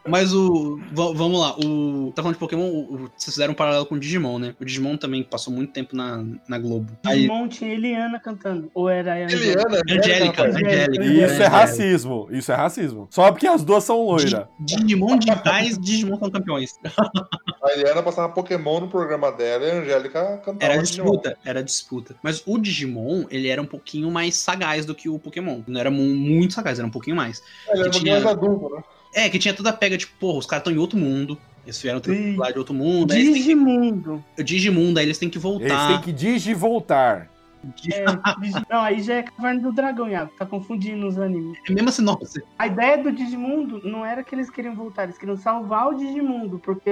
[SPEAKER 2] Mas o. va- vamos lá, o. Tá falando de Pokémon, o, o- vocês fizeram um paralelo com o Digimon, né? O Digimon também passou muito tempo na, na Globo. Aí,
[SPEAKER 6] Digimon tinha Eliana cantando. Ou era a
[SPEAKER 3] Eliana, né,
[SPEAKER 2] É, Angélica,
[SPEAKER 3] rapaz?
[SPEAKER 2] Angélica.
[SPEAKER 4] E isso é
[SPEAKER 2] Angélica.
[SPEAKER 4] racismo. Isso é racismo. Só porque as duas são loiras.
[SPEAKER 2] Di- Digimon digitais, Digimon são campeões.
[SPEAKER 3] A Eliana passava Pokémon no programa dela e a Angélica cantava.
[SPEAKER 2] Era a
[SPEAKER 3] de novo.
[SPEAKER 2] disputa, era a disputa. Mas o Digimon, ele era um pouquinho mais sagaz do que o Pokémon. Não era mu- muito sagaz, era um pouquinho mais.
[SPEAKER 3] Ele era um
[SPEAKER 2] Que
[SPEAKER 3] pouquinho mais
[SPEAKER 2] tinha-
[SPEAKER 3] adulto, né?
[SPEAKER 2] É, que tinha toda a pega, tipo, porra, os caras estão em outro mundo. Eles vieram
[SPEAKER 6] Sim.
[SPEAKER 2] lá de outro mundo. aí eles têm
[SPEAKER 6] Digimundo.
[SPEAKER 2] que- o Digimundo, aí eles têm que
[SPEAKER 4] Eles têm
[SPEAKER 2] voltar.
[SPEAKER 4] que digivoltar.
[SPEAKER 6] É, Digi- Não, aí já é Caverna do Dragão, Iago. Tá confundindo os animes.
[SPEAKER 2] É a mesma sinopse.
[SPEAKER 6] A ideia do Digimundo não era que eles queriam voltar, eles queriam salvar o Digimundo, porque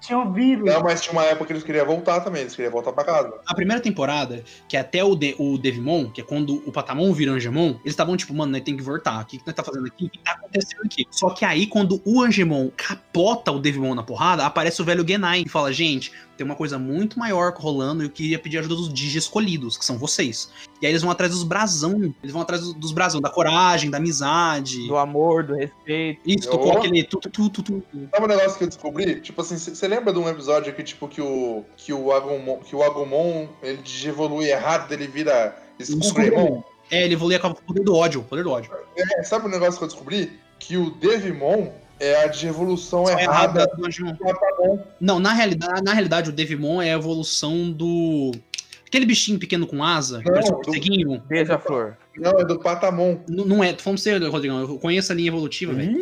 [SPEAKER 6] tinha o vírus.
[SPEAKER 3] Não, mas tinha uma época que eles queriam voltar também, eles queriam voltar pra casa.
[SPEAKER 2] A primeira temporada, que é até o, De o Devimon, que é quando o Patamon vira Angemon, eles estavam tipo, mano, nós tem que voltar. O que, que nós tá fazendo aqui? O que tá acontecendo aqui? Só que aí, quando o Angemon capota o Devimon na porrada, aparece o velho Genai e fala: gente, tem uma coisa muito maior rolando e eu queria pedir ajuda dos Digi escolhidos, que são vocês. E aí eles vão atrás dos brasão. Eles vão atrás do- dos brasão, da coragem, da amizade.
[SPEAKER 1] Do amor, do respeito.
[SPEAKER 2] Isso, tocou
[SPEAKER 3] Oh.
[SPEAKER 2] aquele tu, tu, tu, tu, tu.
[SPEAKER 3] Sabe um negócio que eu descobri? Tipo assim, você lembra de um episódio que, tipo, que o. que o Agumon, que o Agumon ele digievolui errado, ele vira
[SPEAKER 2] Um
[SPEAKER 3] Skullgreymon?
[SPEAKER 2] É, ele evoluía com o poder do ódio, o poder do ódio.
[SPEAKER 3] É, sabe um negócio que eu descobri? Que o Devimon é a digievolução
[SPEAKER 2] É errado
[SPEAKER 3] errada Tá,
[SPEAKER 2] do Angemon.
[SPEAKER 3] do Patamon.
[SPEAKER 2] Não, na realidade, na realidade o Devimon é a evolução do. Aquele bichinho pequeno com asa, que
[SPEAKER 3] Não,
[SPEAKER 2] parece um
[SPEAKER 3] do-
[SPEAKER 2] morceguinho.
[SPEAKER 1] Beija, flor.
[SPEAKER 3] Não, é do Patamon.
[SPEAKER 2] N- Não é, tô falando pra você, Rodrigão, eu conheço a linha
[SPEAKER 3] Uhum.
[SPEAKER 2] evolutiva, velho.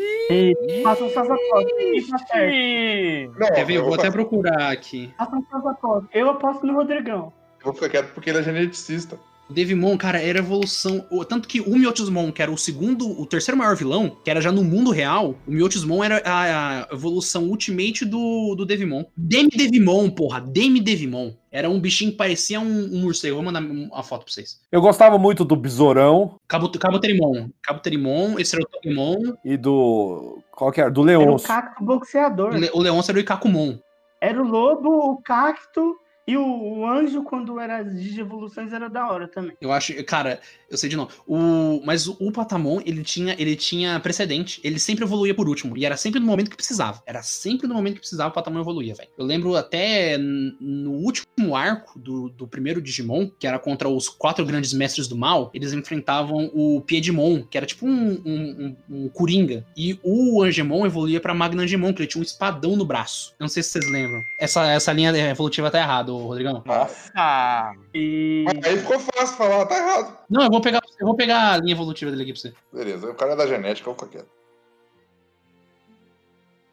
[SPEAKER 6] Faça um sasacote. Tá certo.
[SPEAKER 3] Não,
[SPEAKER 2] Quer ver? Eu
[SPEAKER 3] eu
[SPEAKER 2] vou até
[SPEAKER 3] fa-
[SPEAKER 2] procurar aqui.
[SPEAKER 6] Faça um sasacote. Eu aposto no Rodrigão.
[SPEAKER 3] eu vou ficar quieto porque ele é geneticista.
[SPEAKER 2] O Devimon, cara, era a evolução. o- Tanto que o Miotismon, que era o segundo, o terceiro maior vilão, que era já no mundo real, o Miotismon era a, a evolução ultimate do, do Devimon. Demi Devimon, porra, Demi Devimon. Era um bichinho que parecia um, um morcego. Vou mandar a foto pra vocês.
[SPEAKER 4] Eu gostava muito do Besourão
[SPEAKER 2] Cabo, Cabo Terimon. Cabo Terimon, esse era o Togemon.
[SPEAKER 4] e do. Qual que era? Do
[SPEAKER 6] Era um o
[SPEAKER 4] Leonço.
[SPEAKER 6] cacto boxeador.
[SPEAKER 2] O Le- O Leonça era o Ikakumon.
[SPEAKER 6] Era o lobo, o cacto e o, o anjo, quando era as digievoluções, era da hora também.
[SPEAKER 2] Eu acho, cara, eu sei de nome. O, mas o, o Patamon, ele tinha, ele tinha precedente. Ele sempre evoluía por último. E era sempre no momento que precisava. Era sempre no momento que precisava, o Patamon evoluía, velho. Eu lembro até n- no último arco do, do primeiro Digimon, que era contra os quatro grandes mestres do mal, eles enfrentavam o Piedmon, que era tipo um, um, um, um Coringa. E o Angemon evoluía pra Magnangemon, que ele tinha um espadão no braço. Eu Não sei se vocês lembram. Essa, essa linha evolutiva tá errada, ô, Rodrigão.
[SPEAKER 1] Ah,
[SPEAKER 6] E
[SPEAKER 2] É.
[SPEAKER 3] Mas Aí ficou fácil falar, tá errado.
[SPEAKER 2] Não, eu vou pegar, eu vou pegar a linha evolutiva dele aqui pra você.
[SPEAKER 3] Beleza, o cara é da genética, eu vou ficar quieto.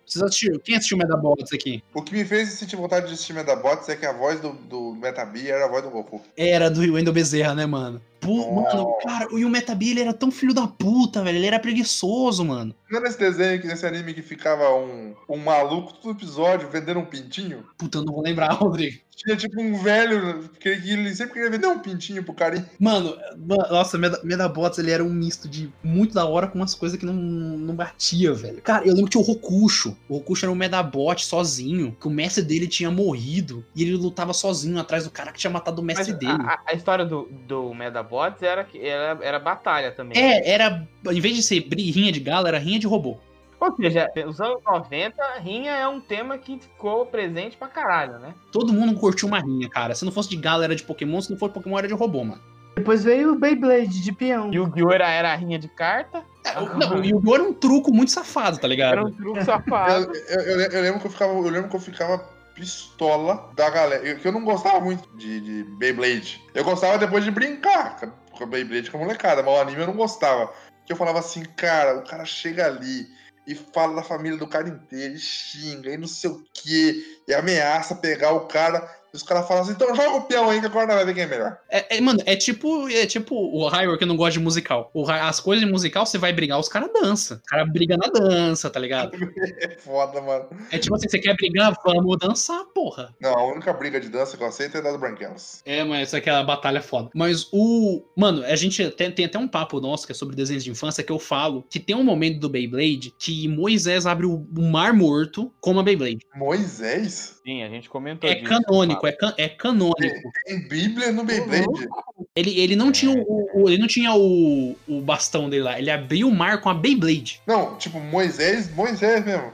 [SPEAKER 2] Vocês assistiram? Quem assistiu Medabots aqui?
[SPEAKER 3] O que me fez sentir vontade de assistir Metabots é que a voz do, do Metabi era a voz do Goku.
[SPEAKER 2] Era do Wendel Bezerra, né, mano? Pô, mano, cara, e o Metabi, ele era tão filho da puta, velho. Ele era preguiçoso, mano.
[SPEAKER 3] Não era esse desenho, que- nesse anime que ficava um, um maluco todo episódio vendendo um pintinho?
[SPEAKER 2] Puta, eu não vou lembrar, Rodrigo.
[SPEAKER 3] Tinha tipo um velho que que ele sempre queria vender um pintinho pro cara. e-
[SPEAKER 2] Mano, ma- nossa, Meda- Medabots, ele era um misto de muito da hora com umas coisas que não, não batia, velho. Cara, eu lembro que tinha o Rokusho. O Rokusho era um Medabot sozinho, que o mestre dele tinha morrido. E ele lutava sozinho atrás do cara que tinha matado o
[SPEAKER 1] mas
[SPEAKER 2] mestre dele.
[SPEAKER 1] a, a- a história do, do Medabots era que era, era batalha também.
[SPEAKER 2] É, era. Em vez de ser brinhinha de gala, era rinha de robô.
[SPEAKER 1] Ou seja, nos anos 90, rinha é um tema que ficou presente pra caralho, né?
[SPEAKER 2] Todo mundo curtiu uma rinha, cara. Se não fosse de gala, era de Pokémon. Se não fosse Pokémon, era de robô, mano.
[SPEAKER 6] depois veio o Beyblade de peão.
[SPEAKER 1] E o Gyo era, era a rinha de carta,
[SPEAKER 2] É, o- Não, o Yu-Gi-Oh! era um truco muito safado, tá
[SPEAKER 1] era
[SPEAKER 2] ligado?
[SPEAKER 1] um truque
[SPEAKER 3] Eu,
[SPEAKER 2] é,
[SPEAKER 1] safado.
[SPEAKER 3] eu, eu- eu lembro que eu ficava, eu lembro que eu ficava pistola da galera. Eu, que eu não gostava muito de, de Beyblade. Eu gostava depois de brincar com- com a Beyblade com a molecada, mas o anime eu não gostava. Que eu falava assim, cara, o cara chega ali e fala da família do cara inteiro, e xinga, e não sei o quê, e ameaça pegar o cara. E os caras falam assim, então joga o peão aí que agora nós vai ver quem é melhor.
[SPEAKER 2] É, é, mano, é tipo, é tipo o Hyrule que não gosta de musical. O Hy- as coisas de musical, você vai brigar, os caras dançam. Os caras brigam na dança, tá ligado?
[SPEAKER 3] É foda, mano.
[SPEAKER 2] É tipo assim, você quer brigar? Vamos dançar, porra.
[SPEAKER 3] Não, a única briga de dança que eu aceito é da do Branquelos.
[SPEAKER 2] É, mas isso aqui é a batalha foda. Mas o. Mano, a gente até- tem até um papo nosso que é sobre desenhos de infância que eu falo que tem um momento do Beyblade que Moisés abre o o mar morto como a Beyblade.
[SPEAKER 3] Moisés?
[SPEAKER 1] Sim, a gente comentou
[SPEAKER 2] É
[SPEAKER 1] disso,
[SPEAKER 2] canônico,
[SPEAKER 1] Fábio.
[SPEAKER 2] é, can- é canônico.
[SPEAKER 3] Tem Bíblia no Beyblade?
[SPEAKER 2] Ele, ele não tinha o, o- ele não tinha o, o bastão dele lá. Ele abriu o mar com a Beyblade.
[SPEAKER 3] Não, tipo, Moisés, Moisés mesmo.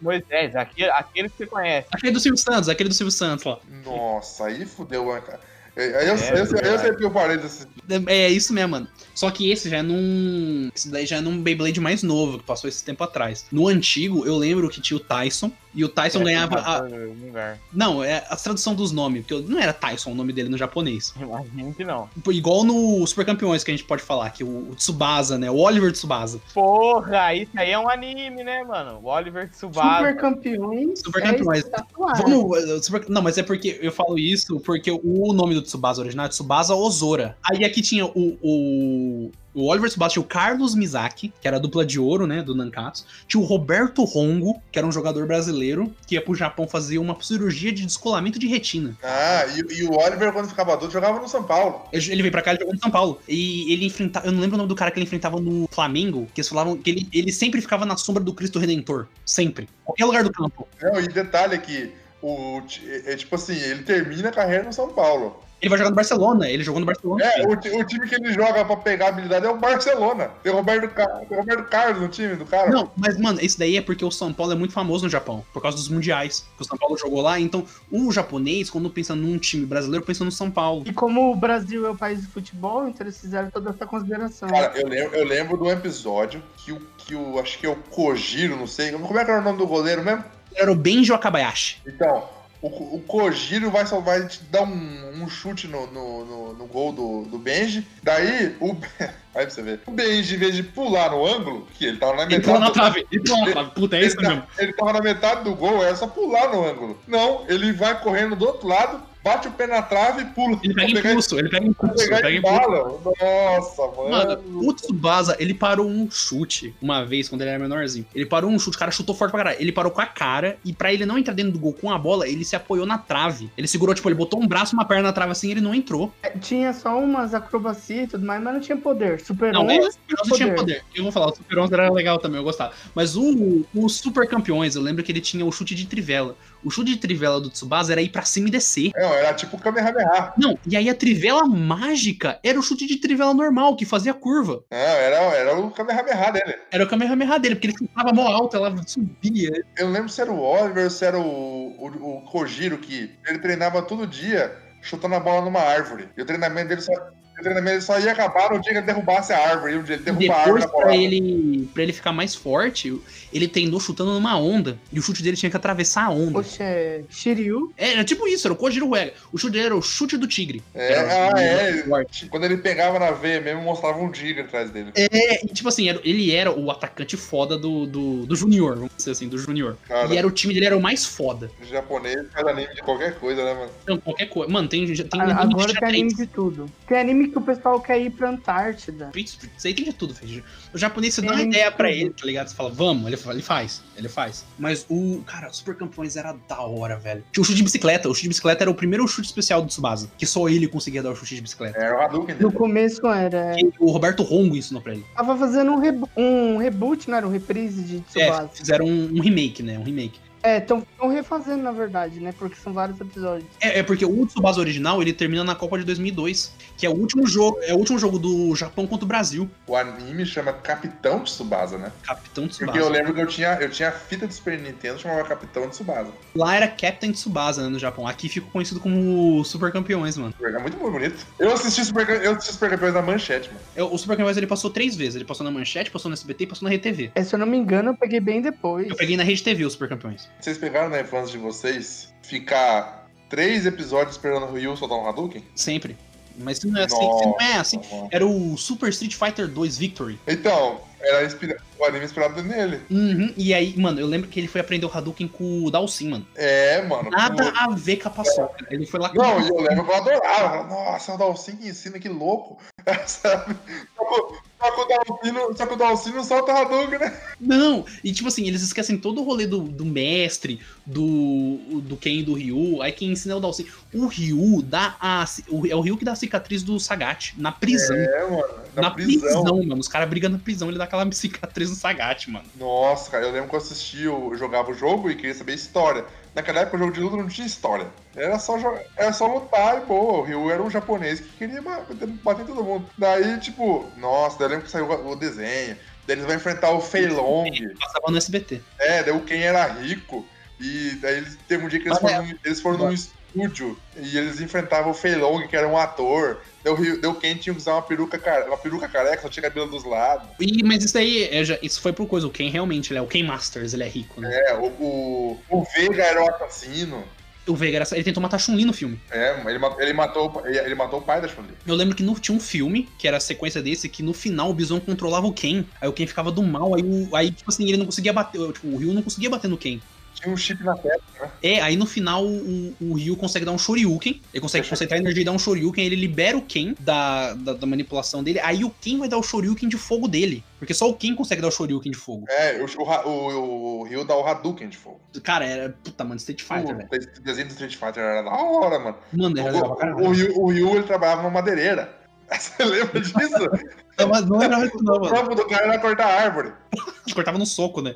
[SPEAKER 1] Moisés, aquele, aquele que você conhece.
[SPEAKER 2] Aquele do Silvio Santos, aquele do Silvio Santos lá.
[SPEAKER 3] Nossa, aí fudeu, né, cara. Aí eu, eu, eu, eu, sei que eu assim, parei desse.
[SPEAKER 2] É isso mesmo, mano. Só que esse já é num. Esse daí já é num Beyblade mais novo, que passou esse tempo atrás. No antigo, eu lembro que tinha o Tyson. E o
[SPEAKER 1] É,
[SPEAKER 2] Tyson
[SPEAKER 1] né?
[SPEAKER 2] ganhava. a-
[SPEAKER 1] Algum lugar.
[SPEAKER 2] Não, é a tradução dos nomes, porque eu- não era Tyson o nome dele no japonês.
[SPEAKER 1] Imagino que não.
[SPEAKER 2] Pô, Igual no Super Campeões que a gente pode falar, que o, o Tsubasa, né? O Oliver Tsubasa.
[SPEAKER 1] Porra, isso aí é um anime, né, mano? O Oliver Tsubasa.
[SPEAKER 6] Super campeões.
[SPEAKER 2] Super
[SPEAKER 6] é
[SPEAKER 2] campeões.
[SPEAKER 6] espetacular.
[SPEAKER 2] Vamos, eh, Super- Não, mas é porque eu falo isso porque o nome do Tsubasa original é Tsubasa Ozora. Aí aqui tinha o. o... O Oliver Tsubasa tinha o Carlos Mizaki, que era a dupla de ouro, né, do Nankatsu. Tinha o Roberto Rongo, que era um jogador brasileiro, que ia pro Japão fazer uma cirurgia de descolamento de retina.
[SPEAKER 3] Ah, e, e o Oliver, quando ficava adulto, jogava no São Paulo.
[SPEAKER 2] Eu- Ele veio pra cá e jogou no São Paulo. E ele enfrentava. Eu não lembro o nome do cara que ele enfrentava no Flamengo, que eles falavam que ele, ele sempre ficava na sombra do Cristo Redentor. Sempre. Qualquer lugar do campo.
[SPEAKER 3] Não, e detalhe aqui, o, ti- é, é tipo assim, ele termina a carreira no São Paulo.
[SPEAKER 2] Ele vai jogar no Barcelona, ele jogou no Barcelona.
[SPEAKER 3] É, o, ti- o time que ele joga pra pegar habilidade é o Barcelona. Tem o Roberto, Car- tem o Roberto Carlos no time do cara.
[SPEAKER 2] Não, mas, mano, isso daí é porque o São Paulo é muito famoso no Japão, por causa dos mundiais. Que o São Paulo jogou lá. Então, o japonês, quando pensa num time brasileiro, pensa no São Paulo.
[SPEAKER 6] E como o Brasil é o país do futebol, então eles fizeram toda essa consideração.
[SPEAKER 3] Cara, eu lembro, eu lembro do episódio que o, que o. Acho que é o Kojiro, não sei. Como é que era o nome do goleiro mesmo?
[SPEAKER 2] Era o Benjo Akabayashi.
[SPEAKER 3] Então, o, Ko- o Kojiro vai, só vai te dar um, um chute no, no, no- no gol do, do Benji. Daí, o. Aí pra você ver. O Benji, em vez de pular no ângulo, que ele tava na
[SPEAKER 2] Ele pulou na
[SPEAKER 3] metade. do-
[SPEAKER 2] trave. Ele pulou na trave. Puta, é
[SPEAKER 3] Ele,
[SPEAKER 2] isso mesmo.
[SPEAKER 3] tá- ele tava na metade do gol, era só pular no ângulo. Não, ele vai correndo do outro lado, bate o pé na trave e pula.
[SPEAKER 2] Ele pega
[SPEAKER 3] Pra pegar-
[SPEAKER 2] impulso, ele pega impulso, ele
[SPEAKER 3] pra
[SPEAKER 2] pega
[SPEAKER 3] pegar em
[SPEAKER 2] impulso.
[SPEAKER 3] bala. Nossa, mano.
[SPEAKER 2] Mano, o Tsubasa, ele parou um chute uma vez, quando ele era menorzinho. Ele parou um chute, o cara chutou forte pra caralho. Ele parou com a cara, e pra ele não entrar dentro do gol com a bola, ele se apoiou na trave. Ele segurou, tipo, ele botou um braço, uma perna na trave assim, ele não entrou.
[SPEAKER 6] É, Tinha só umas acrobacias e tudo mais, mas não tinha poder. Super
[SPEAKER 2] Não, é,
[SPEAKER 6] 11,
[SPEAKER 2] o Super 11 tinha
[SPEAKER 6] poder.
[SPEAKER 2] poder. Eu vou falar, o Super 11 era legal também, eu gostava. Mas o, o Super Campeões, eu lembro que ele tinha o chute de trivela. O chute de trivela do Tsubasa era ir pra cima e descer.
[SPEAKER 3] Não, era tipo o Kamehameha.
[SPEAKER 2] Não, e aí a trivela mágica era o chute de trivela normal, que fazia curva.
[SPEAKER 3] Não, era, era o Kamehameha dele.
[SPEAKER 2] Era o Kamehameha dele, porque ele chutava mó alto, ela subia,
[SPEAKER 3] Eu não lembro se era o Oliver, se era o, o, o Kojiro, que ele treinava todo dia chutando a bola numa árvore. E o treinamento dele só, o treinamento dele só ia acabar no dia que ele derrubasse a árvore. E um dia ele derruba a árvore
[SPEAKER 2] Depois,
[SPEAKER 3] na
[SPEAKER 2] pra
[SPEAKER 3] bola.
[SPEAKER 2] ele, pra ele ficar mais forte, ele treinou chutando numa onda. E o chute dele tinha que atravessar a onda.
[SPEAKER 6] Poxa, é Shiryu.
[SPEAKER 2] É, Era tipo isso, era o Kojiro Uega. O chute dele era o chute do tigre.
[SPEAKER 3] É,
[SPEAKER 2] Era
[SPEAKER 3] ah,
[SPEAKER 2] muito
[SPEAKER 3] é.
[SPEAKER 2] Forte.
[SPEAKER 3] Quando ele pegava na veia mesmo, mostrava um tigre atrás dele.
[SPEAKER 2] É, e tipo assim, era- ele era o atacante foda do, do, do Junior, vamos dizer assim, do Junior.
[SPEAKER 3] Cara,
[SPEAKER 2] E era o time dele era o mais foda.
[SPEAKER 3] japonês faz anime de qualquer coisa, né, mano?
[SPEAKER 2] Então, qualquer coisa. Mano, tem, tem
[SPEAKER 6] Ah,
[SPEAKER 2] anime de
[SPEAKER 6] Agora tem
[SPEAKER 2] xadrez.
[SPEAKER 6] anime de tudo. Tem anime que o pessoal quer ir pra Antártida.
[SPEAKER 2] Isso isso aí tem de tudo, filho. O japonês, você
[SPEAKER 6] Tem
[SPEAKER 2] dá uma
[SPEAKER 6] anime
[SPEAKER 2] ideia
[SPEAKER 6] de
[SPEAKER 2] pra
[SPEAKER 6] tudo.
[SPEAKER 2] ele, tá ligado? Você fala, vamos, ele, fala, ele faz, ele faz. Mas o, cara, o Super Campeões era da hora, velho. Tinha o chute de bicicleta, o chute de bicicleta era o primeiro chute especial do Tsubasa, que só ele conseguia dar o chute de bicicleta.
[SPEAKER 3] Era É, o Hadouken
[SPEAKER 6] No
[SPEAKER 3] dele.
[SPEAKER 6] começo era.
[SPEAKER 2] E O Roberto Rongo ensinou pra ele.
[SPEAKER 6] Tava fazendo um, rebo- um reboot, não era? Um reprise de
[SPEAKER 2] É,
[SPEAKER 6] Tsubasa.
[SPEAKER 2] fizeram um, um remake, né? Um remake.
[SPEAKER 6] É, estão refazendo, na verdade, né? Porque são vários episódios.
[SPEAKER 2] É, é porque o Tsubasa original, ele termina na Copa de 2002, que é o último jogo, é o último jogo do Japão contra o Brasil.
[SPEAKER 3] O anime chama Capitão Tsubasa, né?
[SPEAKER 2] Capitão
[SPEAKER 3] Porque eu
[SPEAKER 2] Tsubasa.
[SPEAKER 3] lembro que eu tinha, eu tinha a fita do Super Nintendo, chamava Capitão Tsubasa.
[SPEAKER 2] Lá era Captain Tsubasa, né, no Japão. Aqui ficou conhecido como Super Campeões, mano.
[SPEAKER 3] É muito bonito. Eu assisti Super, eu assisti Super Campeões na manchete, mano.
[SPEAKER 2] É, O Super Campeões ele passou três vezes. Ele passou na Manchete, passou na SBT e passou na RedeTV.
[SPEAKER 6] É, se eu não me engano, eu peguei bem depois.
[SPEAKER 2] Eu peguei na Rede TV o Super Campeões.
[SPEAKER 3] Vocês pegaram na infância de vocês ficar três episódios esperando o Ryu soltar um Hadouken?
[SPEAKER 2] Sempre. Mas se não é assim,
[SPEAKER 3] Nossa,
[SPEAKER 2] se não é assim.
[SPEAKER 3] mano.
[SPEAKER 2] Era o Super Street Fighter 2 Victory.
[SPEAKER 3] Então, era inspira- o anime inspirado nele.
[SPEAKER 2] Uhum, E aí, mano, eu lembro que ele foi aprender o Hadouken com o Dalsim, mano.
[SPEAKER 3] É, mano.
[SPEAKER 2] Nada
[SPEAKER 3] pô.
[SPEAKER 2] a ver com a paçoca. Ele foi lá com
[SPEAKER 3] Não, e eu lembro que eu adorava. Eu falava, Nossa, o Dalsin que ensina, que louco. Sabe? Só que- só que o Dalsin não- Só que o Dalsin não solta Hadouken, né?
[SPEAKER 2] Não! E tipo assim, eles esquecem todo o rolê do, do mestre, do, do Ken e do Ryu. Aí quem ensina é o Dalsim. O Ryu dá a. ci- o- É o Ryu que dá a cicatriz do Sagat na prisão.
[SPEAKER 3] É, mano. Na,
[SPEAKER 2] na prisão.
[SPEAKER 3] prisão.
[SPEAKER 2] mano. Os caras brigam na prisão, ele dá aquela cicatriz no Sagat, mano.
[SPEAKER 3] Nossa, cara, eu lembro que eu assisti, eu jogava o jogo e queria saber a história. Naquela época o jogo de luta não tinha história. Era só, jo- era só lutar e boa. O Ryu era um japonês que queria ba- bater em todo mundo. Daí, tipo, nossa, daí eu lembro que saiu o desenho. Daí eles vão enfrentar o Feilong.
[SPEAKER 2] Passava no SBT.
[SPEAKER 3] É, daí o Ken era rico. E daí eles- teve um dia que eles
[SPEAKER 2] Mas
[SPEAKER 3] foram, num- eles foram num estúdio e eles enfrentavam o Feilong, que era um ator. Daí o, Rio- daí o Ken tinha que usar uma peruca, care- uma peruca careca, só tinha cabelo dos lados.
[SPEAKER 2] E, mas isso daí, é, já- isso foi por coisa. O Ken realmente, ele é o Ken Masters, ele é rico, né?
[SPEAKER 3] É, o, o, o Vega era o assassino.
[SPEAKER 2] O Vega, era- ele tentou matar a Chun-Li no filme.
[SPEAKER 3] É, ele, ma- ele, matou, ele, ele matou o pai da Chun-Li.
[SPEAKER 2] Eu lembro que no, tinha um filme, que era a sequência desse, que no final o Bison controlava o Ken. Aí o Ken ficava do mal, aí, o, aí tipo assim, ele não conseguia bater, tipo, o Ryu não conseguia bater no Ken.
[SPEAKER 3] Tinha um chip na testa.
[SPEAKER 2] É, aí no final o, o Ryu consegue dar um Shoryuken, ele consegue concentrar a energia e dar um Shoryuken, ele libera o Ken da, da, da manipulação dele, aí o Ken vai dar o Shoryuken de fogo dele. Porque só o Ken consegue dar o Shoryuken de fogo.
[SPEAKER 3] É, o, o, Ra- o, o Ryu dá o Hadouken de fogo.
[SPEAKER 2] Cara, era, puta, mano, Street Fighter, velho.
[SPEAKER 3] Puta, Esse desenho do Street Fighter era da hora, mano.
[SPEAKER 2] Mano, era legal pra
[SPEAKER 3] O,
[SPEAKER 2] caralho.
[SPEAKER 3] o, Ryu, o Ryu, ele trabalhava numa madeireira. Você lembra disso?
[SPEAKER 2] Não, mas não era isso não,
[SPEAKER 3] O
[SPEAKER 2] mano.
[SPEAKER 3] trampo do cara era cortar árvore.
[SPEAKER 2] Cortava no soco, né?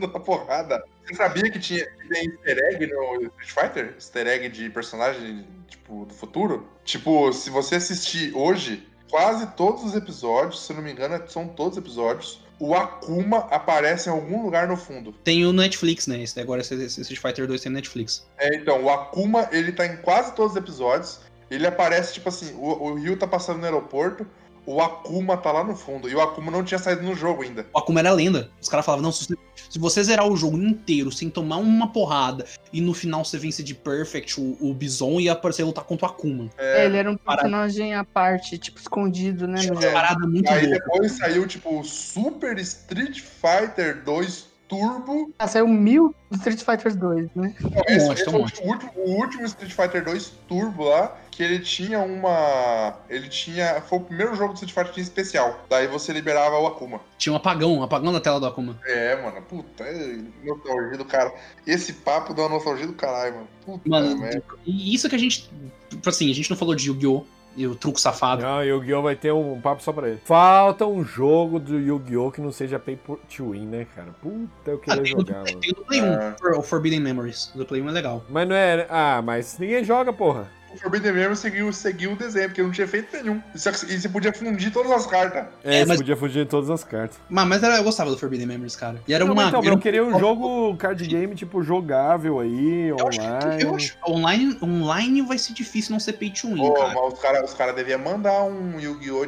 [SPEAKER 3] na porrada. Você sabia que tinha que tem easter egg no Street Fighter? Easter egg de personagem, tipo, do futuro? Tipo, se você assistir hoje, quase todos os episódios, se eu não me engano, são todos os episódios, o Akuma aparece em algum lugar no fundo.
[SPEAKER 2] Tem o Netflix, né? Esse, agora esse, esse Street Fighter 2 tem no Netflix.
[SPEAKER 3] É, então, o Akuma, ele tá em quase todos os episódios. Ele aparece, tipo assim, o, o Ryu tá passando no aeroporto, o Akuma tá lá no fundo. E o Akuma não tinha saído no jogo ainda.
[SPEAKER 2] O Akuma era lenda. Os caras falavam, não, se você, se você zerar o jogo inteiro sem tomar uma porrada e no final você vence de Perfect, o, o Bison ia aparecer lutar contra o Akuma.
[SPEAKER 6] É, ele era um
[SPEAKER 2] Parada.
[SPEAKER 6] personagem à parte, tipo, escondido, né?
[SPEAKER 2] Tinha
[SPEAKER 6] no
[SPEAKER 2] uma parada muito
[SPEAKER 3] É, Aí
[SPEAKER 2] boa.
[SPEAKER 3] depois saiu, tipo, o Super Street Fighter 2 Turbo.
[SPEAKER 6] Ah, saiu mil do Street Fighter 2, né?
[SPEAKER 3] Não, esse,
[SPEAKER 2] monte, tem
[SPEAKER 3] esse foi
[SPEAKER 2] um
[SPEAKER 3] o último- o, último, o último Street Fighter 2 Turbo lá, que ele tinha uma. Ele tinha. Foi o primeiro jogo do Street Fighter que tinha especial. Daí você liberava o Akuma.
[SPEAKER 2] Tinha um apagão, um apagão na tela do Akuma.
[SPEAKER 3] É, mano, puta, é nostalgia do cara. Esse papo dá uma nostalgia do caralho, mano. Puta
[SPEAKER 2] Mano,
[SPEAKER 4] É.
[SPEAKER 3] merda.
[SPEAKER 2] e isso que a gente. tipo Assim, a gente não falou de Yu-Gi-Oh! e o truco safado.
[SPEAKER 4] Não, Yu-Gi-Oh! vai ter um papo só pra ele. Ah, Falta um jogo do Yu-Gi-Oh! que não seja pay to win, né, cara? Puta, eu
[SPEAKER 2] Ah,
[SPEAKER 4] queria
[SPEAKER 2] tem o do
[SPEAKER 4] jogar,
[SPEAKER 2] Play,
[SPEAKER 4] mano.
[SPEAKER 2] tem o do Play 1,
[SPEAKER 3] É.
[SPEAKER 2] For- o Forbidden Memories. O do Play 1 é legal.
[SPEAKER 4] Mas não é. Ah, mas ninguém joga, porra.
[SPEAKER 3] O Forbidden Memory seguiu, seguiu o desenho, porque não tinha feito nenhum. Só que- E você podia fundir todas as cartas.
[SPEAKER 4] É,
[SPEAKER 2] É,
[SPEAKER 4] você
[SPEAKER 2] mas-
[SPEAKER 4] podia fugir de todas as cartas.
[SPEAKER 2] Mas, mas era, eu gostava do Forbidden Memories, cara. E era
[SPEAKER 4] Não,
[SPEAKER 2] uma.
[SPEAKER 4] mas então,
[SPEAKER 2] era
[SPEAKER 4] eu queria um jogo card game, tipo, jogável aí,
[SPEAKER 2] Eu acho,
[SPEAKER 4] online.
[SPEAKER 2] eu acho- online, online vai ser difícil não ser pay to win,
[SPEAKER 3] Pô,
[SPEAKER 2] cara.
[SPEAKER 3] mas os caras os cara deviam mandar um Yu-Gi-Oh!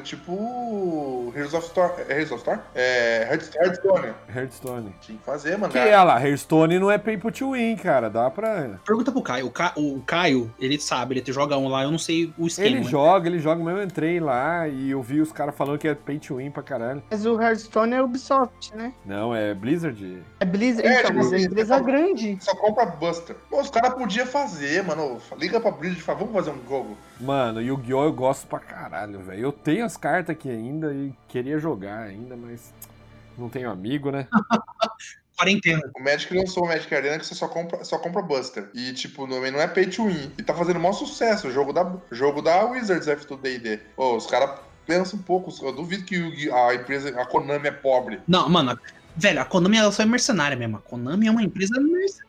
[SPEAKER 3] tipo. Heroes of Storm. é Heroes of Storm? É. Hearthstone.
[SPEAKER 4] Hearthstone.
[SPEAKER 3] Tinha que fazer,
[SPEAKER 4] Que
[SPEAKER 3] mano.
[SPEAKER 4] é lá, Hearthstone não é pay to win, cara. Dá pra.
[SPEAKER 2] Pergunta pro Caio. O, Ca- o Caio, ele sabe, ele te joga online, eu não sei o
[SPEAKER 4] Ele
[SPEAKER 2] esquema. né?
[SPEAKER 4] joga, ele joga, mas eu entrei lá e eu vi os caras falando que é pay to win pra caralho.
[SPEAKER 6] Mas o Hearthstone é Ubisoft, né?
[SPEAKER 4] Não, é Blizzard.
[SPEAKER 6] É Blizzard,
[SPEAKER 3] É,
[SPEAKER 6] então,
[SPEAKER 3] tipo
[SPEAKER 6] mas é
[SPEAKER 3] assim,
[SPEAKER 6] empresa
[SPEAKER 3] tá-
[SPEAKER 6] grande.
[SPEAKER 3] Só compra Buster. Pô, os caras podiam fazer, mano. Liga pra Blizzard e fala, vamos fazer um jogo.
[SPEAKER 4] Mano, Yu-Gi-Oh! eu gosto pra caralho, velho. Eu tenho as cartas aqui ainda e queria jogar ainda, mas não tenho amigo, né?
[SPEAKER 2] Quarentena.
[SPEAKER 3] O Magic lançou o Magic Arena que você só compra, só compra Buster. E, tipo, não, não é pay to win. E tá fazendo o maior sucesso. O jogo da, jogo da Wizards F do DD. Ô, os caras pensam um pouco. Eu duvido que Yu-Gi- a empresa, a Konami é pobre.
[SPEAKER 2] Não, mano, a- velho, a Konami ela só é mercenária mesmo. A Konami é uma empresa mercenária.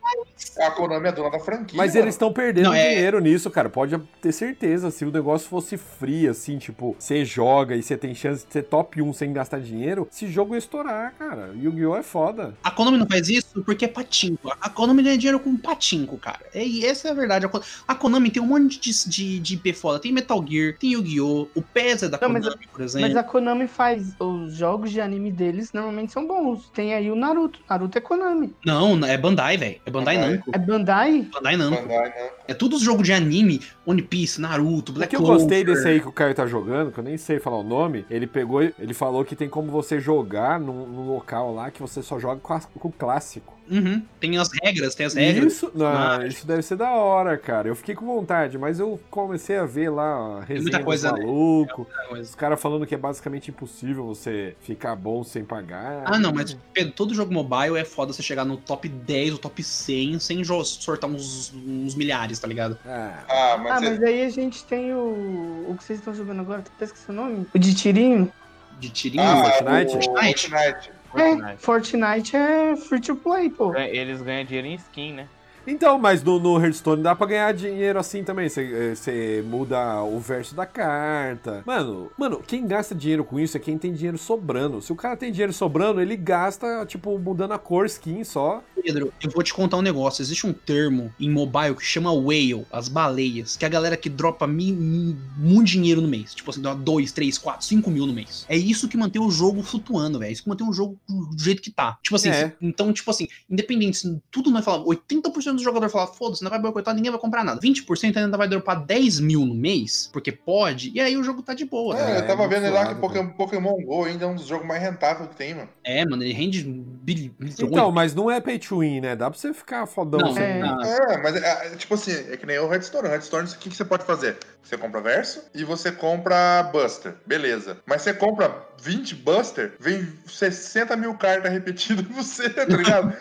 [SPEAKER 3] A Konami é dona da franquia.
[SPEAKER 4] Mas
[SPEAKER 3] mano.
[SPEAKER 4] eles estão perdendo
[SPEAKER 2] Não, é-
[SPEAKER 4] dinheiro nisso, cara. Pode ter certeza. Se o negócio fosse free, assim, tipo, você joga e você tem chance de ser top 1 sem gastar dinheiro, esse jogo ia estourar, cara. Yu-Gi-Oh! é foda.
[SPEAKER 2] A Konami não faz isso porque é patinco. A Konami ganha dinheiro com patinco, cara. É, e essa é a verdade. A Kon- A Konami tem um monte de, de, de IP foda. Tem Metal Gear, tem Yu-Gi-Oh! O PES é da
[SPEAKER 6] Não, mas-
[SPEAKER 2] Konami, por exemplo.
[SPEAKER 6] Mas a Konami faz. Os jogos de anime deles normalmente são bons. Tem aí o Naruto. Naruto é Konami.
[SPEAKER 2] Não, é Bandai, velho. É Bandai
[SPEAKER 3] Bandai.
[SPEAKER 2] Namco.
[SPEAKER 6] É Bandai?
[SPEAKER 2] Bandai Namco.
[SPEAKER 3] Bandai, né?
[SPEAKER 2] É tudo os jogos de anime. One Piece, Naruto,
[SPEAKER 4] O
[SPEAKER 2] Black
[SPEAKER 4] É que eu
[SPEAKER 2] Clover.
[SPEAKER 4] gostei desse aí que o Caio tá jogando, que eu nem sei falar o nome, ele pegou, e- ele falou que tem como você jogar num, num local lá que você só joga com, a- com o clássico.
[SPEAKER 2] Uhum. Tem as regras, tem as regras.
[SPEAKER 4] Isso, não, isso deve ser da hora, cara. Eu fiquei com vontade, mas eu comecei a ver lá a resenha
[SPEAKER 2] muita coisa,
[SPEAKER 4] dos
[SPEAKER 2] né?
[SPEAKER 4] maluco,
[SPEAKER 2] Mas-
[SPEAKER 4] os caras falando que é basicamente impossível você ficar bom sem pagar.
[SPEAKER 2] Ah, não, mas Pedro, todo jogo mobile é foda você chegar no top 10 ou top 100 sem jo- sortar uns, uns milhares, tá ligado?
[SPEAKER 4] Ah,
[SPEAKER 3] Ah,
[SPEAKER 6] Ah,
[SPEAKER 3] mas, é-
[SPEAKER 6] mas aí a gente tem o. O que vocês estão jogando agora? Tô até esquecendo o nome. O de tirinho?
[SPEAKER 2] De tirinho.
[SPEAKER 3] Ah,
[SPEAKER 2] mas-
[SPEAKER 4] Fortnite?
[SPEAKER 3] o-
[SPEAKER 2] Fortnite.
[SPEAKER 3] Fortnite.
[SPEAKER 6] É, Fortnite é free to play, pô.
[SPEAKER 1] Eles ganham dinheiro em skin, né?
[SPEAKER 4] Então, mas no, no Hearthstone dá pra ganhar dinheiro assim também. Você eh, você muda o verso da carta. Mano, mano, quem gasta dinheiro com isso é quem tem dinheiro sobrando. Se o cara tem dinheiro sobrando, ele gasta, tipo, mudando a cor skin só.
[SPEAKER 2] Pedro, eu vou te contar um negócio. Existe um termo em mobile que chama whale, as baleias, que é a galera que dropa mi- mi- muito dinheiro no mês. Tipo assim, dá 2, 3, 4, 5 mil no mês. É isso que mantém o jogo flutuando, velho. É isso que mantém o jogo do jeito que tá. Tipo assim,
[SPEAKER 4] É.
[SPEAKER 2] se- então, tipo assim, independente, se tudo não vai falar. 80% do jogador fala, foda-se, não vai boicotar, ninguém vai comprar nada. 20% ainda vai dropar 10 mil no mês, porque pode, e aí o jogo tá de boa.
[SPEAKER 3] É,
[SPEAKER 2] né?
[SPEAKER 4] é
[SPEAKER 3] eu tava
[SPEAKER 4] muito
[SPEAKER 3] vendo lá
[SPEAKER 4] suado,
[SPEAKER 3] que Pokémon, Pokémon Go ainda é um dos jogos mais rentáveis que tem, mano.
[SPEAKER 2] É, mano, ele rende bilhões.
[SPEAKER 4] Então, mas não é pay to win, né? Dá pra você ficar fodão.
[SPEAKER 2] não,
[SPEAKER 4] assim. sem-
[SPEAKER 6] é.
[SPEAKER 2] não,
[SPEAKER 3] É, mas é, é, tipo assim, é que nem o Redstone. O Redstone, o que, que você pode fazer? Você compra verso e você compra Buster, beleza. Mas você compra 20 Buster, vem 60 mil cartas repetidas em você, tá ligado?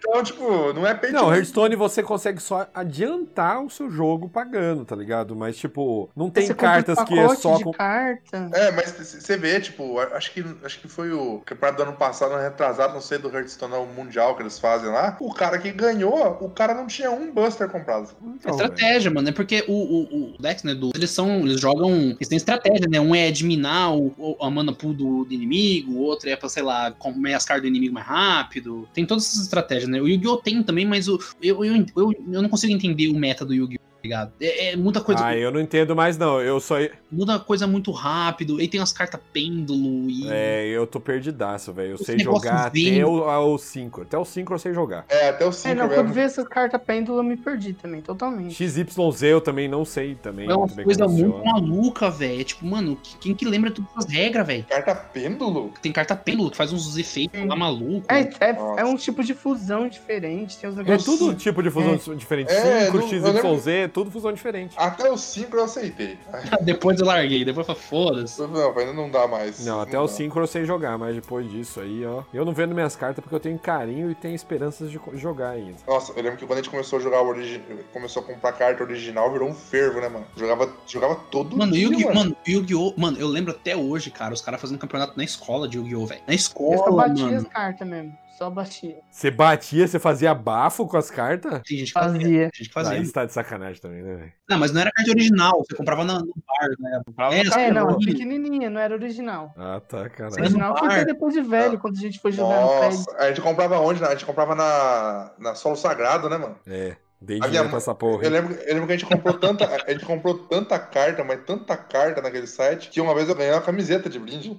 [SPEAKER 3] Então, tipo, não é pay to
[SPEAKER 4] Não,
[SPEAKER 3] win.
[SPEAKER 4] Hearthstone você consegue só adiantar o seu jogo pagando, tá ligado? Mas, tipo, não tem
[SPEAKER 6] Você compra um
[SPEAKER 4] cartas que é
[SPEAKER 6] pacote
[SPEAKER 4] só.
[SPEAKER 6] de
[SPEAKER 4] com-
[SPEAKER 6] carta.
[SPEAKER 3] É, mas c- você vê, tipo, a- acho que, acho que foi o campeonato do ano passado, ano retrasado, não sei, do Hearthstone não, o Mundial que eles fazem lá. O cara que ganhou, o cara não tinha um Buster comprado.
[SPEAKER 2] É
[SPEAKER 4] Então, velho.
[SPEAKER 2] estratégia, mano. É porque o, o, o Dex, né? Do, eles são. Eles jogam. Eles têm estratégia, né? Um é adminar o, o- a mana pool do, do inimigo, o outro é pra, sei lá, comer as cartas do inimigo mais rápido. Tem todas essas estratégias, né? O Yu-Gi-Oh! tem também, mas o, eu, eu, eu, eu não consigo entender o meta do Yu-Gi-Oh! tá ligado? É, é muita coisa,
[SPEAKER 4] Ah, eu não entendo mais, não. Eu só.
[SPEAKER 2] muda coisa muito rápido. Aí tem as cartas pêndulo e.
[SPEAKER 4] É, eu tô perdidaço, velho. Eu
[SPEAKER 2] Esse
[SPEAKER 4] sei jogar até
[SPEAKER 2] negóciozinho.
[SPEAKER 4] o 5. Até o 5 eu sei jogar.
[SPEAKER 3] É, até o 5
[SPEAKER 6] É, não,
[SPEAKER 3] mesmo.
[SPEAKER 6] quando vi essas cartas pêndula, eu me perdi também, totalmente.
[SPEAKER 4] XYZ eu também não sei também.
[SPEAKER 2] É uma
[SPEAKER 4] muito bem
[SPEAKER 2] coisa
[SPEAKER 4] como
[SPEAKER 2] muito
[SPEAKER 4] funciona.
[SPEAKER 2] maluca, velho. É tipo, mano, que- quem que lembra todas essas regras, velho?
[SPEAKER 3] Carta pêndulo?
[SPEAKER 2] Tem carta pêndulo que faz uns efeitos lá maluco.
[SPEAKER 6] É,
[SPEAKER 3] Nossa.
[SPEAKER 6] é, é um tipo de fusão diferente, tem uns
[SPEAKER 4] É
[SPEAKER 6] negócios. assim.
[SPEAKER 4] tudo tipo de fusão diferente.
[SPEAKER 3] É,
[SPEAKER 4] 5,
[SPEAKER 3] não- eu Ah,
[SPEAKER 4] XYZ, tudo fusão diferente.
[SPEAKER 3] Até o 5 eu aceitei.
[SPEAKER 2] Depois eu larguei, depois eu falei, foda-se.
[SPEAKER 3] Não, ainda não dá mais.
[SPEAKER 4] Não, até o
[SPEAKER 3] dá.
[SPEAKER 4] 5 eu sei jogar, mas depois disso aí, ó. Eu não vendo minhas cartas porque eu tenho carinho e tenho esperanças de co- jogar ainda.
[SPEAKER 3] Nossa, eu lembro que quando a gente começou a jogar o origi... começou a comprar carta original, virou um fervo, né, mano? Jogava, jogava todo
[SPEAKER 2] Mano,
[SPEAKER 3] dia,
[SPEAKER 2] Yu-Gi-Oh!
[SPEAKER 3] mano.
[SPEAKER 2] Mano, Yu-Gi-Oh! Mano, eu lembro até hoje, cara, os caras fazendo campeonato na escola de Yu-Gi-Oh! velho. Na
[SPEAKER 6] Eu só
[SPEAKER 2] escola,
[SPEAKER 6] batia as
[SPEAKER 2] mano.
[SPEAKER 6] cartas mesmo, só batia.
[SPEAKER 4] Você batia, você fazia bafo com as cartas?
[SPEAKER 2] Tem gente que fazia.
[SPEAKER 6] Fazia.
[SPEAKER 2] Tem gente que
[SPEAKER 4] Ah,
[SPEAKER 2] fazia.
[SPEAKER 4] isso tá de sacanagem também, né, velho?
[SPEAKER 2] Não, mas não era carta original. Você comprava na- no bar, né? É,
[SPEAKER 4] no
[SPEAKER 6] É, não,
[SPEAKER 2] Caramba.
[SPEAKER 6] pequenininha, não era original.
[SPEAKER 4] Ah, tá, caralho.
[SPEAKER 6] Original foi
[SPEAKER 2] Bar.
[SPEAKER 6] até depois de velho, quando a gente foi jogar no prédio.
[SPEAKER 3] um Ah. Nossa, a gente comprava onde? né? A gente comprava na, na Solo Sagrado, né, mano?
[SPEAKER 4] É, dei
[SPEAKER 3] A minha
[SPEAKER 4] dinheiro
[SPEAKER 3] mãe-
[SPEAKER 4] pra essa porra.
[SPEAKER 3] Eu
[SPEAKER 4] hein?
[SPEAKER 3] lembro, eu lembro que a gente comprou tanta. A gente comprou tanta carta, mas tanta carta naquele site, que uma vez eu ganhei uma camiseta de brinde.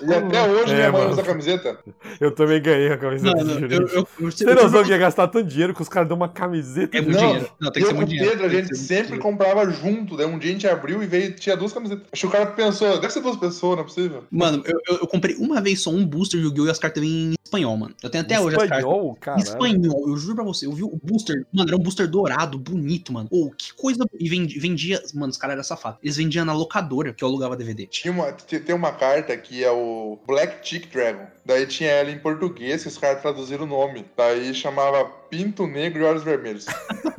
[SPEAKER 3] E até hoje
[SPEAKER 4] É,
[SPEAKER 3] minha mãe
[SPEAKER 4] mano.
[SPEAKER 3] usa a camiseta.
[SPEAKER 4] Eu também ganhei a camiseta
[SPEAKER 2] Mano,
[SPEAKER 4] do
[SPEAKER 2] eu,
[SPEAKER 4] Juninho.
[SPEAKER 2] eu, eu, eu-
[SPEAKER 4] Você tem noção que ia gastar tanto dinheiro que os caras dão uma camiseta
[SPEAKER 2] É
[SPEAKER 4] de
[SPEAKER 2] muito
[SPEAKER 3] Não,
[SPEAKER 2] dinheiro. Não, tem
[SPEAKER 3] e
[SPEAKER 2] que ser
[SPEAKER 3] eu com o
[SPEAKER 2] muito dinheiro.
[SPEAKER 3] Pedro, a
[SPEAKER 2] Tem que
[SPEAKER 3] gente
[SPEAKER 2] ser muito
[SPEAKER 3] sempre
[SPEAKER 2] dinheiro.
[SPEAKER 3] comprava junto. Daí um dia a gente abriu e veio, tinha duas camisetas. Acho que o cara pensou, deve ser duas pessoas, não é possível?
[SPEAKER 2] Mano, eu, eu, eu comprei uma vez só um booster de Yu-Gi-Oh! e as cartas vêm em espanhol, mano. Eu tenho até hoje as cartas.
[SPEAKER 4] Espanhol,
[SPEAKER 2] Em
[SPEAKER 4] cara.
[SPEAKER 2] Espanhol, eu juro pra você, eu vi o booster, mano, era um booster dourado, bonito, mano. Ou que coisa. E vendi- vendia, mano, os caras eram safados. Eles vendiam na locadora que eu alugava DVD.
[SPEAKER 3] Tinha uma, te- tem uma carta que é o Black Chick Dragon. Daí tinha ela em português, que os caras traduziram o nome. Daí chamava Pinto Negro e Olhos Vermelhos.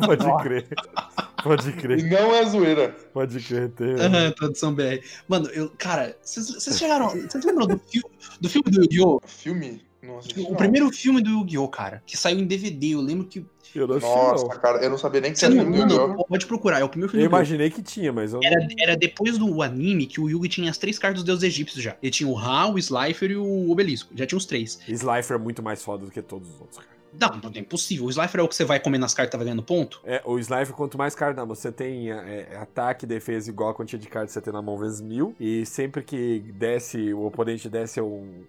[SPEAKER 4] Pode crer. Pode
[SPEAKER 3] e
[SPEAKER 4] crer,
[SPEAKER 3] não é zoeira.
[SPEAKER 4] pode crer. Tem...
[SPEAKER 2] Uhum.
[SPEAKER 4] né?
[SPEAKER 2] Aham, tradução BR. Mano, eu, cara, vocês vocês chegaram. Vocês lembram do, fi- do filme do Yu-Gi-Oh?
[SPEAKER 3] Filme? Não assisti,
[SPEAKER 2] O
[SPEAKER 3] não.
[SPEAKER 2] primeiro filme do Yu-Gi-Oh, cara, que saiu em DVD, eu lembro que.
[SPEAKER 4] Eu não achei,
[SPEAKER 3] Nossa,
[SPEAKER 4] não.
[SPEAKER 3] cara, eu não sabia nem que
[SPEAKER 2] Você
[SPEAKER 3] tinha
[SPEAKER 2] não,
[SPEAKER 3] filme do Yu-Gi-Oh!
[SPEAKER 2] mano, pode procurar, é o primeiro
[SPEAKER 4] Eu
[SPEAKER 2] filme do Yu-Gi-Oh.
[SPEAKER 4] imaginei que tinha, mas eu não...
[SPEAKER 2] Era, era depois do anime que o Yugi tinha as três cartas dos deuses egípcios já. Ele tinha o Ra, o Slifer e o Obelisco. Já tinha os três.
[SPEAKER 4] Slifer é muito mais foda do que todos os outros, cara.
[SPEAKER 2] Não, não é impossível. O Slifer é o que você vai comer nas cartas e vai ganhando ponto?
[SPEAKER 4] É, o Slifer, quanto mais carta você tem é, é, ataque, defesa igual a quantia de cartas que você tem na mão vezes mil. E sempre que desce, o oponente desce um,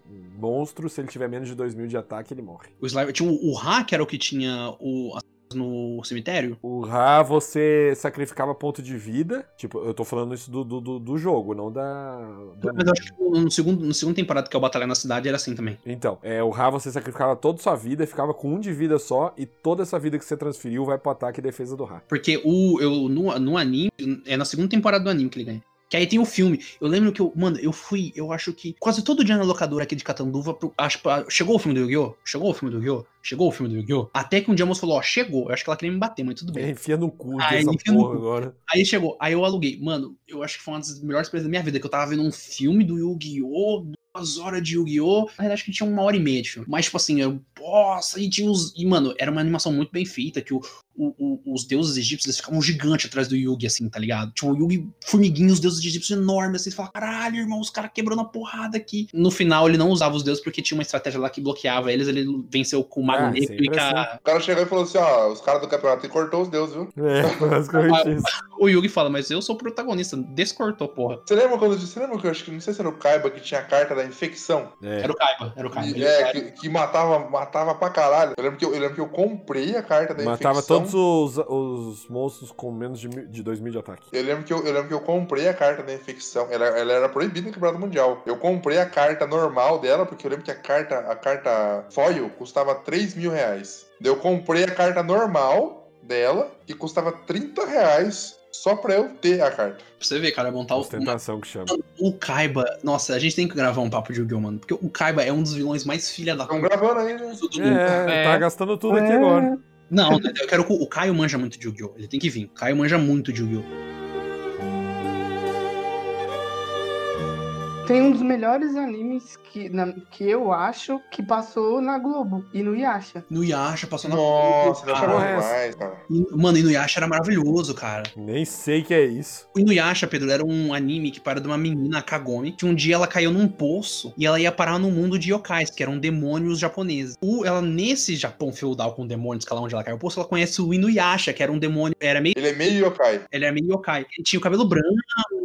[SPEAKER 4] um monstro, se ele tiver menos de dois mil de ataque, ele morre.
[SPEAKER 2] O Slifer tinha o, o Ra, que era o que tinha o, as cartas no cemitério.
[SPEAKER 4] O Ra, você sacrificava ponto de vida. Tipo, eu tô falando isso do, do, do- do jogo, não da. do
[SPEAKER 2] Mas eu acho que no segundo, no segundo temporada que é o Batalha na Cidade era assim também.
[SPEAKER 4] Então, é, o Ra você sacrificava toda a sua vida, ficava com um de vida só, e toda essa vida que você transferiu vai pro ataque e defesa do Ra.
[SPEAKER 2] Porque o, eu, no, no anime, é na segunda temporada do anime que ele ganha. Que aí tem o filme. Eu lembro que eu, mano, eu fui, eu acho que quase todo dia na locadora aqui de Catanduva, pro- acho, pra- chegou o filme do Yu-Gi-Oh! Chegou o filme do Yu-Gi-Oh! Chegou o filme do Yu-Gi-Oh! Até que um dia a moça falou, ó, chegou. Eu acho que ela queria me bater, mas tudo
[SPEAKER 4] É,
[SPEAKER 2] bem.
[SPEAKER 4] enfia no cu
[SPEAKER 2] Ah,
[SPEAKER 4] essa
[SPEAKER 2] enfia no
[SPEAKER 4] porra
[SPEAKER 2] cu.
[SPEAKER 4] agora.
[SPEAKER 2] Aí chegou, aí eu aluguei. Mano, eu acho que foi uma das melhores coisas da minha vida, que eu tava vendo um filme do Yu-Gi-Oh! Duas horas de Yu-Gi-Oh! Na verdade, acho que tinha uma hora e meia de filme. Mas, tipo assim, eu nossa, e tinha os. E, mano, era uma animação muito bem feita, que o, o- o- os deuses egípcios eles ficavam gigantes atrás do Yugi, assim, tá ligado? Tinha o Yugi formiguinho, os deuses egípcios enormes, assim, você fala, caralho, irmão, os caras quebrando a porrada aqui. No final, ele não usava os deuses porque tinha uma estratégia lá que bloqueava eles, ele venceu com o Mago
[SPEAKER 4] Ah,
[SPEAKER 2] Negro e
[SPEAKER 4] sempre
[SPEAKER 2] com a...
[SPEAKER 3] O cara chegou e falou assim: ó, os caras do campeonato aí cortou os deuses, viu?
[SPEAKER 4] É, basicamente isso.
[SPEAKER 2] O Yugi fala, mas eu sou o protagonista, descortou, porra.
[SPEAKER 3] Você lembra quando você lembra que eu acho que não sei se era o Kaiba que tinha a carta da infecção?
[SPEAKER 4] É.
[SPEAKER 2] Era o Kaiba, era o Kaiba.
[SPEAKER 3] E- É, que, que matava, matava pra caralho. Eu lembro, que eu, eu lembro que eu comprei a carta da
[SPEAKER 4] Matava
[SPEAKER 3] infecção.
[SPEAKER 4] todos os, os monstros com menos de, mil- de 2 mil de ataque.
[SPEAKER 3] Eu lembro, que eu, eu lembro que eu comprei a carta da infecção. Ela, ela era proibida no Campeonato Mundial. Eu comprei a carta normal dela, porque eu lembro que a carta, a carta foil custava 3 mil reais. Daí Eu comprei a carta normal dela, que custava 30 reais só pra eu ter a carta.
[SPEAKER 2] Pra você ver, cara, montar o,
[SPEAKER 4] Ostentação que chama.
[SPEAKER 2] o Kaiba. Nossa, a gente tem que gravar um papo de Yu-Gi-Oh, mano. Porque o Kaiba é um dos vilões mais filha da
[SPEAKER 3] Estão
[SPEAKER 2] puta
[SPEAKER 3] gravando aí, né?
[SPEAKER 2] do mundo.
[SPEAKER 4] É, tá gastando tudo aqui agora.
[SPEAKER 2] Não, né, eu quero que o o Caio manja muito de Yu-Gi-Oh! Ele tem que vir. O Caio manja muito de Yu-Gi-Oh!
[SPEAKER 6] Tem um dos melhores animes que, na- que eu acho que passou na Globo e no Yasha.
[SPEAKER 2] No Yasha passou na.
[SPEAKER 3] Nossa,
[SPEAKER 2] Cara,
[SPEAKER 3] deixa eu
[SPEAKER 4] porra é essa?
[SPEAKER 3] demais, cara.
[SPEAKER 2] e- Mano, e no Yasha era maravilhoso, cara.
[SPEAKER 4] Nem sei que é isso.
[SPEAKER 2] O Inuyasha, Pedro, era um anime que para de uma menina, a Kagome, que um dia ela caiu num poço e ela ia parar no mundo de yokais, que eram demônios japoneses. O, ela, nesse Japão feudal com demônios, que é lá onde ela caiu no poço, ela conhece o Inuyasha, que era um demônio, era meio,
[SPEAKER 3] Ele é meio yokai.
[SPEAKER 2] ele era meio yokai. Ele tinha o cabelo branco,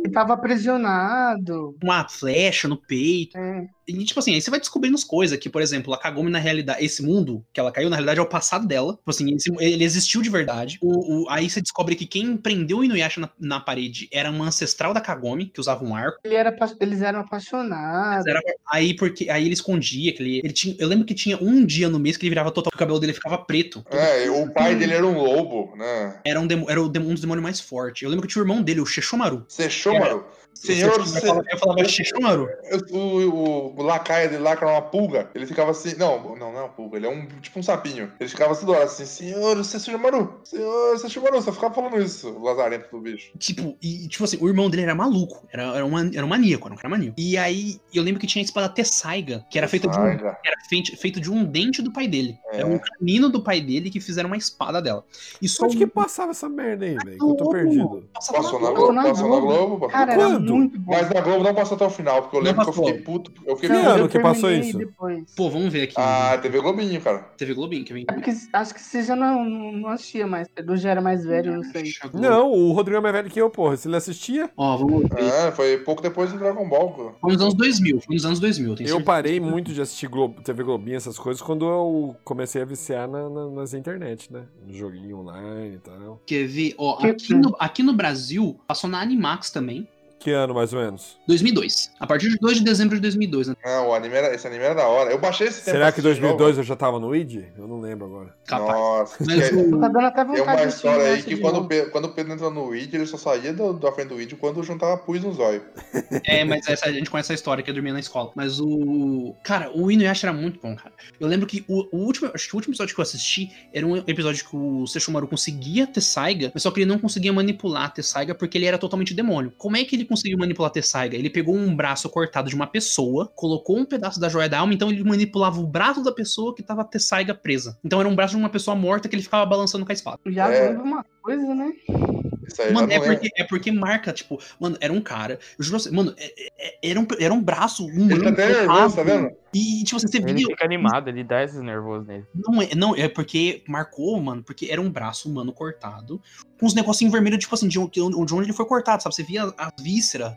[SPEAKER 6] Ele tava aprisionado.
[SPEAKER 2] uma flecha no peito.
[SPEAKER 6] É.
[SPEAKER 2] E, tipo assim, aí você vai descobrindo as coisas, que, por exemplo, a Kagome, na realidade, esse mundo que ela caiu, na realidade, é o passado dela. Tipo assim, esse- ele existiu de verdade. O, o- aí você descobre que quem prendeu o Inuyasha na, na parede era uma ancestral da Kagome, que usava um arco.
[SPEAKER 6] Ele era, apa- eles eram apaixonados.
[SPEAKER 2] Era- aí porque aí ele escondia, que ele, ele tinha, eu lembro que tinha um dia no mês que ele virava total, que o cabelo dele ficava preto.
[SPEAKER 3] É, o pai dele era um lobo, né?
[SPEAKER 2] Era um, demo- era o demo- um dos demônios mais fortes. Eu lembro que tinha o irmão dele, o Sheshomaru.
[SPEAKER 3] Sechomaru. Senhor,
[SPEAKER 2] eu falava, eu falava Sheshomaru?
[SPEAKER 3] O, o, o lacaia dele lá, que era uma pulga, ele ficava assim. Não, não, não é uma pulga, ele é um tipo um sapinho. Ele ficava toda hora assim, senhor, você se chamaru, senhor, você se chamaru, só ficava falando isso, o lazarento do bicho.
[SPEAKER 2] Tipo, e tipo assim, o irmão dele era maluco. Era, era, um man- era um maníaco, era um cara maníaco. E aí, eu lembro que tinha a espada Tessaiga, que era feita de um,
[SPEAKER 3] Ai, cara.
[SPEAKER 2] que era feito, feito de um dente do pai dele.
[SPEAKER 3] É.
[SPEAKER 2] Era um canino do pai dele que fizeram uma espada dela. E só
[SPEAKER 4] Onde que
[SPEAKER 2] um-
[SPEAKER 4] passava essa merda aí, velho? Que eu tô
[SPEAKER 6] louco,
[SPEAKER 4] perdido.
[SPEAKER 2] passava
[SPEAKER 3] Passou na
[SPEAKER 2] na-
[SPEAKER 3] Globo,
[SPEAKER 6] na
[SPEAKER 3] passou na
[SPEAKER 6] Globo.
[SPEAKER 3] Globo, passou
[SPEAKER 6] Cara,
[SPEAKER 3] na
[SPEAKER 6] era
[SPEAKER 4] Quando?
[SPEAKER 6] muito bom.
[SPEAKER 3] Mas é na Globo não passou até o final, porque eu
[SPEAKER 2] Não
[SPEAKER 3] lembro que eu
[SPEAKER 2] passou.
[SPEAKER 3] fiquei puto. Eu fiquei
[SPEAKER 4] Que
[SPEAKER 3] puto.
[SPEAKER 4] ano que passou
[SPEAKER 6] terminei
[SPEAKER 4] isso?
[SPEAKER 6] Depois.
[SPEAKER 2] Pô, vamos ver aqui.
[SPEAKER 3] Ah, TV Globinho, cara.
[SPEAKER 2] TV Globinho, que vem.
[SPEAKER 6] É porque acho que você já não, não assistia mais. Eu já era mais velho, eu não sei.
[SPEAKER 4] Não, o Rodrigo é mais velho que eu, porra. Se ele assistia,
[SPEAKER 2] Ó, vamos ver.
[SPEAKER 3] É, foi pouco depois do Dragon Ball. cara.
[SPEAKER 2] Foi nos anos 2000, foi nos anos 2000, tem
[SPEAKER 4] eu parei muito de assistir Globo, TV Globinho, essas coisas, quando eu comecei a viciar na- na- nas internet, né? No joguinho online e tal.
[SPEAKER 2] Quer ver? Ó,
[SPEAKER 6] Que-
[SPEAKER 2] aqui no, aqui no Brasil, passou na Animax também,
[SPEAKER 4] Que ano, mais ou menos?
[SPEAKER 2] 2002. A partir de 2 de dezembro de 2002, né?
[SPEAKER 3] Não, Ah, o anime era, esse anime era da hora. Eu baixei
[SPEAKER 10] É
[SPEAKER 3] esse tempo.
[SPEAKER 4] Será que
[SPEAKER 3] pra assistir de novo.
[SPEAKER 10] né?
[SPEAKER 4] 2002 eu já tava no ID? Eu não lembro agora.
[SPEAKER 2] Capaz.
[SPEAKER 3] Nossa,
[SPEAKER 2] Mas
[SPEAKER 3] que-
[SPEAKER 2] o-
[SPEAKER 6] Tá dando até vontade
[SPEAKER 11] um
[SPEAKER 3] É uma
[SPEAKER 6] de assistir
[SPEAKER 3] história aí
[SPEAKER 6] Yasha
[SPEAKER 3] que
[SPEAKER 6] de
[SPEAKER 3] quando, o
[SPEAKER 6] novo.
[SPEAKER 3] Pe- quando o Pedro entra no Weed, ele só saía do- da frente do Weed quando juntava pus no zóio.
[SPEAKER 2] É, mas essa, a gente conhece a história que eu dormia na escola. Mas o. Cara, o Inuyasha era muito bom, cara. Eu lembro que o, o último. Acho que o último episódio que eu assisti era um episódio que o Sesshomaru conseguia a Tessaiga, mas só que ele não conseguia manipular a Tessaiga porque ele era totalmente demônio. Como é que ele conseguiu manipular a Tessaiga? Ele pegou um braço cortado de uma pessoa, colocou um pedaço da joia da alma, então ele manipulava o braço da pessoa que tava a Tessaiga presa. Então era um braço de uma pessoa morta que ele ficava balançando com a espada.
[SPEAKER 6] O Yasha
[SPEAKER 3] É.
[SPEAKER 6] lembra uma coisa, né?
[SPEAKER 3] Isso aí eu
[SPEAKER 2] Mano,
[SPEAKER 3] já
[SPEAKER 2] é
[SPEAKER 3] não lembro.
[SPEAKER 2] porque, é porque marca, tipo, mano, era um cara. Eu juro assim, mano, é- é- era, um, era um braço humano.
[SPEAKER 3] Ele tá até nervoso, tá vendo?
[SPEAKER 2] E, tipo, você
[SPEAKER 1] Ele
[SPEAKER 2] via.
[SPEAKER 1] fica animado, ele dá esses nervosos nele.
[SPEAKER 2] Não é, não, é porque marcou, mano, porque era um braço humano cortado, com uns negocinhos vermelhos, tipo assim, de onde, de onde ele foi cortado, sabe? Você via a, víscera.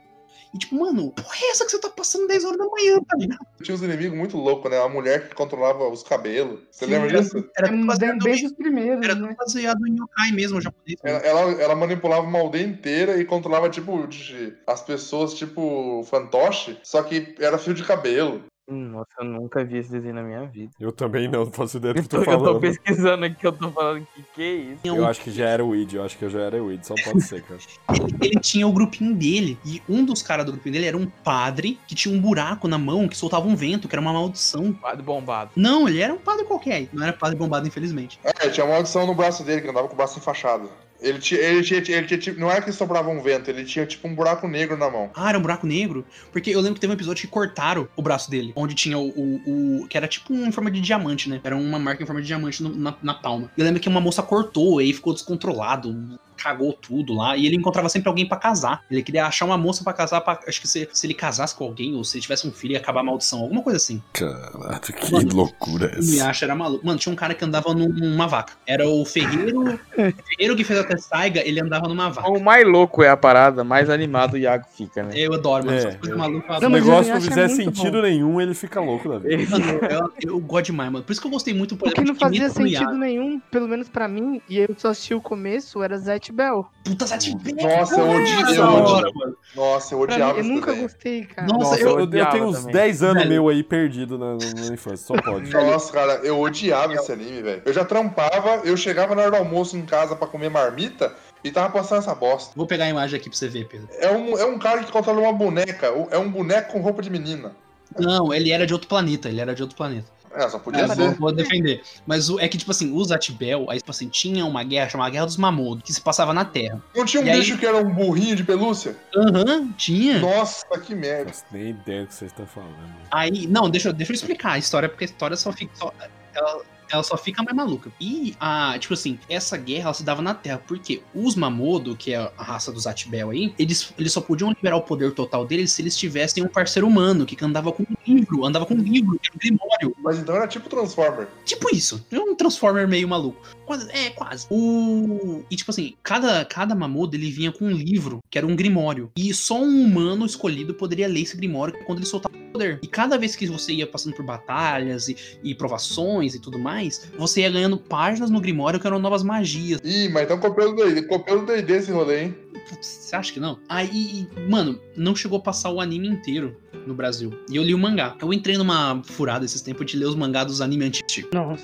[SPEAKER 2] E, tipo, mano, porra, é essa que você tá passando 10 horas da manhã, tá ligado?
[SPEAKER 3] Tinha uns inimigos muito loucos, né? Uma mulher que controlava os cabelos. Você
[SPEAKER 6] Sim,
[SPEAKER 3] lembra
[SPEAKER 6] eu-
[SPEAKER 3] disso?
[SPEAKER 2] Era
[SPEAKER 6] É
[SPEAKER 2] tudo
[SPEAKER 6] bem,
[SPEAKER 2] baseado,
[SPEAKER 6] bem dos primeiros,
[SPEAKER 2] era
[SPEAKER 6] né?
[SPEAKER 2] tudo baseado em yokai mesmo, japonês.
[SPEAKER 3] Ela, ela, ela manipulava uma aldeia inteira e controlava, tipo, de- as pessoas, tipo, fantoche, só que era fio de cabelo.
[SPEAKER 1] Hum, Nossa, eu nunca vi esse desenho na minha vida.
[SPEAKER 4] Eu também não faço ideia do
[SPEAKER 1] Eu
[SPEAKER 4] que
[SPEAKER 1] tô,
[SPEAKER 4] eu tô
[SPEAKER 1] eu tô
[SPEAKER 4] falando.
[SPEAKER 1] pesquisando aqui, eu tô falando que que é isso.
[SPEAKER 10] um.
[SPEAKER 4] Eu acho que já era o ID, eu acho que eu já era o ID, só um pode ser, cara.
[SPEAKER 2] ele, ele tinha o grupinho dele. E um dos caras do grupinho dele era um padre que tinha um buraco na mão que soltava um vento, que era uma maldição.
[SPEAKER 1] Quadro bombado.
[SPEAKER 2] Não, ele era um padre qualquer. Não era padre bombado, infelizmente.
[SPEAKER 3] É, tinha uma maldição no braço dele, que andava com o braço enfaixado. Ele tinha, ele tinha, ele tinha, tipo, não era que sobrava um vento, ele tinha tipo um buraco negro na mão.
[SPEAKER 2] Ah, era um buraco negro? Porque eu lembro que teve um episódio que cortaram o braço dele, onde tinha o. o, o- que era tipo um em forma de diamante, né? Era uma marca em forma de diamante no- na, na palma. Eu lembro que uma moça cortou e aí ficou descontrolado, cagou tudo lá. E ele encontrava sempre alguém pra casar. Ele queria achar uma moça pra casar. pra- acho que se, se ele casasse com alguém ou se ele tivesse um filho, ia acabar a maldição, alguma coisa assim.
[SPEAKER 10] Caralho, que
[SPEAKER 2] Mano,
[SPEAKER 10] loucura é
[SPEAKER 2] Me
[SPEAKER 10] essa.
[SPEAKER 2] acha, era maluco. Mano, tinha um cara que andava num- numa vaca. Era o ferreiro. o ferreiro que fez a testaiga, ele andava numa vaca.
[SPEAKER 1] O mais louco é a parada, mais animado o Iago fica, né?
[SPEAKER 2] Eu adoro, mano.
[SPEAKER 4] É,
[SPEAKER 2] essas coisas
[SPEAKER 4] eu-
[SPEAKER 2] malucas. eu
[SPEAKER 4] Se o
[SPEAKER 2] adoro.
[SPEAKER 6] mas
[SPEAKER 4] negócio
[SPEAKER 6] eu
[SPEAKER 4] não
[SPEAKER 6] acho
[SPEAKER 4] fizer
[SPEAKER 6] é muito
[SPEAKER 4] sentido
[SPEAKER 6] bom.
[SPEAKER 4] nenhum, ele fica louco da vida.
[SPEAKER 2] Mano, eu, eu gosto demais, mano. Por isso que eu gostei muito, por
[SPEAKER 11] O que
[SPEAKER 2] exemplo,
[SPEAKER 11] não
[SPEAKER 2] de
[SPEAKER 11] fazia
[SPEAKER 2] Kimetsu no
[SPEAKER 11] sentido
[SPEAKER 2] Yaiba.
[SPEAKER 11] nenhum, pelo menos pra mim, e eu só assisti o começo, era Zet Bell.
[SPEAKER 2] Puta, é Sete
[SPEAKER 3] Nossa, eu odiei. Eu,
[SPEAKER 4] Nossa.
[SPEAKER 3] odiei- nossa, eu
[SPEAKER 11] Pra mim,
[SPEAKER 3] odiava
[SPEAKER 11] eu
[SPEAKER 3] esse
[SPEAKER 11] nunca
[SPEAKER 3] desenho.
[SPEAKER 11] gostei, cara.
[SPEAKER 2] Nossa,
[SPEAKER 4] Nossa,
[SPEAKER 2] eu-
[SPEAKER 4] eu, eu
[SPEAKER 1] odiava
[SPEAKER 4] tenho uns
[SPEAKER 1] também.
[SPEAKER 4] 10 anos
[SPEAKER 2] Velho.
[SPEAKER 4] meu aí perdido na, na- na infância, só pode.
[SPEAKER 3] Nossa, cara, eu odiava esse anime, velho. Eu já trampava, eu chegava na hora do almoço em casa pra comer marmita e tava passando essa bosta.
[SPEAKER 2] Vou pegar a imagem aqui pra você ver, Pedro.
[SPEAKER 3] É um, é um cara que controla uma boneca, o- é um boneco com roupa de menina.
[SPEAKER 2] Não, ele era de outro planeta, ele era de outro planeta.
[SPEAKER 3] É, só podia
[SPEAKER 2] Eu vou,
[SPEAKER 3] ser.
[SPEAKER 2] vou defender. Mas o- é que, tipo assim, os Atibel, aí, tipo assim, tinha uma guerra chamada Guerra dos Mamodos, que se passava na Terra.
[SPEAKER 3] Não tinha um
[SPEAKER 2] E aí-
[SPEAKER 3] bicho que era um burrinho de pelúcia?
[SPEAKER 2] Aham, tinha.
[SPEAKER 3] Nossa, que merda.
[SPEAKER 4] Nossa, nem ideia do que vocês estão falando.
[SPEAKER 2] Aí, não, deixa, eu- deixa eu explicar a história, porque a história só fica. só- ela, ela só fica mais maluca. E, a, tipo assim, essa guerra ela se dava na Terra, porque os Mamodo, que é a raça dos Atibel aí, eles, eles só podiam liberar o poder total deles se eles tivessem um parceiro humano, que andava com um livro, andava com um livro, que era o Grimório.
[SPEAKER 3] Mas então era tipo Transformer.
[SPEAKER 2] Tipo isso. É um Transformer meio maluco. Quase- é, quase. O... E tipo assim, cada, cada mamodo ele vinha com um livro, que era um grimório. E só um humano escolhido poderia ler esse grimório quando ele soltava o poder. E cada vez que você ia passando por batalhas e, e provações e tudo mais, você ia ganhando páginas no grimório que eram novas magias.
[SPEAKER 3] Ih, mas então copiou do D&D, copiou do D&D esse rolê, hein?
[SPEAKER 2] Putz, Você acha que não? Aí, mano, não chegou a passar o anime inteiro no Brasil. E eu li o mangá. Eu entrei numa furada esses tempos de ler os mangá dos anime antigos.
[SPEAKER 6] Nossa.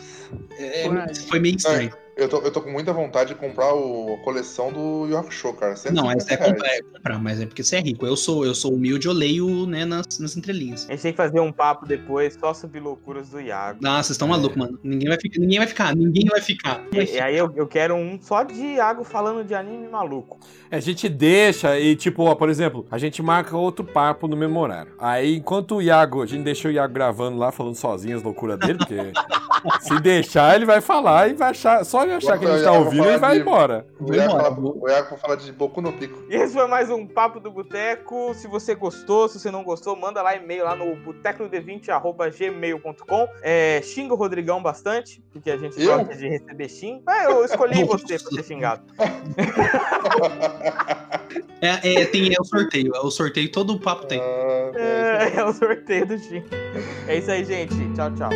[SPEAKER 2] É,
[SPEAKER 11] Uai.
[SPEAKER 2] foi meio estranho.
[SPEAKER 3] Eu tô, eu tô com muita vontade de comprar o, a coleção do York Show, cara.
[SPEAKER 2] Não, mas
[SPEAKER 3] 150
[SPEAKER 2] é
[SPEAKER 3] reais.
[SPEAKER 2] comprar, é comprar, mas é porque você é rico. Eu sou, eu sou humilde, eu leio, né, nas, nas entrelinhas.
[SPEAKER 1] A gente tem que fazer um papo depois só sobre loucuras do Iago.
[SPEAKER 2] Ah, vocês estão malucos, mano. Ninguém vai ficar, ninguém vai ficar, ninguém vai ficar.
[SPEAKER 1] E, e aí eu, eu quero um só de Iago falando de anime maluco.
[SPEAKER 4] É, A gente deixa e, tipo, ó, por exemplo, a gente marca outro papo no mesmo horário. Aí, enquanto o Iago, a gente deixa o Iago gravando lá, falando sozinho as loucuras dele, porque se deixar, ele vai falar e vai achar, só ele achar que a gente tá ouvindo, ele vai embora.
[SPEAKER 3] O Iago,
[SPEAKER 2] Vambora,
[SPEAKER 3] fala, o Iago vai falar de Boku no Pico.
[SPEAKER 1] E esse foi mais um Papo do Boteco. Se você gostou, se você não gostou, manda lá e-mail lá no botecod20.gmail.com. É, xinga o Rodrigão bastante, porque a gente
[SPEAKER 3] Eu?
[SPEAKER 1] gosta de receber xing. É, eu escolhi você pra ser xingado.
[SPEAKER 2] É, é, tem, é o sorteio. É o sorteio, todo o papo tem.
[SPEAKER 3] Ah,
[SPEAKER 1] É, é o sorteio do xing. É isso aí, gente. Tchau, tchau.